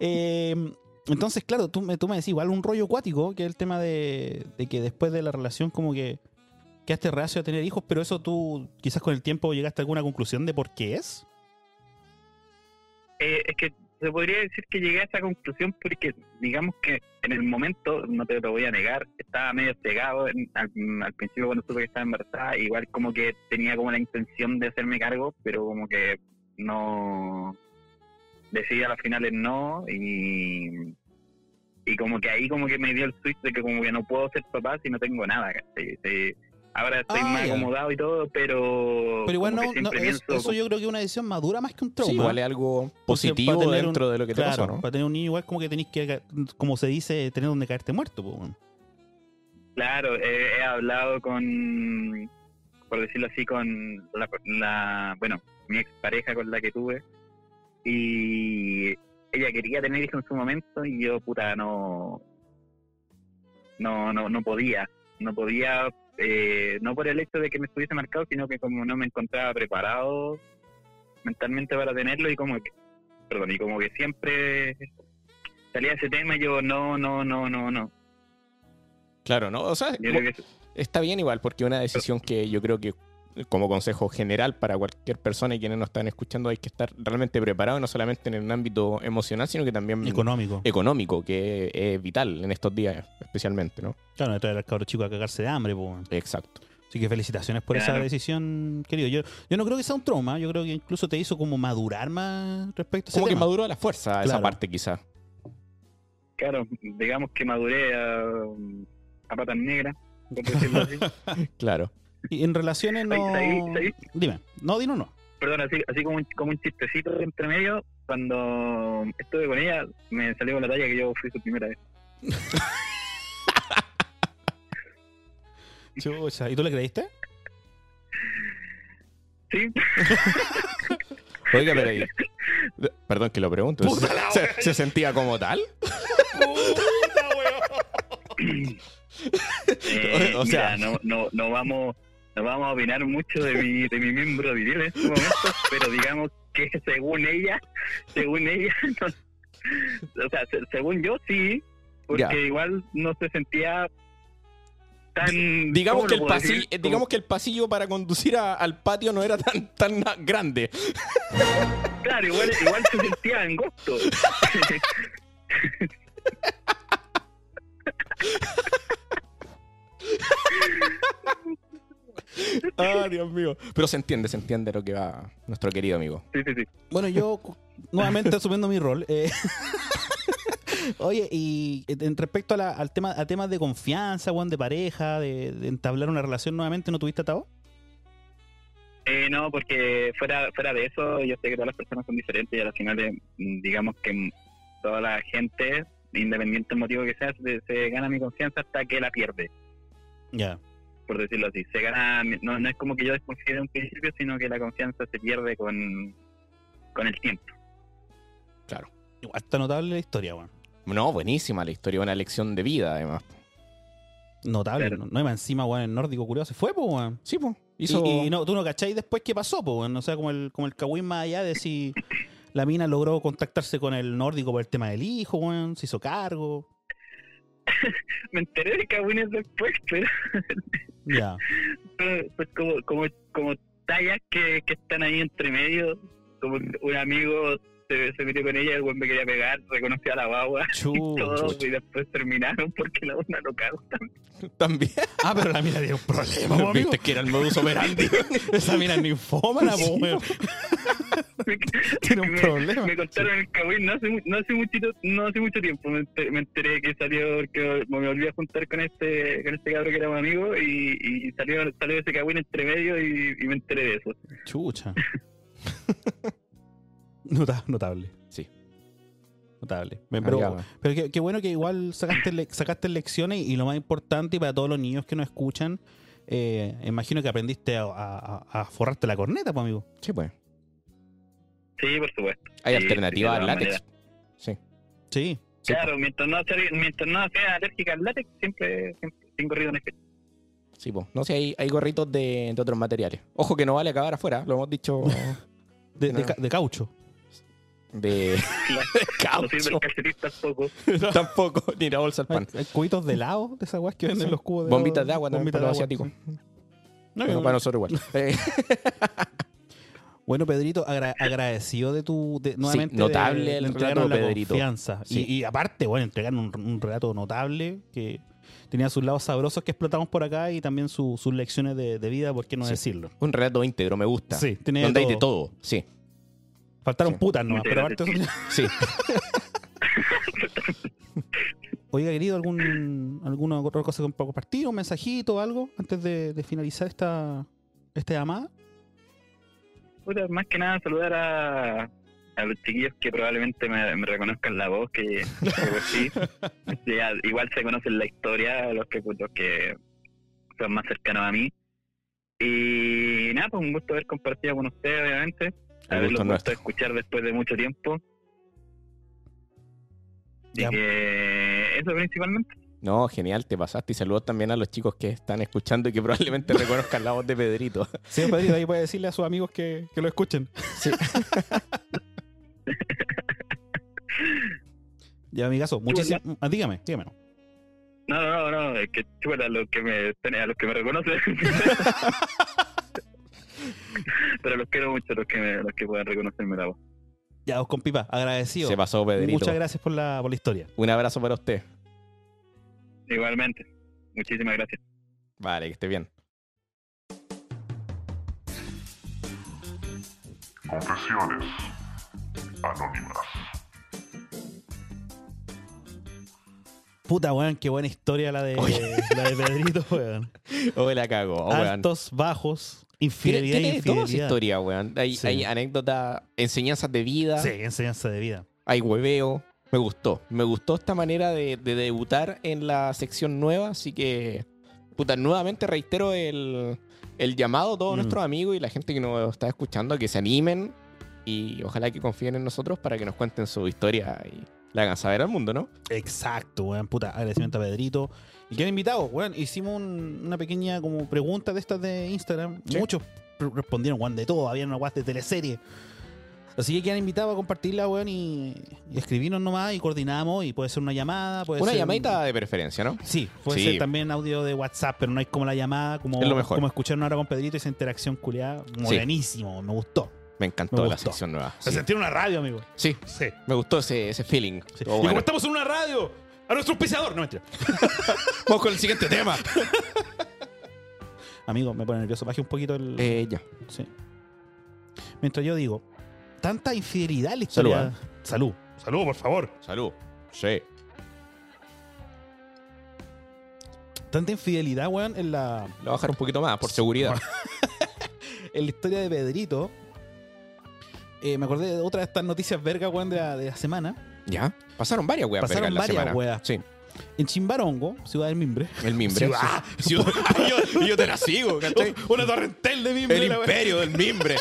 Speaker 1: Eh, entonces, claro, tú, me- tú me decís igual un rollo acuático, que es el tema de, de que después de la relación como que quedaste reacio a tener hijos, pero eso tú quizás con el tiempo llegaste a alguna conclusión de por qué es.
Speaker 4: Eh, es que se podría decir que llegué a esa conclusión porque, digamos que en el momento, no te lo voy a negar, estaba medio cegado en- al, al principio cuando supe que estaba embarazada, igual como que tenía como la intención de hacerme cargo, pero como que no decidí a las finales no y y como que ahí como que me dio el switch de que como que no puedo ser papá si no tengo nada, ¿cachai? Sí, Ahora estoy
Speaker 1: Ah,
Speaker 4: más
Speaker 1: ya.
Speaker 4: acomodado y todo, pero...
Speaker 1: Pero igual
Speaker 4: como
Speaker 1: no,
Speaker 4: que
Speaker 1: no,
Speaker 4: siempre
Speaker 1: es-
Speaker 4: pienso
Speaker 1: eso yo creo que es una decisión madura más que un trauma.
Speaker 2: Sí, igual es algo
Speaker 1: Porque para
Speaker 2: positivo
Speaker 1: tener un-
Speaker 2: dentro de lo que te
Speaker 1: claro,
Speaker 2: pasó, ¿no?
Speaker 1: Para tener un niño igual como que tenés que, como se dice, tener donde caerte muerto. po, weón.
Speaker 4: Claro, he, he hablado con, por decirlo así, con la, la- bueno, mi expareja con la que tuve y ella quería tener hijos en su momento y yo, puta, no, no, no, no podía, no podía, eh, no por el hecho de que me estuviese marcado, sino que como no me encontraba preparado mentalmente para tenerlo y como que, perdón, y como que siempre salía ese tema y yo, no, no, no, no, no.
Speaker 2: Claro, ¿no? O sea,
Speaker 4: Yo creo que eso-
Speaker 2: está bien igual, porque una decisión que yo creo que como consejo general para cualquier persona y quienes nos están escuchando hay que estar realmente preparado, no solamente en el ámbito emocional, sino que también
Speaker 1: Económico.
Speaker 2: Eh. económico, que es vital en estos días especialmente, ¿no?
Speaker 1: Claro, de traer al cabro chico a cagarse de hambre. po, weón.
Speaker 2: Eh. Exacto.
Speaker 1: Así que felicitaciones por esa
Speaker 4: Claro.
Speaker 1: decisión, querido. Yo, yo no creo que sea un trauma, yo creo que incluso te hizo como madurar más respecto a ese
Speaker 2: Como que
Speaker 1: tema.
Speaker 2: maduró a la fuerza esa
Speaker 1: Claro.
Speaker 2: parte quizá.
Speaker 4: Claro, digamos que maduré a, a patas negras, por decirlo así.
Speaker 2: Claro.
Speaker 1: Y en relaciones no.
Speaker 4: Oye, ¿sabí- sabí?
Speaker 1: Dime, no, dino no.
Speaker 4: Perdón, así, así como, un, como un chistecito de entre medio, cuando estuve con ella, me salió con la talla que yo fui su primera vez.
Speaker 1: ¿y tú le creíste?
Speaker 4: Sí,
Speaker 2: Oiga, pero ahí- Perdón que lo pregunto.
Speaker 1: Puta la
Speaker 2: ¿Se, se sentía como tal?
Speaker 4: eh,
Speaker 2: O sea-
Speaker 4: mira, no, no, no vamos no vamos a opinar mucho de mi, de mi miembro viril en este momento, pero digamos que según ella, según ella, no- o sea, se- según yo sí, porque
Speaker 2: Ya.
Speaker 4: igual no se sentía tan...
Speaker 2: Digamos
Speaker 4: ¿cómo
Speaker 2: que,
Speaker 4: lo
Speaker 2: el
Speaker 4: puedo decir?
Speaker 2: pasillo, digamos que el pasillo para conducir a- al patio no era tan, tan grande.
Speaker 4: Claro, igual, igual se sentía angosto.
Speaker 2: Ah, Dios mío. Pero se entiende, se entiende lo que va nuestro querido amigo.
Speaker 4: Sí, sí, sí.
Speaker 1: Bueno, yo cu- nuevamente asumiendo mi rol. eh. Oye, y en respecto a la- al tema, a temas de confianza, weón, de pareja, de, de entablar una relación nuevamente, ¿no tuviste atado?
Speaker 4: Eh, no, porque fuera, fuera de eso, yo sé que todas las personas son diferentes y al final, eh, mm, digamos que mm, toda la gente, independiente del motivo que sea, se, se gana mi confianza hasta que la pierde,
Speaker 1: Ya.
Speaker 4: por decirlo así. Se gana, mi- no, no es como que yo desconfíe de un principio, sino que la confianza se pierde con, con el tiempo.
Speaker 2: Claro.
Speaker 1: Igual está notable la historia, weón.
Speaker 2: No, buenísima la historia, una lección de vida además.
Speaker 1: Notable,
Speaker 4: Claro.
Speaker 1: no, no más encima, weón, el nórdico curioso se fue, pues, weón.
Speaker 2: Sí, pues. Hizo-
Speaker 1: Y, y no, tú no cacháis después qué pasó, pues, O sea, como el, como el cagüín más allá de si la mina logró contactarse con el nórdico por el tema del hijo, weón, se hizo cargo.
Speaker 4: Me enteré de cagüines después, pero
Speaker 1: Ya.
Speaker 4: eh, pues como, como, como tallas que, que están ahí entre medio. Como que un amigo se, se metió con ella, el weón me quería pegar, reconoció a la guagua.
Speaker 1: Chu,
Speaker 4: todos,
Speaker 1: chucha.
Speaker 4: y después terminaron porque la una no cago.
Speaker 2: También.
Speaker 1: Ah, pero la mina tiene un problema, po, amigo.
Speaker 2: Viste que era el modus operandi.
Speaker 1: Esa mina es ninfómana, po,
Speaker 2: Sí,
Speaker 1: weón.
Speaker 2: Tiene un
Speaker 4: Me-
Speaker 2: problema.
Speaker 4: Me contaron el cagüín no hace, mu- no hace muchito, no hace mucho tiempo. Me enter- me enteré, que salió, porque me volví a juntar con este, con este cabrón que era mi amigo y, y salió, salió ese cagüín entre medio y, y me enteré de eso.
Speaker 1: Chucha. Nota- notable.
Speaker 2: Sí. Ah,
Speaker 1: Notable. Me- Pero,
Speaker 2: Amiga,
Speaker 1: pero qué, qué bueno que igual sacaste, le- sacaste lecciones y lo más importante y para todos los niños que nos escuchan, eh, imagino que aprendiste a, a- a- a forrarte la corneta, pues, amigo.
Speaker 2: Sí, pues.
Speaker 4: Sí, por supuesto.
Speaker 2: Hay
Speaker 4: Sí,
Speaker 2: alternativa
Speaker 4: de
Speaker 2: al
Speaker 4: todas
Speaker 2: látex. Sí.
Speaker 1: Sí.
Speaker 2: Sí, pues.
Speaker 4: claro, mientras no, sea, mientras no sea alérgica al látex, siempre, siempre tengo ruido en el pecho.
Speaker 2: Sí, pues. No sé, hay, hay gorritos de, de otros materiales. Ojo que no vale acabar afuera, lo hemos dicho
Speaker 1: De, de
Speaker 2: No.
Speaker 1: ca- de caucho.
Speaker 2: de
Speaker 4: No sirve el
Speaker 2: caucho.
Speaker 4: calcetín tampoco.
Speaker 2: Tampoco, ni la bolsa al
Speaker 1: Hay,
Speaker 2: pan.
Speaker 1: hay cubitos de helado de esas weas que venden
Speaker 2: Sí.
Speaker 1: los cubos de
Speaker 2: Bombitas de agua también
Speaker 1: bombitas
Speaker 2: para los
Speaker 1: de agua,
Speaker 2: asiáticos.
Speaker 1: sí. No,
Speaker 2: Bueno,
Speaker 1: yo-
Speaker 2: para nosotros igual. Eh,
Speaker 1: Bueno, Pedrito, agra- agradecido de tu. de- nuevamente de-
Speaker 2: notable
Speaker 1: de
Speaker 2: el
Speaker 1: entregarnos
Speaker 2: relato de
Speaker 1: la
Speaker 2: Pedrito.
Speaker 1: confianza.
Speaker 2: Sí.
Speaker 1: Y, y aparte, bueno, entregaron un, un relato notable que tenía sus lados sabrosos que explotamos por acá y también su- sus lecciones de, de vida, ¿por qué no
Speaker 2: Sí.
Speaker 1: decirlo?
Speaker 2: un relato íntegro, me gusta.
Speaker 1: Sí, tiene
Speaker 2: Donde hay de
Speaker 1: todo.
Speaker 2: todo. Sí,
Speaker 1: Faltaron
Speaker 2: Sí.
Speaker 1: putas nomás,
Speaker 4: Muchas
Speaker 1: pero aparte.
Speaker 4: gracias.
Speaker 2: sí.
Speaker 1: Oiga, querido, ¿algún, ¿alguna otra cosa que pueda compartir? ¿Un mensajito o algo antes de, de finalizar esta, esta llamada?
Speaker 4: Puta, más que nada saludar a, a los chiquillos que probablemente me, me reconozcan la voz, que que pues sí. Ya, igual se conocen la historia, los que, los que son más cercanos a mí. Y nada, pues un gusto haber compartido con ustedes, obviamente.
Speaker 2: El gusto es
Speaker 4: Haberlos vuelto a
Speaker 2: nuestro.
Speaker 4: escuchar después de mucho tiempo. Y
Speaker 1: Ya.
Speaker 4: que eso principalmente.
Speaker 2: No, genial, te pasaste. Y saludos también a los chicos que están escuchando y que probablemente reconozcan la voz de Pedrito.
Speaker 1: Sí, Pedrito, ahí puede decirle a sus amigos que, que lo escuchen.
Speaker 2: Sí.
Speaker 1: Ya, amigazo, muchísimas. ah, Dígame, dígame.
Speaker 4: No, no, no, no, es que chuela a los que me, a los que me reconocen. Pero los quiero mucho, los que, me- los que puedan reconocerme la voz.
Speaker 1: Ya, os compipa, agradecido.
Speaker 2: Se pasó, Pedrito.
Speaker 1: Muchas gracias por la, por la historia.
Speaker 2: Un abrazo para usted.
Speaker 4: Igualmente. Muchísimas gracias.
Speaker 2: Vale, que esté bien.
Speaker 3: Confesiones anónimas.
Speaker 1: Puta, weón, qué buena historia la de, la de Pedrito, weón.
Speaker 2: Oh, la cago. Oh, weón.
Speaker 1: Altos, bajos,
Speaker 2: Tiene-
Speaker 1: infidelidad
Speaker 2: tiene
Speaker 1: e
Speaker 2: de toda esa
Speaker 1: infidelidad.
Speaker 2: historia, weón. Hay,
Speaker 1: Sí.
Speaker 2: hay anécdotas, enseñanzas de vida,
Speaker 1: Sí, enseñanza de vida.
Speaker 2: hay hueveo. Me gustó. Me gustó esta manera de, de debutar en la sección nueva, así que. Puta, nuevamente reitero el, el llamado a todos
Speaker 1: Mm.
Speaker 2: nuestros amigos y la gente que nos está escuchando a que se animen y ojalá que confíen en nosotros para que nos cuenten su historia y la hagan saber al mundo, ¿no?
Speaker 1: Exacto, weón. Puta, agradecimiento a Pedrito. Y que han invitado, weón. Hicimos un- una pequeña como pregunta de estas de Instagram.
Speaker 2: Sí.
Speaker 1: Muchos pr- respondieron, weón, de todo. Había una guas de teleserie. Así que que han invitado a compartirla, weón, y, y escribirnos nomás y coordinamos. Y puede ser una llamada, puede
Speaker 2: Una
Speaker 1: ser.
Speaker 2: llamadita de preferencia, ¿no?
Speaker 1: Sí, puede
Speaker 2: Sí.
Speaker 1: ser también audio de WhatsApp, pero no hay como la llamada, como,
Speaker 2: Es lo mejor.
Speaker 1: como escucharon ahora con Pedrito, esa interacción culiada. Buenísimo, me gustó.
Speaker 2: Me
Speaker 1: Me
Speaker 2: encantó la
Speaker 1: gustó.
Speaker 2: sección nueva.
Speaker 1: Se
Speaker 2: Sí,
Speaker 1: sentí en una radio, amigo.
Speaker 2: Sí,
Speaker 1: Sí.
Speaker 2: me gustó ese, ese feeling.
Speaker 1: sí.
Speaker 2: Estuvo
Speaker 1: y
Speaker 2: bueno.
Speaker 1: como estamos en una radio, a nuestro auspiciador. No, mentira.
Speaker 2: Vamos con el siguiente tema.
Speaker 1: Amigo, me pone nervioso. Bajé un poquito el.
Speaker 2: Eh, ya.
Speaker 1: Sí. Mientras yo digo, tanta infidelidad en la historia.
Speaker 2: ah.
Speaker 1: Salud. Salud, por favor.
Speaker 2: Salud. Sí.
Speaker 1: Tanta infidelidad, weón, en la,
Speaker 2: Lo voy a bajar un poquito más, por seguridad.
Speaker 1: en la historia de Pedrito. Eh, me acordé de otra de estas noticias verga, weón, de la, de la semana.
Speaker 2: ¿Ya? Pasaron varias weas
Speaker 1: Pasaron
Speaker 2: verga en la
Speaker 1: varias
Speaker 2: semana.
Speaker 1: weas.
Speaker 2: Sí.
Speaker 1: En Chimbarongo, ciudad del Mimbre.
Speaker 2: El mimbre.
Speaker 1: Ciudad.
Speaker 2: Sí. Ciudad. Ah, yo, yo te la sigo, ¿cachai?
Speaker 1: Una torrentel de mimbre.
Speaker 2: El
Speaker 1: la wea.
Speaker 2: imperio del mimbre.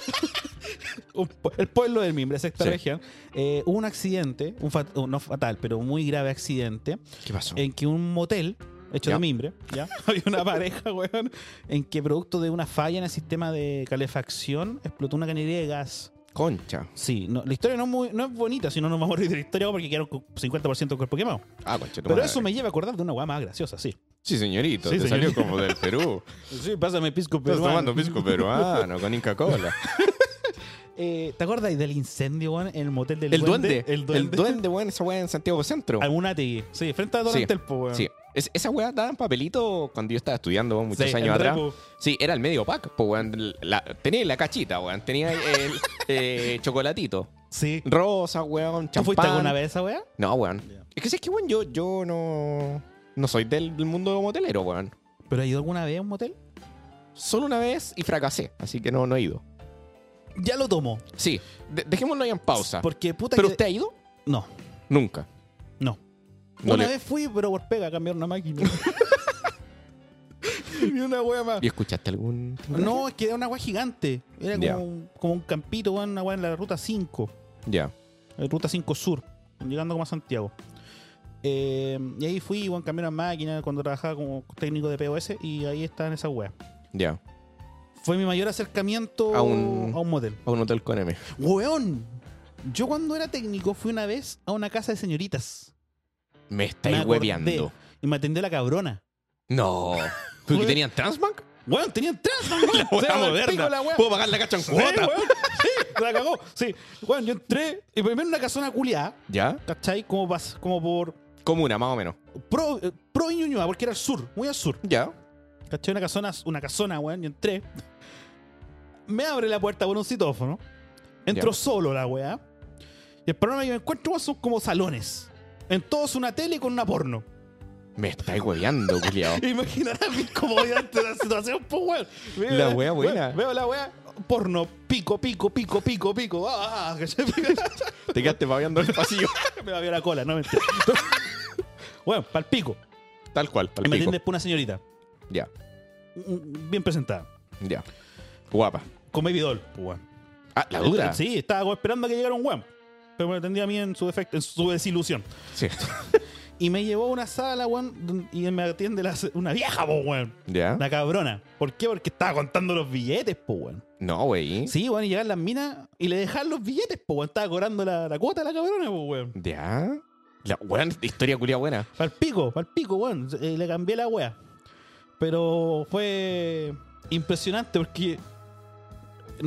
Speaker 1: Un pu- El pueblo del mimbre, sexta
Speaker 2: Sí.
Speaker 1: región. Eh, hubo un accidente, un fat- un- no fatal, pero un muy grave accidente,
Speaker 2: ¿Qué pasó?
Speaker 1: en que un motel hecho
Speaker 2: Ya.
Speaker 1: de mimbre, ¿ya? Había una pareja, weón, en que producto de una falla en el sistema de calefacción explotó una cañería de gas.
Speaker 2: Concha.
Speaker 1: Sí, no, la historia no es, muy- no es bonita, si no nos vamos a reír de la historia porque quedaron con 50% del cuerpo quemado.
Speaker 2: Ah, concha. tu
Speaker 1: Pero
Speaker 2: madre.
Speaker 1: eso me lleva a acordar de una weá más graciosa, sí.
Speaker 2: Sí, señorito.
Speaker 1: Sí,
Speaker 2: te
Speaker 1: señorito.
Speaker 2: salió como del Perú.
Speaker 1: Sí, pásame pisco
Speaker 2: Estás tomando pisco peruano con Inca Cola.
Speaker 1: Eh, ¿Te acuerdas del incendio, weón, en el motel del
Speaker 2: El duende.
Speaker 1: El
Speaker 2: El
Speaker 1: duende.
Speaker 2: duende, weón. Esa weá en Santiago Centro.
Speaker 1: Alguna Sí, frente a Don
Speaker 2: Sí,
Speaker 1: Telpo, weón.
Speaker 2: Sí. Es- esa weá daba en papelito cuando yo estaba estudiando weón, muchos
Speaker 1: Sí, el
Speaker 2: años atrás.
Speaker 1: repu.
Speaker 2: Sí, era el medio pack. po, weón. La- tenía la cachita, weón. Tenía el eh, chocolatito.
Speaker 1: Sí.
Speaker 2: Rosa, weón.
Speaker 1: ¿Tú
Speaker 2: Champán.
Speaker 1: fuiste alguna vez a esa weá?
Speaker 2: No, weón.
Speaker 1: Ya.
Speaker 2: Es que si es que, weón, yo, yo no, no soy del, del mundo motelero, weón.
Speaker 1: ¿Pero has ido alguna vez a un motel?
Speaker 2: Solo una vez y fracasé, así que no, no he ido.
Speaker 1: Ya lo tomo.
Speaker 2: Sí, de- dejémoslo ahí en pausa.
Speaker 1: Porque puta
Speaker 2: ¿Pero
Speaker 1: que-
Speaker 2: usted ha ido?
Speaker 1: No,
Speaker 2: Nunca.
Speaker 1: no.
Speaker 2: No
Speaker 1: una
Speaker 2: le-
Speaker 1: vez fui, pero por pega a cambiar una máquina. Ni una wea más.
Speaker 2: ¿Y escuchaste algún.?
Speaker 1: No, es que era una wea gigante. Era como,
Speaker 2: Ya.
Speaker 1: un, como un campito, weón, una wea en la ruta 5.
Speaker 2: Ya.
Speaker 1: eh, Ruta 5 Sur, llegando como a Santiago. Eh, y ahí fui, weón, cambié una máquina cuando trabajaba como técnico de POS y ahí estaban esas weas.
Speaker 2: Ya.
Speaker 1: Fue mi mayor acercamiento
Speaker 2: A un-
Speaker 1: a un motel.
Speaker 2: A un hotel con M.
Speaker 1: Weón, yo cuando era técnico fui una vez a una casa de señoritas.
Speaker 2: Me
Speaker 1: Me
Speaker 2: estáis
Speaker 1: acordé.
Speaker 2: hueveando.
Speaker 1: Y me atendió la cabrona.
Speaker 2: No. ¿Pero que
Speaker 1: Weón.
Speaker 2: tenían Transbank?
Speaker 1: Weón, tenían transman, weón.
Speaker 2: Weón,
Speaker 1: Se llama
Speaker 2: al
Speaker 1: moderna.
Speaker 2: pico la weá.
Speaker 1: Puedo
Speaker 2: ¿Puedo pagar la cacha en
Speaker 1: pagar
Speaker 2: cuota?
Speaker 1: weón. Sí, la cagó. Sí. Weón, yo entré y primero una casona culiada,
Speaker 2: ¿Ya?
Speaker 1: ¿cachai? Como, pas- como por
Speaker 2: Comuna, más o menos.
Speaker 1: pro, eh, pro Ñuñoa, porque era al sur, muy al sur.
Speaker 2: Ya.
Speaker 1: ¿Cachai? Una casona, una casona, weón, yo entré. Me abre la puerta por un citófono. Entro
Speaker 2: Ya.
Speaker 1: solo la weá. Y el problema que me encuentro weón, son como salones. En todos una tele con una porno.
Speaker 2: Me estáis hueveando, culiao.
Speaker 1: Imaginarás mi comodidad ante la situación, pues, weón. Veo-
Speaker 2: La wea buena.
Speaker 1: Veo la wea porno, pico, pico, pico, pico, pico. Ah, ah, que se-
Speaker 2: Te quedaste babeando en el pasillo.
Speaker 1: me va a la cola, no me Bueno, pa'l pico.
Speaker 2: Tal cual, pal
Speaker 1: Y me
Speaker 2: pico.
Speaker 1: atiende después una señorita.
Speaker 2: Ya,
Speaker 1: mm, Bien presentada.
Speaker 2: ya. Guapa.
Speaker 1: Con Baby Doll, pues, weón.
Speaker 2: Ah, la dura.
Speaker 1: Sí, estaba como esperando a que llegara un weón. Pero me atendía a mí en su defecto, en su desilusión.
Speaker 2: Sí.
Speaker 1: Y me llevó a una sala, weón, y me atiende la- una vieja, pues, weón.
Speaker 2: ¿Ya?
Speaker 1: Una cabrona. ¿Por qué? Porque estaba contando los billetes, pues, weón.
Speaker 2: No, güey.
Speaker 1: Sí, bueno, y llegar las minas y le dejar los billetes, pues, weón. Estaba cobrando la, la cuota a la cabrona, pues, weón.
Speaker 2: ¿Ya? La weón, historia culia buena.
Speaker 1: Pa'l pico, pa'l pico, weón. Eh, le cambié la wea. Pero fue impresionante porque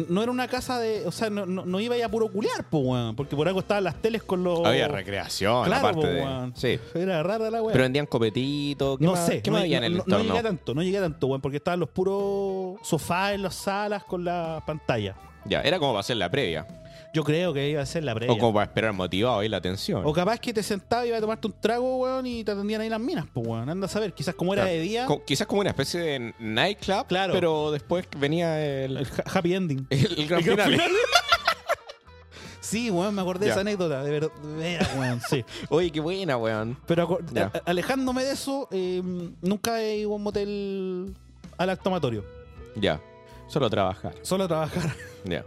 Speaker 1: no era una casa de. O sea, no, no, no iba ya a puro culiar, pues, weón. Porque por algo estaban las teles con los.
Speaker 2: Había recreación,
Speaker 1: Oh. Claro,
Speaker 2: aparte
Speaker 1: pues,
Speaker 2: de.
Speaker 1: weón.
Speaker 2: Sí.
Speaker 1: Era rara la wea.
Speaker 2: Pero vendían copetitos. ¿Qué
Speaker 1: no
Speaker 2: más,
Speaker 1: sé,
Speaker 2: ¿Qué
Speaker 1: no,
Speaker 2: más había
Speaker 1: no-
Speaker 2: en
Speaker 1: no-
Speaker 2: el
Speaker 1: no
Speaker 2: entorno?
Speaker 1: llegué a tanto, no llegué a tanto, weón, porque estaban los puros sofás en las salas con la pantalla.
Speaker 2: ya, era como para hacer la previa.
Speaker 1: Yo creo que iba a ser la previa.
Speaker 2: O como para esperar motivado ahí la atención.
Speaker 1: O capaz que te sentabas y ibas a tomarte un trago, weón, y te atendían ahí las minas, pues, weón. Anda a saber, quizás como era
Speaker 2: Claro.
Speaker 1: de día,
Speaker 2: Co- quizás como una especie de nightclub,
Speaker 1: Claro.
Speaker 2: pero después venía el,
Speaker 1: el ha- happy ending.
Speaker 2: el- el gran
Speaker 1: El gran
Speaker 2: final.
Speaker 1: Sí, weón, me acordé de
Speaker 2: Ya.
Speaker 1: esa anécdota, de verdad, de veras, weón, sí.
Speaker 2: Oye, qué buena, weón.
Speaker 1: Pero aco-
Speaker 2: Ya.
Speaker 1: a- alejándome de eso, eh, nunca he ido a un motel al actomatorio.
Speaker 2: Ya. Solo trabajar.
Speaker 1: Solo a trabajar,
Speaker 2: Ya.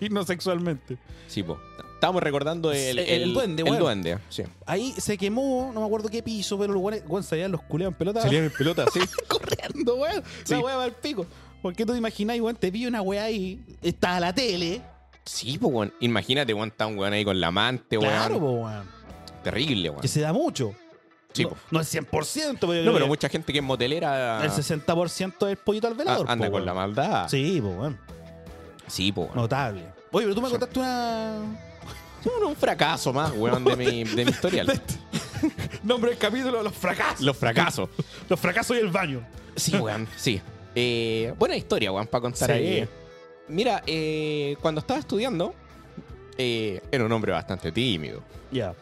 Speaker 1: y no sexualmente.
Speaker 2: Sí, po. Estábamos recordando el,
Speaker 1: El duende, weón.
Speaker 2: El duende, sí.
Speaker 1: Ahí se quemó, no me acuerdo qué piso, pero los weones weón, salían los culeados en pelota.
Speaker 2: Salían en pelota, sí.
Speaker 1: corriendo, weón.
Speaker 2: Sí.
Speaker 1: La weá va al pico. ¿Por qué tú te imagináis, weón? Te vi una weá ahí, está a la tele.
Speaker 2: Sí, po, weón. Imagínate, weón, está un weón ahí con la amante, weón.
Speaker 1: Claro, po, weón.
Speaker 2: Terrible, weón.
Speaker 1: Que se da mucho.
Speaker 2: Sí,
Speaker 1: no,
Speaker 2: po.
Speaker 1: no el 100%, pero,
Speaker 2: No, pero mucha gente que es motelera
Speaker 1: eh, el 60% es pollito al velador.
Speaker 2: a- Ah, anda
Speaker 1: po,
Speaker 2: con
Speaker 1: weón.
Speaker 2: la maldad.
Speaker 1: Sí, pues, weón.
Speaker 2: Sí, po, weón.
Speaker 1: Notable. Oye, pero tú me
Speaker 2: Sí.
Speaker 1: contaste una.
Speaker 2: Un, un fracaso más, weón, de mi, de mi historial.
Speaker 1: Nombre del capítulo: Los fracasos.
Speaker 2: Los fracasos.
Speaker 1: Los fracasos y el baño.
Speaker 2: Sí, weón, sí. Eh, buena historia, weón, para contar
Speaker 1: Sí.
Speaker 2: ahí. Mira, eh, cuando estaba estudiando, eh, era un hombre bastante tímido.
Speaker 1: Ya.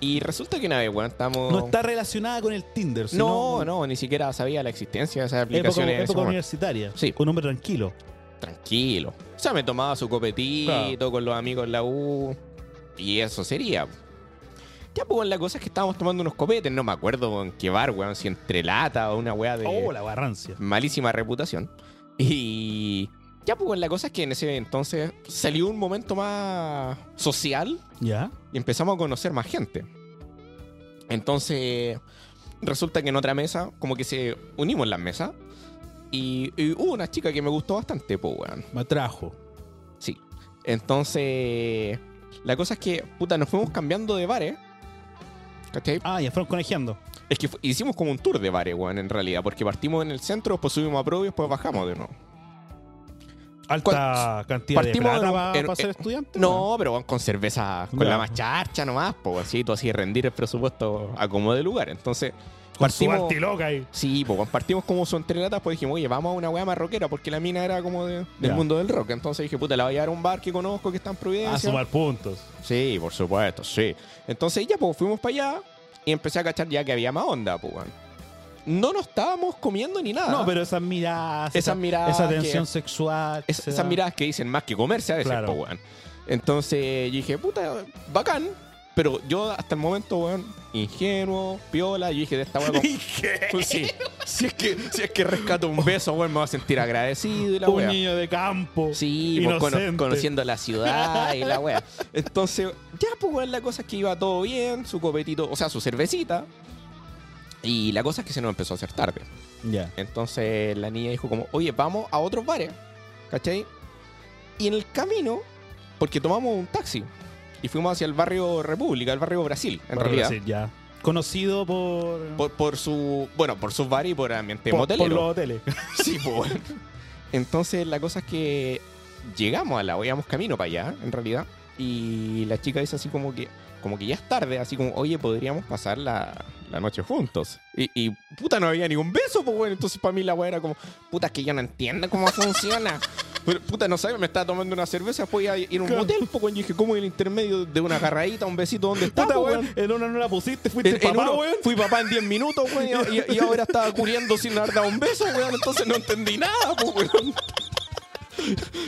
Speaker 2: Y resulta que una vez, weón, estamos...
Speaker 1: No está relacionada con el Tinder. sino-
Speaker 2: no, no, ni siquiera sabía la existencia de esas
Speaker 1: Época,
Speaker 2: aplicaciones. en ese
Speaker 1: época
Speaker 2: momento.
Speaker 1: universitaria.
Speaker 2: Sí.
Speaker 1: Un hombre tranquilo.
Speaker 2: tranquilo. O sea, me tomaba su copetito
Speaker 1: Claro.
Speaker 2: con los amigos en la U. Y eso sería. Ya, pues, weón, la cosa es que estábamos tomando unos copetes. No me acuerdo en qué bar, weón. Si entre lata o una weá de
Speaker 1: Oh, la barrancia.
Speaker 2: malísima reputación. Y ya, pues, weón, la cosa es que en ese entonces salió un momento más social
Speaker 1: Ya.
Speaker 2: y empezamos a conocer más gente. Entonces, resulta que en otra mesa, como que se unimos las mesas. Y, y hubo una chica que me gustó bastante, pues, weón.
Speaker 1: Me atrajo.
Speaker 2: Sí. Entonces, la cosa es que, puta, nos fuimos cambiando de bares. ¿Cachai?
Speaker 1: Ah, ya fueron conejeando.
Speaker 2: Es que fu- hicimos como un tour de bares, weón, en realidad. Porque partimos en el centro, después subimos a Pro y después bajamos de nuevo.
Speaker 1: Alta cantidad de
Speaker 2: partimos
Speaker 1: plata
Speaker 2: en-
Speaker 1: para
Speaker 2: en-
Speaker 1: ser
Speaker 2: en-
Speaker 1: estudiante. weón.
Speaker 2: No, pero weón, con cerveza, con
Speaker 1: Ya.
Speaker 2: la más charcha nomás, pues, así, tú así rendir el presupuesto a como de lugar. Entonces,
Speaker 1: Con su
Speaker 2: partimos-
Speaker 1: artiloca ahí.
Speaker 2: Sí, pues weón, partimos como son tres latas, pues dijimos, oye, vamos a una weá más rockera, porque la mina era como de- del
Speaker 1: Ya.
Speaker 2: mundo del rock. Entonces dije, puta, la voy a llevar a un bar que conozco, que está en Providencia.
Speaker 1: A sumar puntos.
Speaker 2: Sí, por supuesto, sí. Entonces ya, pues fuimos para allá y empecé a cachar ya que había más onda, pues weón. No nos estábamos comiendo ni nada.
Speaker 1: No, pero esas miradas.
Speaker 2: Esas
Speaker 1: esa-
Speaker 2: miradas
Speaker 1: Esa tensión
Speaker 2: Ah. que-
Speaker 1: sexual. que
Speaker 2: Es-
Speaker 1: se
Speaker 2: esas
Speaker 1: da.
Speaker 2: miradas que dicen más que comerse a veces,
Speaker 1: Claro.
Speaker 2: po, weón. Entonces yo dije, puta, bacán. Pero yo hasta el momento, weón, ingenuo, piola, yo dije, de esta weón. sí. Si es que, si es que rescato un beso, weón, me voy a sentir agradecido y la
Speaker 1: Un
Speaker 2: weá.
Speaker 1: niño de campo.
Speaker 2: Sí, pues, cono-
Speaker 1: inocente.
Speaker 2: conociendo la ciudad y la wea. Entonces, ya, pues, weón, la cosa es que iba todo bien, su copetito, o sea, su cervecita. Y la cosa es que se nos empezó a hacer tarde.
Speaker 1: Ya.
Speaker 2: Entonces la niña dijo como, oye, vamos a otros bares, ¿cachai? Y en el camino, porque tomamos un taxi y fuimos hacia el barrio República, el barrio Brasil, en
Speaker 1: Por
Speaker 2: realidad.
Speaker 1: decir, ya. Conocido por.
Speaker 2: Por, por su, bueno, por sus bares y por ambiente
Speaker 1: por- por
Speaker 2: motelero.
Speaker 1: los hoteles.
Speaker 2: Sí, po, weón. Entonces la cosa es que llegamos a la, íbamos camino para allá, en realidad. Y la chica dice así como que, como que ya es tarde, así como, oye, podríamos pasar la, la noche juntos. Y, y, puta, no había ningún beso, pues bueno. Entonces para mí la weá era como, puta, es que yo no entiendo cómo funciona. Pero, puta, no sabía, me estaba tomando una cerveza, después iba a ir a un
Speaker 1: Claro.
Speaker 2: motel, pues, weón. Y dije, ¿cómo en el intermedio de una agarradita, un besito, dónde está,
Speaker 1: Puta,
Speaker 2: po,
Speaker 1: weón.
Speaker 2: weón?
Speaker 1: En una no la pusiste, fuiste
Speaker 2: En- en
Speaker 1: papá,
Speaker 2: uno,
Speaker 1: weón.
Speaker 2: Fui papá en 10 minutos, weón, y, y- y ahora estaba curiando sin haber dado un beso, weón, entonces no entendí nada, po, weón.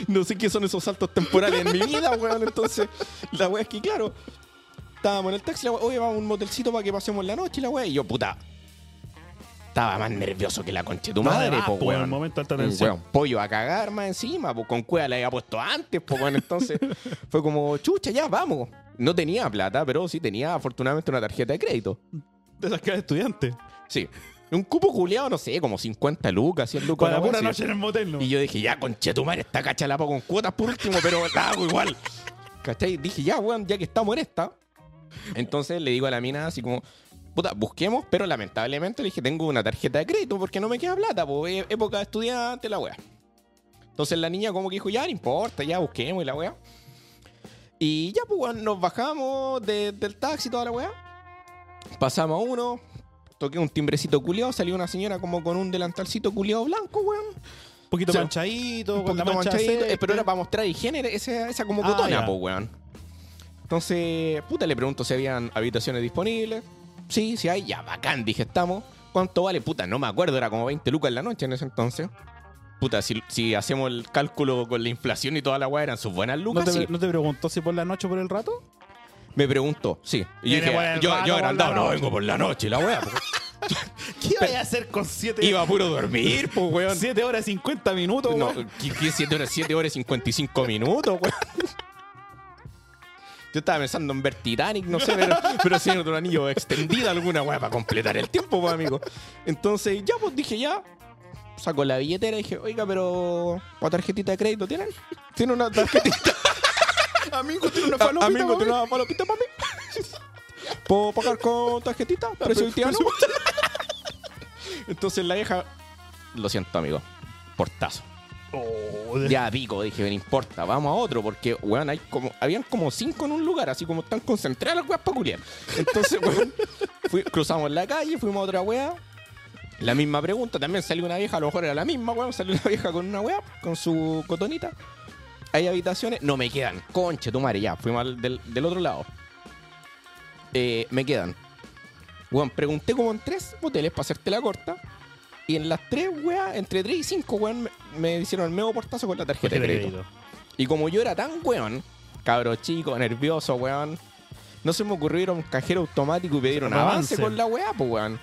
Speaker 2: No sé qué son esos saltos temporales en mi vida, weón, entonces la weá es que, claro, estábamos en el taxi, la weá, oye, vamos a un motelcito para que pasemos la noche, y la weá, y yo, puta, estaba más nervioso que la concha de tu
Speaker 1: No,
Speaker 2: madre,
Speaker 1: además,
Speaker 2: po,
Speaker 1: po, en el
Speaker 2: weón.
Speaker 1: momento de alta
Speaker 2: Un
Speaker 1: tensión.
Speaker 2: weón, pollo a cagar más encima, pues con cueva la había puesto antes, pues bueno, entonces fue como, chucha, ya, vamos. No tenía plata, pero sí tenía afortunadamente una tarjeta de crédito.
Speaker 1: De esas que era estudiante.
Speaker 2: Sí. Un cupo culiado, no sé, como 50 lucas, 100 lucas.
Speaker 1: Para
Speaker 2: una
Speaker 1: pura
Speaker 2: wea
Speaker 1: noche
Speaker 2: así.
Speaker 1: en el motel, ¿no?
Speaker 2: Y yo dije, ya, conchetumar, está cachalapa con cuotas por último, pero la hago igual. ¿Cachai? Dije, ya, weón, ya que estamos en esta. Entonces le digo a la mina así como, puta, busquemos, pero lamentablemente le dije, tengo una tarjeta de crédito porque no me queda plata, pues época de estudiante, la weá. Entonces la niña como que dijo, ya, no importa, ya busquemos y la weá. Y ya, pues, weón, nos bajamos de- del taxi y toda la weá. Pasamos a uno, toqué un timbrecito culiado, salió una señora como con un delantalcito culiado blanco, weón
Speaker 1: Un poquito
Speaker 2: Sí.
Speaker 1: manchadito,
Speaker 2: un
Speaker 1: con la
Speaker 2: poquito
Speaker 1: mancha de
Speaker 2: manchadito,
Speaker 1: aceite.
Speaker 2: eh, pero era para mostrar higiene esa, esa como
Speaker 1: Ah,
Speaker 2: cotona,
Speaker 1: ya.
Speaker 2: po, weón. Entonces, puta, le pregunto si habían habitaciones disponibles. Sí, sí hay, ya, bacán, dije, estamos. ¿Cuánto vale? Puta, no me acuerdo, era como 20 lucas en la noche en ese entonces. Puta, si, si hacemos el cálculo con la inflación y toda la weá, eran sus buenas
Speaker 1: este. ¿No
Speaker 2: lucas.
Speaker 1: te,
Speaker 2: sí.
Speaker 1: ¿No te preguntó si por la noche o por el rato?
Speaker 2: Me preguntó, sí. Y yo
Speaker 1: Viene
Speaker 2: dije,
Speaker 1: por el
Speaker 2: yo,
Speaker 1: rato,
Speaker 2: yo
Speaker 1: por la
Speaker 2: agrandado, no,
Speaker 1: noche.
Speaker 2: vengo por la noche, la weá. po.
Speaker 1: ¿Qué iba a hacer con 7
Speaker 2: Iba a puro dormir, pues, weón.
Speaker 1: 7 horas y 50 minutos,
Speaker 2: No,
Speaker 1: weón?
Speaker 2: 7 horas, 7 horas y 55 minutos, weón. Yo estaba pensando en ver Titanic, no sé, pero, pero si un anillo extendida alguna, weón, para completar el tiempo, pues, amigo. Entonces, ya, pues dije, ya. Saco la billetera y dije, oiga, pero. ¿Para tarjetita de crédito tienen? ¿Tiene una tarjetita?
Speaker 1: Amigo, tiene
Speaker 2: A- Amigo, ¿tiene una palopita para mí? ¿Puedo pagar con tarjetita? ¿Precio haitiano? Entonces la vieja. Lo siento, amigo. Portazo.
Speaker 1: Oh,
Speaker 2: Ya pico, dije, no importa, vamos a otro, porque, weón, hay como, habían como cinco en un lugar, así como están concentradas las weas peculiares. Entonces, weón, fui- cruzamos la calle, fuimos a otra wea. La misma pregunta, también salió una vieja, a lo mejor era la misma, weón, salió una vieja con una wea, con su cotonita. Hay habitaciones, no me quedan, conche, tu madre, ya, fuimos al- del, del otro lado. Eh, me quedan. Weón, pregunté como en tres hoteles para hacerte la corta. Y en las tres, weas, entre tres y cinco, weón, me, me hicieron el medio portazo con la tarjeta de crédito. Y como yo era tan weón, cabro chico, nervioso, weón, no se me ocurrió ir a un cajero automático y pedir un
Speaker 1: Avance.
Speaker 2: avance con la weá, pues weón.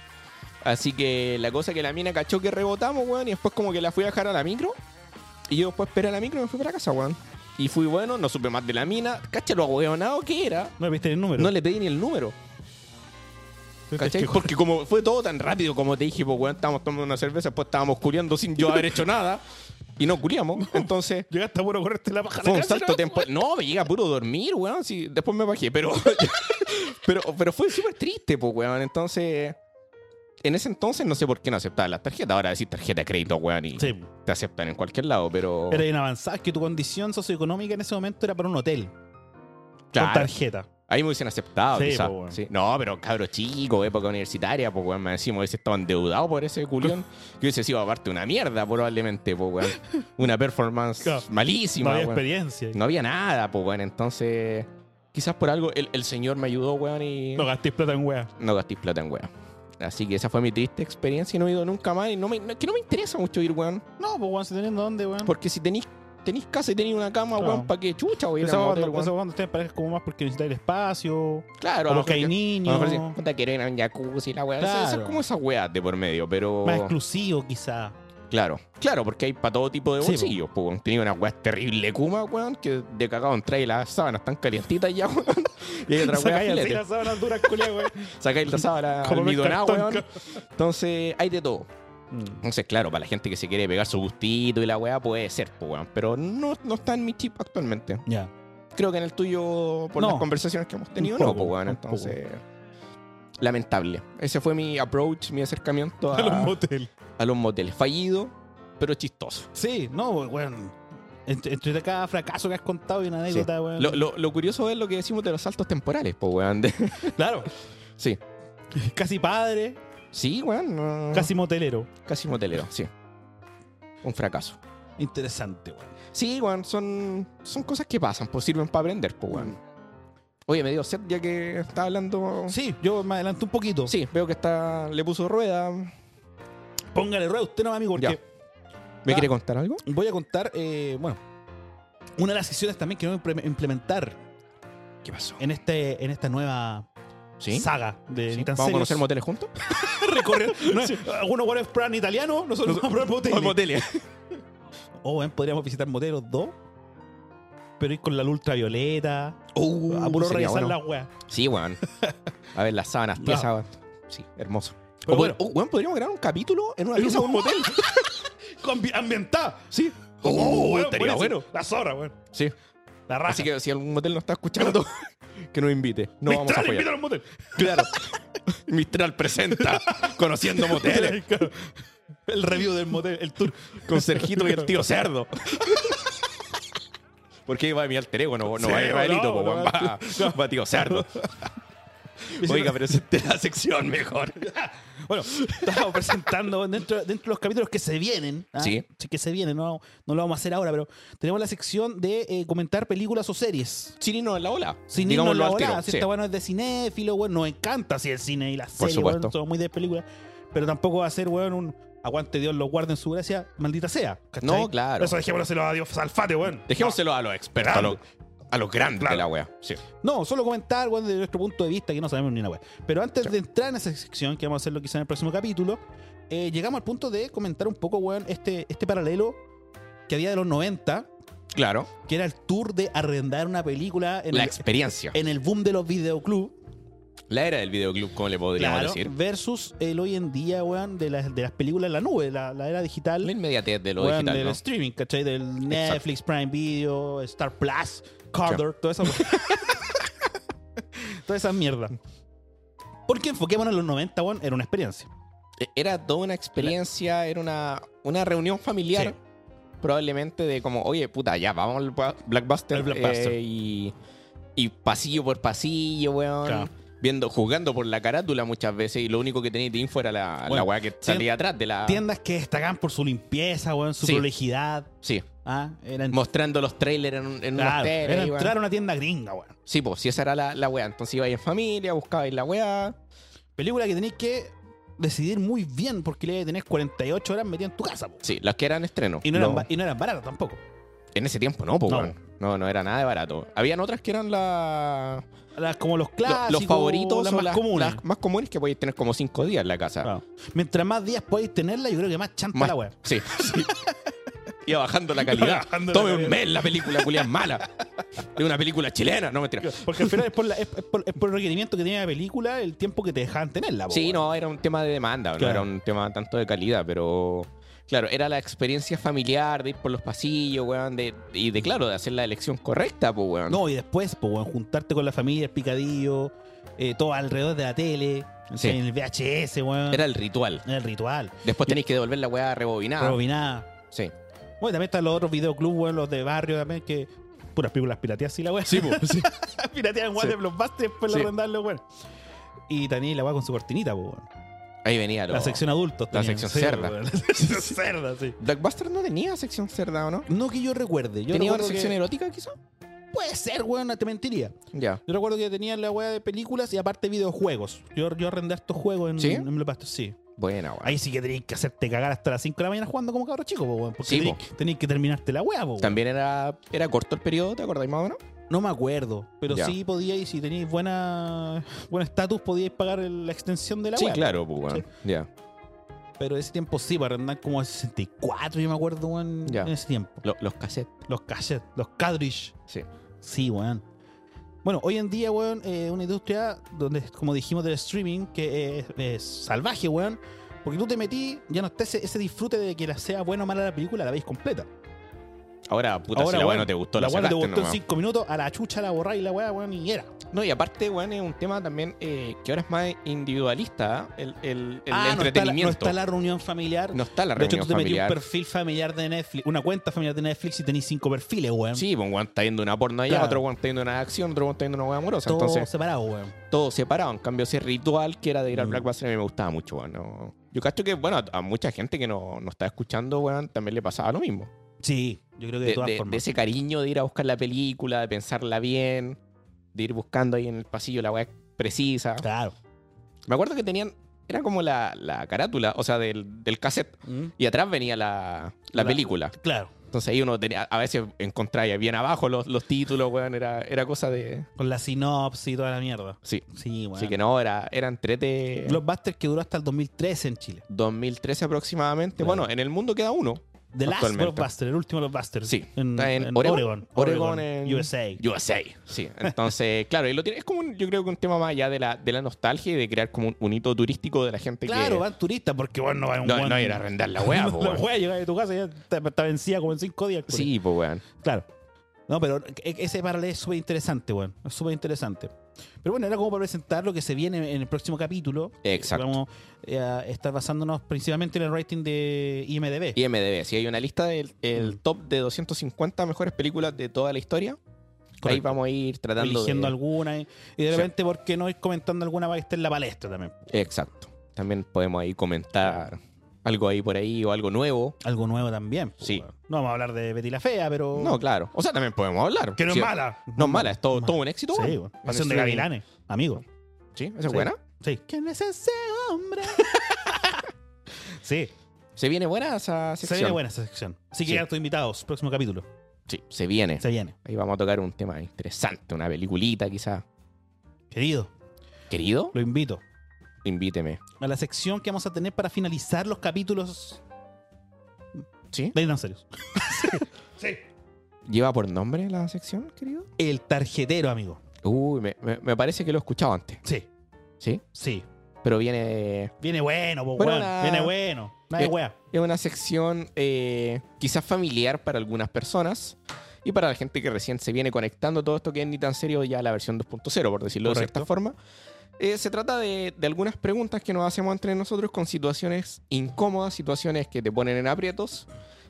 Speaker 2: Así que la cosa que la mina cachó que rebotamos, weón, y después como que la fui a dejar a la micro. Y yo después esperé a la micro y me fui para casa, weón. Y fui bueno, no supe más de la mina. Cacha lo ahueonado que era.
Speaker 1: No viste el número.
Speaker 2: No le pedí ni el número. ¿Cachai? Porque como fue todo tan rápido, como te dije, pues, weón, estábamos tomando una cerveza, después estábamos culiando sin yo haber hecho nada. Y no culiamos. Entonces,
Speaker 1: Llegaste a bueno correrte la paja a la
Speaker 2: fue un
Speaker 1: casa,
Speaker 2: salto
Speaker 1: ¿no?
Speaker 2: temporal. No, me llega puro dormir, weón. Sí, después me bajé, pero. pero, pero fue súper triste, pues, weón. Entonces. En ese entonces no sé por qué no aceptaban las tarjetas. Ahora decís tarjeta de crédito, weón, y
Speaker 1: Sí.
Speaker 2: te aceptan en cualquier lado, pero.
Speaker 1: Era inavanzada, es que tu condición socioeconómica en ese momento era para un hotel
Speaker 2: Claro,
Speaker 1: con tarjeta.
Speaker 2: ahí me hubiesen aceptado,
Speaker 1: Sí,
Speaker 2: quizás.
Speaker 1: po, weón.
Speaker 2: Sí. No, pero cabro chico, época universitaria, pues, weón, me decimos, hubiese estado endeudado por ese culión. Yo hubiese sido aparte una mierda, probablemente, pues, weón. Una performance
Speaker 1: Claro.
Speaker 2: malísima,
Speaker 1: no había
Speaker 2: weón.
Speaker 1: experiencia.
Speaker 2: No había nada, pues bueno, entonces quizás por algo el, el señor me ayudó, weón, y
Speaker 1: No
Speaker 2: no,
Speaker 1: gasté plata en wea.
Speaker 2: gasté plata en weón. Así que esa fue mi triste experiencia y no he ido nunca más y no me, no- que no me interesa mucho ir, weón.
Speaker 1: No, pues weón, si teniendo dónde, weón.
Speaker 2: Porque si tenéis tenéis casa y tenéis una cama,
Speaker 1: Claro.
Speaker 2: weón, ¿para qué chucha, weón?
Speaker 1: Eso cuando, eso cuando ustedes parejas como más porque necesitan el espacio,
Speaker 2: Claro,
Speaker 1: o
Speaker 2: a lo
Speaker 1: porque hay
Speaker 2: mejor que- a
Speaker 1: niños,
Speaker 2: lo mejor sí, puta, quiero ir a un jacuzzi, la weón. Eso- eso
Speaker 1: Claro.
Speaker 2: es como esas weas de por medio, pero.
Speaker 1: más exclusivo quizá.
Speaker 2: Claro, claro, porque hay para todo tipo de
Speaker 1: Sí, po.
Speaker 2: bolsillos, pues, weón. Tenía unas weas terrible Kuma, weón, que de cagado entra y las sábanas están calientitas ya, weón. Y hay otras weas
Speaker 1: Sacáis así
Speaker 2: filete.
Speaker 1: las sábanas duras, culia, weón.
Speaker 2: sacáis la sábana
Speaker 1: Como en el
Speaker 2: almidonada,
Speaker 1: cartón,
Speaker 2: weón. Entonces, hay de todo.
Speaker 1: Mm.
Speaker 2: Entonces, claro, para la gente que se quiere pegar su gustito y la weá, puede ser, pues, weón. Pero no, no está en mi chip actualmente.
Speaker 1: Ya.
Speaker 2: Creo que en el tuyo, por
Speaker 1: No.
Speaker 2: las conversaciones que hemos tenido,
Speaker 1: Un
Speaker 2: no,
Speaker 1: poco,
Speaker 2: pues, weón.
Speaker 1: un poco.
Speaker 2: Entonces, lamentable. Ese fue mi approach, mi acercamiento a,
Speaker 1: A los moteles.
Speaker 2: a los moteles. Fallido, pero chistoso.
Speaker 1: Sí, no, weón. Entre, entre cada fracaso que has contado y una
Speaker 2: Sí.
Speaker 1: anécdota, weón.
Speaker 2: Lo, lo- lo curioso es lo que decimos de los saltos temporales, pues, weón. De-
Speaker 1: Claro.
Speaker 2: Sí.
Speaker 1: Casi padre,
Speaker 2: Sí, weón. no-
Speaker 1: casi motelero.
Speaker 2: casi motelero, sí. Un fracaso.
Speaker 1: Interesante, weón.
Speaker 2: Sí, weón, son, son cosas que pasan, pues sirven para aprender, pues, weón. Oye, me dio sed ya que está hablando.
Speaker 1: Sí, yo me adelanté un poquito.
Speaker 2: Mm. Sí, veo que está, le puso rueda. ¿Me
Speaker 1: Póngale rueda usted no, amigo, porque
Speaker 2: Ya. quiere contar algo?
Speaker 1: voy a contar, eh, bueno, una de las sesiones también que vamos a imple- implementar
Speaker 2: ¿Qué pasó?
Speaker 1: en, este, en esta nueva
Speaker 2: ¿Sí?
Speaker 1: saga de
Speaker 2: ¿Sí?
Speaker 1: ni tan
Speaker 2: ¿Vamos a
Speaker 1: serios.
Speaker 2: conocer moteles juntos?
Speaker 1: recorrer. No es- Algunos buenos plan italiano, nosotros vamos a probar moteles.
Speaker 2: moteles.
Speaker 1: O weón, podríamos visitar motelos dos, pero ir con la luz ultravioleta.
Speaker 2: Uh,
Speaker 1: a puro
Speaker 2: sería
Speaker 1: revisar
Speaker 2: bueno.
Speaker 1: la weá.
Speaker 2: Sí, weón. A ver, las sábanas,
Speaker 1: Ya.
Speaker 2: piezas. Sí, hermoso.
Speaker 1: Pero
Speaker 2: O pod-
Speaker 1: bueno.
Speaker 2: oh, weón, podríamos grabar un capítulo en una
Speaker 1: En
Speaker 2: pieza de un
Speaker 1: un-
Speaker 2: motel.
Speaker 1: Ambi- Ambientada.
Speaker 2: sí.
Speaker 1: Oh,
Speaker 2: Oh,
Speaker 1: weón,
Speaker 2: estaría
Speaker 1: buenísimo.
Speaker 2: bueno.
Speaker 1: La zorra, weón.
Speaker 2: Sí.
Speaker 1: La raja.
Speaker 2: Así que si algún motel nos está escuchando, que nos invite. No vamos a
Speaker 1: Mistral,
Speaker 2: apoyar.
Speaker 1: invítalo a un motel.
Speaker 2: Claro. Mistral presenta Conociendo Moteles
Speaker 1: Claro. El review del motel, el tour.
Speaker 2: con Sergito y el tío Cerdo. Porque ahí va mi alter ego, no, no
Speaker 1: Sí,
Speaker 2: va Israelito,
Speaker 1: no,
Speaker 2: po,
Speaker 1: no
Speaker 2: weón,
Speaker 1: va-
Speaker 2: va, va tío Cerdo. Oiga, pero se te la sección mejor.
Speaker 1: Bueno, estamos presentando dentro, dentro de los capítulos que se vienen. ¿ah?
Speaker 2: Sí.
Speaker 1: que se vienen, no, no lo vamos a hacer ahora, pero tenemos la sección de eh, comentar películas o series.
Speaker 2: Chirino en la ola.
Speaker 1: Sin
Speaker 2: Digámoslo
Speaker 1: irnos la
Speaker 2: al
Speaker 1: volada,
Speaker 2: tiro,
Speaker 1: si
Speaker 2: sí.
Speaker 1: esta bueno es de cinéfilo, weón, nos encanta si el cine y las
Speaker 2: Por
Speaker 1: series,
Speaker 2: supuesto.
Speaker 1: weón, somos muy de películas, pero tampoco va a ser, weón, un aguante Dios, lo guarde en su gracia, maldita sea. ¿cachai?
Speaker 2: No, claro.
Speaker 1: Eso dejémoselo a Dios Salfate, weón.
Speaker 2: Dejémoselo a los expertos, a los, a los grandes
Speaker 1: Claro.
Speaker 2: de la wea. Sí.
Speaker 1: No, solo comentar, weón, desde nuestro punto de vista, que no sabemos ni una weá. Pero antes de entrar en esa sección, que vamos a hacerlo quizá en el próximo capítulo, eh, llegamos al punto de comentar un poco, weón, este, este paralelo que había de los 90,
Speaker 2: Claro.
Speaker 1: que era el tour de arrendar una película en,
Speaker 2: La
Speaker 1: el,
Speaker 2: experiencia.
Speaker 1: en el boom de los videoclubs.
Speaker 2: La era del videoclub, como le podríamos
Speaker 1: Claro,
Speaker 2: decir.
Speaker 1: versus el hoy en día, weón, de las, de las películas en la nube, la, la era digital,
Speaker 2: La inmediatez de lo
Speaker 1: weón,
Speaker 2: digital.
Speaker 1: del
Speaker 2: ¿no?
Speaker 1: streaming, ¿cachai? Del Netflix, Prime Video, Star Plus, Carter, toda esa weón. toda esa mierda. Porque enfoquémonos en los 90, weón, era una experiencia.
Speaker 2: E- Era toda una experiencia, era una, una reunión familiar.
Speaker 1: Sí.
Speaker 2: Probablemente de como, oye, puta, ya vamos al bla- Blackbuster.
Speaker 1: Al Blockbuster.
Speaker 2: eh, y, y pasillo por pasillo, weón.
Speaker 1: Claro.
Speaker 2: Viendo, jugando por la carátula muchas veces. Y lo único que tenía de info era la, la
Speaker 1: Bueno,
Speaker 2: weá que salía atrás de la.
Speaker 1: Tiendas que destacaban por su limpieza, weón, su
Speaker 2: Ah. Sí.
Speaker 1: prolijidad.
Speaker 2: Sí.
Speaker 1: ¿ah? Eran,
Speaker 2: Mostrando los trailers en, un- en unas
Speaker 1: claro,
Speaker 2: teles,
Speaker 1: era
Speaker 2: weón.
Speaker 1: entrar a una tienda gringa, weón.
Speaker 2: Sí, pues, si esa era la, la weá. Entonces ibais en familia, buscabais la weá.
Speaker 1: Película que tenéis que decidir muy bien porque le vais a tener 48 horas metida en tu casa, po.
Speaker 2: Sí, las que eran estrenos.
Speaker 1: Y no, eran
Speaker 2: Los-
Speaker 1: ba- y no eran baratas tampoco.
Speaker 2: En ese tiempo no, pues,
Speaker 1: No.
Speaker 2: weón. No, no era nada de barato. Habían otras que eran la.
Speaker 1: Las- como los
Speaker 2: lo-
Speaker 1: clásicos,
Speaker 2: los favoritos
Speaker 1: las
Speaker 2: son
Speaker 1: más Ah, comunes.
Speaker 2: las más comunes que podéis tener como cinco días en la casa.
Speaker 1: Claro. Mientras más días podéis tenerla, yo creo que más chanta
Speaker 2: Más-
Speaker 1: la weá.
Speaker 2: Sí. sí. Iba bajando la calidad.
Speaker 1: bajando la
Speaker 2: Tome un
Speaker 1: calidad.
Speaker 2: mes la película, culia es mala. Es una película chilena, no mentira.
Speaker 1: Porque al final es por, la- es- es por- es por el requerimiento que tiene la película el tiempo que te dejaban tenerla. po,
Speaker 2: Sí,
Speaker 1: weón.
Speaker 2: no, era un tema de demanda,
Speaker 1: Claro.
Speaker 2: no era un tema tanto de calidad, pero claro, era la experiencia familiar de ir por los pasillos, weón, de, y de claro, de hacer la elección correcta, pues, weón.
Speaker 1: No, y después, pues, weón, juntarte con la familia, el picadillo, eh, todo alrededor de la tele,
Speaker 2: Sí.
Speaker 1: en el VHS, weón.
Speaker 2: Era el ritual.
Speaker 1: Era el ritual.
Speaker 2: Después tenéis que devolver la weá rebobinada.
Speaker 1: Rebobinada.
Speaker 2: Sí.
Speaker 1: Bueno, y también están los otros videoclubs, weón, los de barrio también, que puras películas pirateadas, sí, la weón.
Speaker 2: Sí, pues, sí.
Speaker 1: pirateaban, weón,
Speaker 2: Sí.
Speaker 1: de Blockbuster, después
Speaker 2: Sí.
Speaker 1: lo arrendaban los weón. Y también la weón con su cortinita, pues, weón.
Speaker 2: Ahí venía lo...
Speaker 1: La sección adultos.
Speaker 2: la
Speaker 1: tenían,
Speaker 2: sección
Speaker 1: sí,
Speaker 2: cerda.
Speaker 1: weón. La sección cerda, sí.
Speaker 2: Blockbuster no tenía sección cerda, ¿o no?
Speaker 1: No que yo recuerde. Yo
Speaker 2: ¿Tenía una
Speaker 1: recuerdo
Speaker 2: sección
Speaker 1: que-
Speaker 2: erótica, quizá?
Speaker 1: Puede ser, weón, no te mentiría.
Speaker 2: Ya.
Speaker 1: Yo recuerdo que tenían la weá de películas y aparte videojuegos. Yo, yo arrendé estos juegos en,
Speaker 2: ¿Sí?
Speaker 1: en Blockbuster, sí.
Speaker 2: Buena, weón.
Speaker 1: Ahí sí que tenéis que hacerte cagar hasta las 5 de la mañana jugando como cabro chico, po, weón. Porque
Speaker 2: Sí,
Speaker 1: tenéis, tenéis que terminarte la weá, po, weón.
Speaker 2: También era, era corto el periodo, ¿te acordáis más o menos?
Speaker 1: No me acuerdo, pero
Speaker 2: Ya.
Speaker 1: sí podíais, si teníais buena buen estatus, podíais pagar el- la extensión de la weá.
Speaker 2: claro, pues, weón. Ya.
Speaker 1: Pero ese tiempo sí, para arrendar como el 64, yo me acuerdo, weón,
Speaker 2: Ya.
Speaker 1: en ese tiempo.
Speaker 2: Lo- los cassettes.
Speaker 1: Los cassettes, los cadrish.
Speaker 2: Sí.
Speaker 1: Sí, weón. Bueno, hoy en día, weón, eh, una industria donde, como dijimos, del streaming, que es, es salvaje, weón. Porque tú te metí, ya no está ese, ese disfrute de que la sea buena o mala la película, la veis completa.
Speaker 2: Ahora, puta, si la weá
Speaker 1: weón,
Speaker 2: no te gustó,
Speaker 1: la
Speaker 2: la,
Speaker 1: weá no te
Speaker 2: sacaste
Speaker 1: gustó en
Speaker 2: nomás.
Speaker 1: 5 minutos, a la chucha la borráis la weá, weón, y era.
Speaker 2: No, y aparte, weón, es un tema también eh, que ahora es más individualista, ¿eh? el, el,
Speaker 1: Ah, no está,
Speaker 2: el
Speaker 1: la, no
Speaker 2: entretenimiento.
Speaker 1: está la reunión familiar.
Speaker 2: No está la
Speaker 1: de hecho, tú
Speaker 2: reunión
Speaker 1: te metí un
Speaker 2: familiar.
Speaker 1: perfil familiar de Netflix, una cuenta familiar de Netflix y tenés cinco perfiles, weón.
Speaker 2: Sí, pues, weón está viendo una porno allá,
Speaker 1: Claro.
Speaker 2: otro weón está viendo una acción, otro weón está viendo una weá amorosa.
Speaker 1: Todo
Speaker 2: Entonces,
Speaker 1: separado, weón.
Speaker 2: todo separado. En cambio, ese ritual que era de ir al
Speaker 1: Mm.
Speaker 2: Black Bass a mí me gustaba mucho, weón. No- Yo cacho que, bueno, a, a mucha gente que no, no está escuchando, weón, también le pasaba lo mismo.
Speaker 1: Sí, yo creo que de,
Speaker 2: de,
Speaker 1: todas
Speaker 2: de-
Speaker 1: formas.
Speaker 2: de ese cariño de ir a buscar la película, de pensarla bien, de ir buscando ahí en el pasillo la weá precisa.
Speaker 1: Claro.
Speaker 2: Me acuerdo que tenían, era como la, la carátula, o sea, del, del cassette,
Speaker 1: Mm,
Speaker 2: y atrás venía la, la
Speaker 1: La-
Speaker 2: película.
Speaker 1: Claro.
Speaker 2: Entonces ahí uno tenía, a veces encontraba ahí bien abajo los, los títulos, weón, era, era cosa de...
Speaker 1: Con la sinopsis y toda la mierda.
Speaker 2: Sí,
Speaker 1: Sí, weón.
Speaker 2: así que no, era, era entrete...
Speaker 1: Blockbuster que duró hasta el 2013 en Chile.
Speaker 2: 2013 aproximadamente.
Speaker 1: Claro.
Speaker 2: Bueno, en el mundo queda uno.
Speaker 1: The Last
Speaker 2: Actualmente.
Speaker 1: Blockbuster, el último Blockbuster.
Speaker 2: Sí.
Speaker 1: En,
Speaker 2: Está en
Speaker 1: en
Speaker 2: Oregon.
Speaker 1: Oregon.
Speaker 2: Oregon en-
Speaker 1: USA.
Speaker 2: USA. Sí. Entonces, claro, y lo tiene, es como un- yo creo que un tema más allá de la, de la nostalgia y de crear como un, un hito turístico de la gente
Speaker 1: Claro,
Speaker 2: que.
Speaker 1: van turistas porque, bueno, no va un
Speaker 2: No,
Speaker 1: weón-
Speaker 2: no ir a arrendar la wea, po,
Speaker 1: la
Speaker 2: weón.
Speaker 1: wea llega de tu casa y ya está, está vencida como en cinco días. culiao.
Speaker 2: Sí, pues weón.
Speaker 1: Claro. No, pero e- ese paralelo es súper interesante, weón. Es súper interesante. Pero bueno, era como para presentar lo que se viene en el próximo capítulo.
Speaker 2: Exacto.
Speaker 1: Vamos eh, a estar basándonos principalmente en el rating de IMDB.
Speaker 2: IMDB, si hay una lista del el
Speaker 1: Mm.
Speaker 2: top de 250 mejores películas de toda la historia, ahí
Speaker 1: Correcto.
Speaker 2: vamos a ir tratando
Speaker 1: Eligiendo
Speaker 2: de...
Speaker 1: alguna y, y de
Speaker 2: Sí.
Speaker 1: repente, ¿por qué no ir comentando alguna para que esté en la palestra también?
Speaker 2: Exacto. También podemos ahí comentar algo ahí por ahí o algo nuevo.
Speaker 1: Algo nuevo también. po,
Speaker 2: Sí.
Speaker 1: weón. No vamos a hablar de Betty la Fea, pero.
Speaker 2: No, claro. O sea, también podemos hablar.
Speaker 1: que no
Speaker 2: Sí,
Speaker 1: es mala.
Speaker 2: No es mala, es todo,
Speaker 1: Mala.
Speaker 2: todo un éxito.
Speaker 1: Sí,
Speaker 2: weón.
Speaker 1: weón.
Speaker 2: En
Speaker 1: Canción de
Speaker 2: streaming.
Speaker 1: Gavilanes, amigo.
Speaker 2: Sí, esa es
Speaker 1: Sí.
Speaker 2: buena.
Speaker 1: Sí. ¿Quién es ese hombre? sí,
Speaker 2: Se viene buena esa sección.
Speaker 1: se viene buena esa sección. Así que
Speaker 2: Sí.
Speaker 1: ya tus invitados, próximo capítulo.
Speaker 2: Sí, se viene.
Speaker 1: Se viene.
Speaker 2: Ahí vamos a tocar un tema interesante, una peliculita quizás.
Speaker 1: Querido,
Speaker 2: Querido,
Speaker 1: lo invito
Speaker 2: invíteme.
Speaker 1: a la sección que vamos a tener para finalizar los capítulos
Speaker 2: ¿Sí?
Speaker 1: de Irán Serios.
Speaker 2: ¿Lleva por nombre la sección, querido?
Speaker 1: El tarjetero, amigo.
Speaker 2: Uy, me, me- me parece que lo he escuchado antes.
Speaker 1: Sí,
Speaker 2: ¿Sí?
Speaker 1: sí.
Speaker 2: Pero viene...
Speaker 1: Viene bueno, po,
Speaker 2: Bueno,
Speaker 1: weón.
Speaker 2: la-
Speaker 1: Viene bueno. Nada de
Speaker 2: Eh,
Speaker 1: wea.
Speaker 2: Es una sección eh, quizás familiar para algunas personas y para la gente que recién se viene conectando todo esto que es ni tan serio ya la versión 2.0, por decirlo de
Speaker 1: Correcto.
Speaker 2: cierta forma. Eh, se trata de, de algunas preguntas que nos hacemos entre nosotros con situaciones incómodas, situaciones que te ponen en aprietos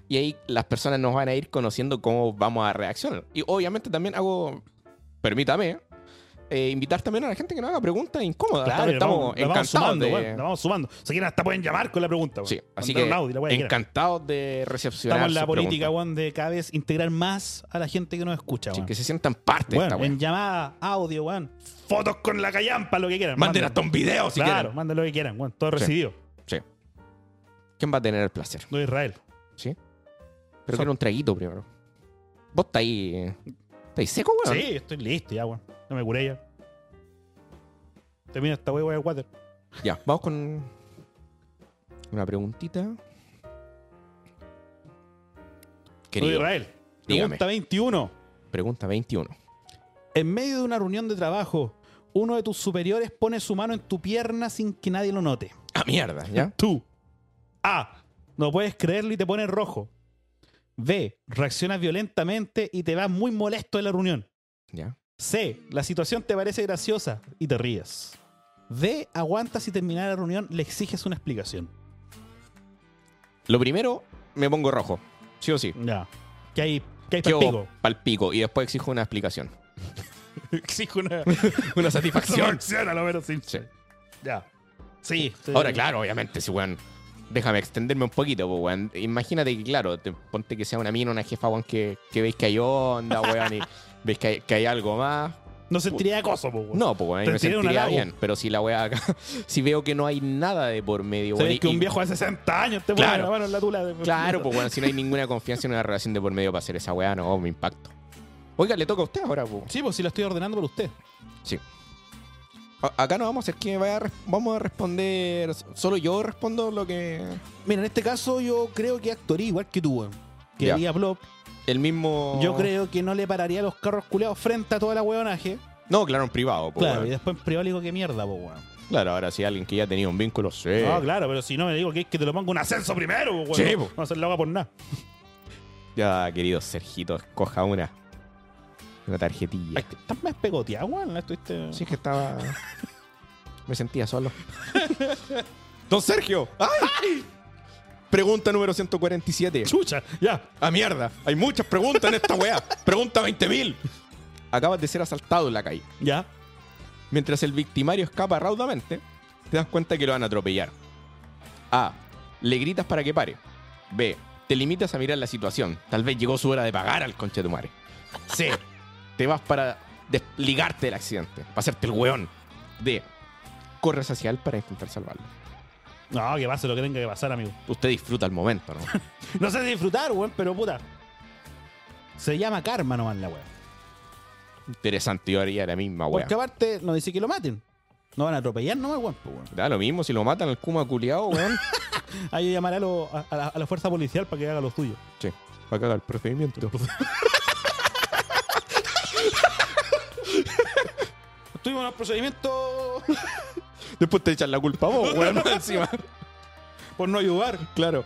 Speaker 2: y ahí las personas nos van a ir conociendo cómo vamos a reaccionar. Y obviamente también hago, permítame, eh, invitar también a la gente que nos haga preguntas incómodas.
Speaker 1: Claro, estamos,
Speaker 2: estamos estamos encantados
Speaker 1: sumando,
Speaker 2: de-
Speaker 1: weón, la vamos sumando. Si quieren, hasta pueden llamar con la pregunta, weón.
Speaker 2: Sí, así
Speaker 1: Mandar
Speaker 2: que
Speaker 1: un audio, la weá que quieran.
Speaker 2: encantados de recepcionar.
Speaker 1: Estamos en la
Speaker 2: sus
Speaker 1: política,
Speaker 2: preguntas.
Speaker 1: weón, de cada vez integrar más a la gente que nos escucha,
Speaker 2: Sí,
Speaker 1: weón.
Speaker 2: que se sientan parte de
Speaker 1: Weón,
Speaker 2: esta wea.
Speaker 1: en llamada, audio, weón. Fotos con la callampa, lo que quieran. Manden.
Speaker 2: Manden hasta un video si
Speaker 1: Claro,
Speaker 2: quieren.
Speaker 1: manden lo que quieran, weón. Todo
Speaker 2: Sí.
Speaker 1: recibido.
Speaker 2: Sí. ¿Quién va a tener el placer?
Speaker 1: No Israel.
Speaker 2: ¿Sí? Pero quiero un traguito primero. Vos está ahí. Está ahí seco, weón.
Speaker 1: Sí, estoy listo ya, weón. No me curé ya. Termina esta weá de water.
Speaker 2: Ya, vamos con. Una preguntita.
Speaker 1: Oye,
Speaker 2: querido.
Speaker 1: Israel,
Speaker 2: dígame.
Speaker 1: pregunta 21.
Speaker 2: Pregunta 21.
Speaker 1: En medio de una reunión de trabajo, uno de tus superiores pone su mano en tu pierna sin que nadie lo note.
Speaker 2: Ah, mierda, ¿ya?
Speaker 1: Tú. A. No puedes creerlo y te pones rojo. B. Reaccionas violentamente y te vas muy molesto de la reunión.
Speaker 2: ¿Ya?
Speaker 1: C. La situación te parece graciosa y te ríes. D. Aguantas y terminada la reunión le exiges una explicación.
Speaker 2: Lo primero, me pongo rojo. Sí o sí.
Speaker 1: Ya. Que hay, que hay
Speaker 2: ¿Qué
Speaker 1: palpico.
Speaker 2: hago? Palpico. Y después exijo una explicación.
Speaker 1: Exijo una
Speaker 2: Una satisfacción.
Speaker 1: a lo menos sí.
Speaker 2: Sí.
Speaker 1: Ya. Sí. sí.
Speaker 2: Ahora, claro, obviamente, si, weón. Déjame extenderme un poquito, po, weón. Imagínate que, claro, te- ponte que sea una mina, una jefa, weón, que, que veis que hay onda, weón, y veis que hay, que hay algo más.
Speaker 1: No sentiría acoso, po, weón.
Speaker 2: No, pues, weón,
Speaker 1: Te
Speaker 2: y me
Speaker 1: tiré un
Speaker 2: sentiría
Speaker 1: halago.
Speaker 2: bien. Pero si la weá acá, si veo que no hay nada de por medio,
Speaker 1: Se
Speaker 2: weón.
Speaker 1: ve
Speaker 2: y-
Speaker 1: que
Speaker 2: y-
Speaker 1: un viejo de 60 años te pone
Speaker 2: Claro.
Speaker 1: la mano en la tula. de-
Speaker 2: Claro, pues, weón, si no hay ninguna confianza en una relación de por medio para hacer esa weá, no, me impacto. Oiga, le toca a usted ahora, po.
Speaker 1: Sí, pues si lo estoy ordenando por usted.
Speaker 2: Sí. A- acá no vamos a hacer que vaya a res- vamos a responder. Solo yo respondo lo que.
Speaker 1: Mira, en este caso yo creo que actuaría igual que tú, weón. Que
Speaker 2: Ya. Oh.
Speaker 1: haría Blob.
Speaker 2: El mismo.
Speaker 1: Yo creo que no le pararía los carros culeados frente a toda la weonaje.
Speaker 2: No, claro, en privado. po,
Speaker 1: Claro, y
Speaker 2: weón.
Speaker 1: después en privado le digo que mierda, po, weón.
Speaker 2: Claro, ahora sí, alguien que ya tenía un vínculo, sí.
Speaker 1: No, claro, pero si no me digo que es que te lo pongo un ascenso primero, po, weón.
Speaker 2: Sí, po.
Speaker 1: no no se lo haga por nada.
Speaker 2: Ya, querido Sergito, escoja una. Una tarjetilla.
Speaker 1: Ay, que Estás más pegoteado, weón. ¿no? Estuviste...
Speaker 2: Sí, es que estaba. Me sentía solo. Don Sergio. ¡Ay! Pregunta número 147.
Speaker 1: Chucha, ya.
Speaker 2: ¡A Ah, mierda! Hay muchas preguntas en esta weá. Pregunta 20.000. Acabas de ser asaltado en la calle.
Speaker 1: Ya.
Speaker 2: Mientras el victimario escapa raudamente, te das cuenta que lo van a atropellar. A. Le gritas para que pare. B. Te limitas a mirar la situación. Tal vez llegó su hora de pagar al conche de tu madre. C. Te vas para desligarte del accidente. Para hacerte el weón. D. Corres hacia él para intentar salvarlo.
Speaker 1: No, que pase lo que tenga que pasar, amigo.
Speaker 2: Usted disfruta el momento, ¿no?
Speaker 1: No sé si disfrutar, weón, pero puta. Se llama karma nomás la weón.
Speaker 2: Interesante, yo haría la misma weá.
Speaker 1: Porque aparte no dice que lo maten. No van a atropellar nomás, weón. po, weón.
Speaker 2: Da lo mismo si lo matan al Kuma culiao, weón.
Speaker 1: Ah, yo llamaré a, lo- a- a la, a la fuerza policial para que haga lo suyo.
Speaker 2: Sí, va a cagar el procedimiento.
Speaker 1: Tuvimos unos procedimientos
Speaker 2: Después te echan la culpa a vos, weón, más encima.
Speaker 1: por no ayudar.
Speaker 2: Claro.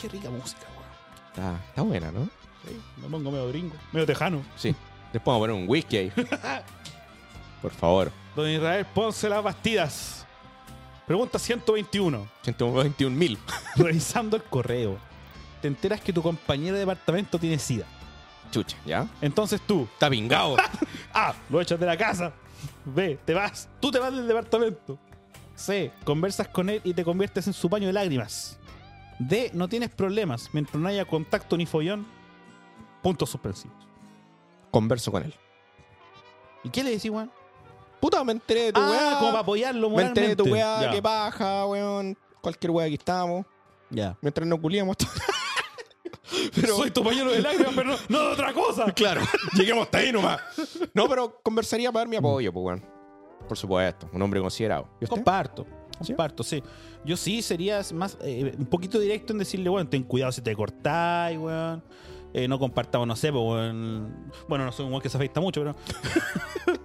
Speaker 1: Qué rica música, weón.
Speaker 2: Está, está buena, ¿no?
Speaker 1: Me pongo medio gringo, medio tejano.
Speaker 2: Sí. Después vamos a poner un whisky ahí. Por favor.
Speaker 1: Don Israel, ponce las bastidas. Pregunta 121.
Speaker 2: 121 mil.
Speaker 1: Revisando el correo, te enteras que tu compañero de departamento tiene sida.
Speaker 2: Chucha, ¿ya?
Speaker 1: Entonces tú,
Speaker 2: Está pingado.
Speaker 1: A. Ah, Lo echas de la casa. B. Te vas. Tú te vas del departamento. C. Conversas con él y te conviertes en su paño de lágrimas. D. No tienes problemas mientras no haya contacto ni follón. Puntos suspensivos.
Speaker 2: Converso con él.
Speaker 1: ¿Y qué le decís, weón?
Speaker 2: Puta, me enteré de tu
Speaker 1: Ah,
Speaker 2: weá.
Speaker 1: como para apoyarlo
Speaker 2: me enteré de tu
Speaker 1: moralmente.
Speaker 2: weá,
Speaker 1: Ya,
Speaker 2: qué paja, weón. Cualquier weá que estamos.
Speaker 1: ya.
Speaker 2: Mientras no culiamos.
Speaker 1: Pero soy tu pañuelo de lágrimas, pero no, no de otra cosa.
Speaker 2: claro, lleguemos hasta ahí nomás. No, pero conversaría para dar mi apoyo, pues weón. Por supuesto, un hombre considerado. ¿Y usted?
Speaker 1: Comparto.
Speaker 2: ¿Sí?
Speaker 1: Comparto, sí. Yo sí sería más eh, un poquito directo en decirle, bueno, ten cuidado si te cortáis, weón. Eh, no compartamos, no sé, pues, weón. Bueno, no soy un weón que se afecta mucho, pero.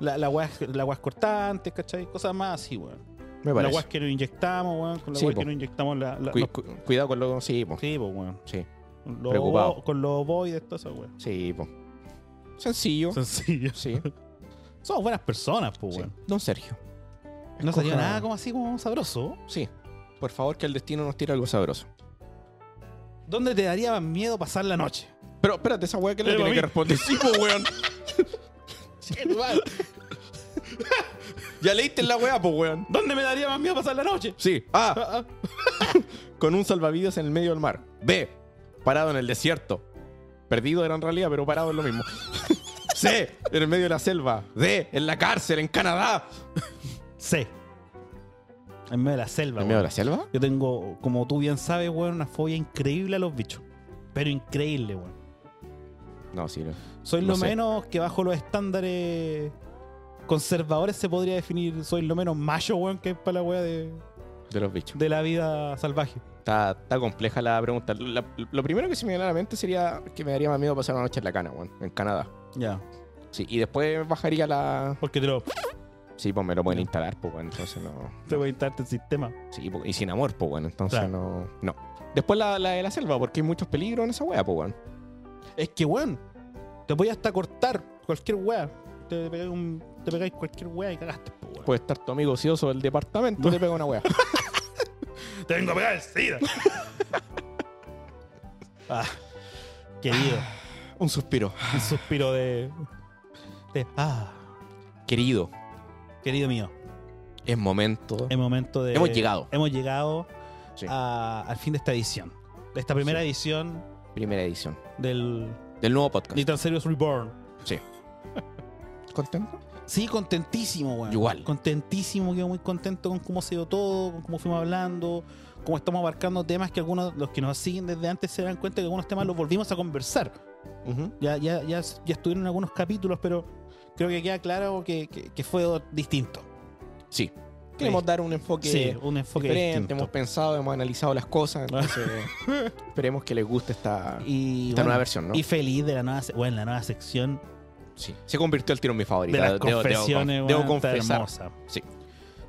Speaker 1: la, la, weas, la weas cortantes, ¿cachai? Cosas más así, weón.
Speaker 2: Me
Speaker 1: Las
Speaker 2: parece.
Speaker 1: weas que nos inyectamos, weón. Con las
Speaker 2: Sí,
Speaker 1: weas
Speaker 2: po.
Speaker 1: que nos inyectamos la. la
Speaker 2: Cu-
Speaker 1: los-
Speaker 2: cu- cuidado con lo. Sí, po.
Speaker 1: sí, pues, weón.
Speaker 2: Sí,
Speaker 1: Con los
Speaker 2: Preocupado.
Speaker 1: bo- Con los boys, todo eso, weón.
Speaker 2: sí, po. Sencillo.
Speaker 1: Sencillo.
Speaker 2: Sí.
Speaker 1: Somos buenas personas, pues,
Speaker 2: sí.
Speaker 1: weón.
Speaker 2: Don Sergio.
Speaker 1: No sería
Speaker 2: Escoja-
Speaker 1: nada como así, como sabroso.
Speaker 2: Sí. Por favor, que el destino nos tire algo sabroso.
Speaker 1: ¿Dónde te daría más miedo pasar la noche?
Speaker 2: Pero espérate, esa weá que le
Speaker 1: Pero
Speaker 2: tiene
Speaker 1: a
Speaker 2: que
Speaker 1: mí.
Speaker 2: responder. Sí, po, weón. Ya leíste la weá, po, weón. Ah,
Speaker 1: ¿Dónde me daría más miedo pasar la noche?
Speaker 2: Sí. A. Con un salvavidas en el medio del mar. B. Parado en el desierto. Perdido era en realidad, pero parado es lo mismo. C. En el medio de la selva. D. En la cárcel, en Canadá.
Speaker 1: C. En medio de la selva.
Speaker 2: ¿En medio
Speaker 1: weón.
Speaker 2: de la selva?
Speaker 1: Yo tengo, como tú bien sabes, weón, una fobia increíble a los bichos. Pero increíble, weón.
Speaker 2: No, sí, no.
Speaker 1: Soy
Speaker 2: No
Speaker 1: lo
Speaker 2: sé.
Speaker 1: menos que bajo los estándares conservadores se podría definir. Soy lo menos macho, weón, que es para la weá de.
Speaker 2: de los bichos.
Speaker 1: de la vida salvaje.
Speaker 2: Está, está compleja la pregunta. La- lo primero que se me viene a la mente sería que me daría más miedo pasar una noche en la cana, weón, en Canadá.
Speaker 1: Ya.
Speaker 2: Sí, y después bajaría la.
Speaker 1: Porque te lo
Speaker 2: Sí, pues me lo pueden instalar, pues, weón, entonces no.
Speaker 1: te voy a quitarte el sistema.
Speaker 2: Sí, po, y sin amor, pues, bueno, entonces
Speaker 1: Claro.
Speaker 2: no. No. Después la, la de la selva, porque hay muchos peligros en esa wea, pues, bueno.
Speaker 1: Es que, weón, te voy hasta cortar cualquier weá. Te pegáis, un- te pegáis cualquier weá y cagaste, po, weón.
Speaker 2: Puede estar tu amigo ocioso del departamento, te pega una wea.
Speaker 1: Te vengo a pegar el SIDA. ah, querido.
Speaker 2: Un suspiro.
Speaker 1: Un suspiro de. de. Ah,
Speaker 2: Querido,
Speaker 1: querido mío.
Speaker 2: es momento.
Speaker 1: Es momento de.
Speaker 2: Hemos llegado.
Speaker 1: Hemos llegado
Speaker 2: Sí.
Speaker 1: a- al fin de esta edición. De esta primera
Speaker 2: Sí.
Speaker 1: edición
Speaker 2: Primera edición.
Speaker 1: del.
Speaker 2: Del nuevo podcast.
Speaker 1: Little Serious Reborn.
Speaker 2: ¿Contento?
Speaker 1: Sí, contentísimo, weón.
Speaker 2: Igual.
Speaker 1: Contentísimo, quedo muy contento con cómo se dio todo, con cómo fuimos hablando, cómo estamos abarcando temas que algunos, los que nos siguen desde antes, se dan cuenta que algunos temas los volvimos a conversar. Ya, ya, ya, ya estuvieron en algunos capítulos, pero creo que queda claro que, que- que fue distinto.
Speaker 2: Sí. Queremos dar un enfoque
Speaker 1: sí, un enfoque
Speaker 2: diferente.
Speaker 1: distinto.
Speaker 2: Hemos pensado, hemos analizado las cosas. Entonces, esperemos que les guste esta,
Speaker 1: Y,
Speaker 2: esta
Speaker 1: bueno,
Speaker 2: nueva versión, ¿no?
Speaker 1: y feliz de la nueva, se- bueno, la nueva sección
Speaker 2: Sí. Se convirtió el tiro en mi
Speaker 1: de
Speaker 2: favorita.
Speaker 1: las
Speaker 2: Debo- debo-
Speaker 1: confesiones,
Speaker 2: debo,
Speaker 1: weón, Está
Speaker 2: confesar.
Speaker 1: hermosa.
Speaker 2: Sí.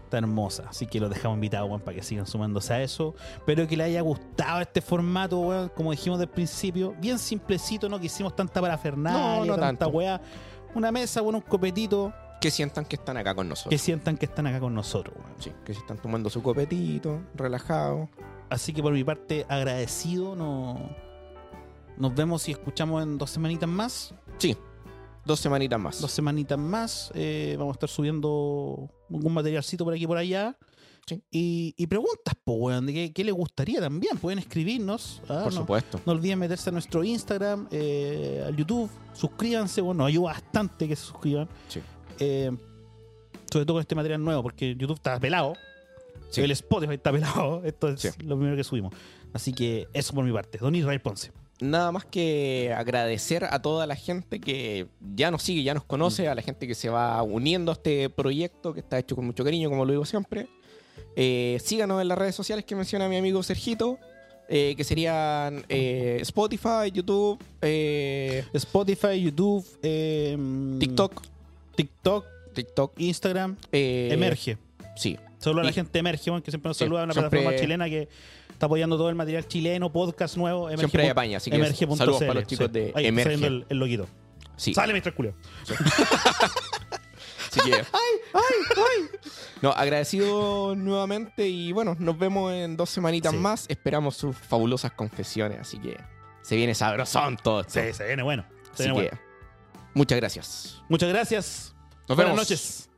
Speaker 1: Está hermosa. Así que los dejamos invitados, weón, para que sigan sumándose a eso. Espero que les haya gustado este formato, weón, como dijimos del principio. Bien simplecito, no quisimos tanta parafernalia,
Speaker 2: No, no
Speaker 1: tanta
Speaker 2: tanto.
Speaker 1: weá. Una mesa, weón, un copetito,
Speaker 2: Que sientan que están acá con nosotros.
Speaker 1: que sientan que están acá con nosotros, weón.
Speaker 2: Sí, que se están tomando su copetito, relajado.
Speaker 1: Así que por mi parte, agradecido. No... Nos vemos y escuchamos en dos semanitas más.
Speaker 2: Sí, dos semanitas más.
Speaker 1: Dos semanitas más. eh, vamos a estar subiendo algún materialcito por aquí y por allá.
Speaker 2: Sí.
Speaker 1: Y, y preguntas, pues, weón, de qué, qué les gustaría también. Pueden escribirnos. ah,
Speaker 2: Por
Speaker 1: no,
Speaker 2: supuesto.
Speaker 1: No olviden meterse a nuestro Instagram, eh, al YouTube. Suscríbanse, bueno, nos ayuda bastante que se suscriban.
Speaker 2: Sí.
Speaker 1: Eh, sobre todo con este material nuevo, porque YouTube está pelado.
Speaker 2: Sí.
Speaker 1: El Spotify está pelado. Esto es
Speaker 2: Sí.
Speaker 1: lo primero que subimos. Así que eso por mi parte. Don Israel Ponce.
Speaker 2: Nada más que agradecer a toda la gente que ya nos sigue, ya nos
Speaker 1: Mm.
Speaker 2: conoce, a la gente que se va uniendo a este proyecto que está hecho con mucho cariño, como lo digo siempre. Eh, síganos en las redes sociales que menciona mi amigo Sergito, eh, que serían eh, Spotify, YouTube, eh,
Speaker 1: Spotify, YouTube, eh,
Speaker 2: TikTok.
Speaker 1: TikTok,
Speaker 2: TikTok.
Speaker 1: Instagram.
Speaker 2: eh,
Speaker 1: Emerge.
Speaker 2: Sí,
Speaker 1: Solo a la
Speaker 2: y-
Speaker 1: gente de Emerge, weón, que siempre nos
Speaker 2: Sí,
Speaker 1: saluda, una
Speaker 2: siempre-
Speaker 1: plataforma chilena que está apañando todo el material chileno, podcast nuevo. Emerge.
Speaker 2: siempre hay apaña, así que
Speaker 1: Emerge.cl,
Speaker 2: saludos para los chicos
Speaker 1: sí.
Speaker 2: de
Speaker 1: Ahí está saliendo
Speaker 2: Emerge.
Speaker 1: el, el loquito.
Speaker 2: Sí.
Speaker 1: Sale, Mr. Culeo.
Speaker 2: Así que. No, agradecido nuevamente y bueno, nos vemos en dos semanitas
Speaker 1: Sí.
Speaker 2: más. Esperamos sus fabulosas confesiones, así que se viene sabrosón todo esto.
Speaker 1: Sí, se viene bueno. Se
Speaker 2: así
Speaker 1: viene
Speaker 2: que,
Speaker 1: bueno.
Speaker 2: muchas gracias.
Speaker 1: Muchas gracias.
Speaker 2: Nos
Speaker 1: Buenas
Speaker 2: vemos.
Speaker 1: noches.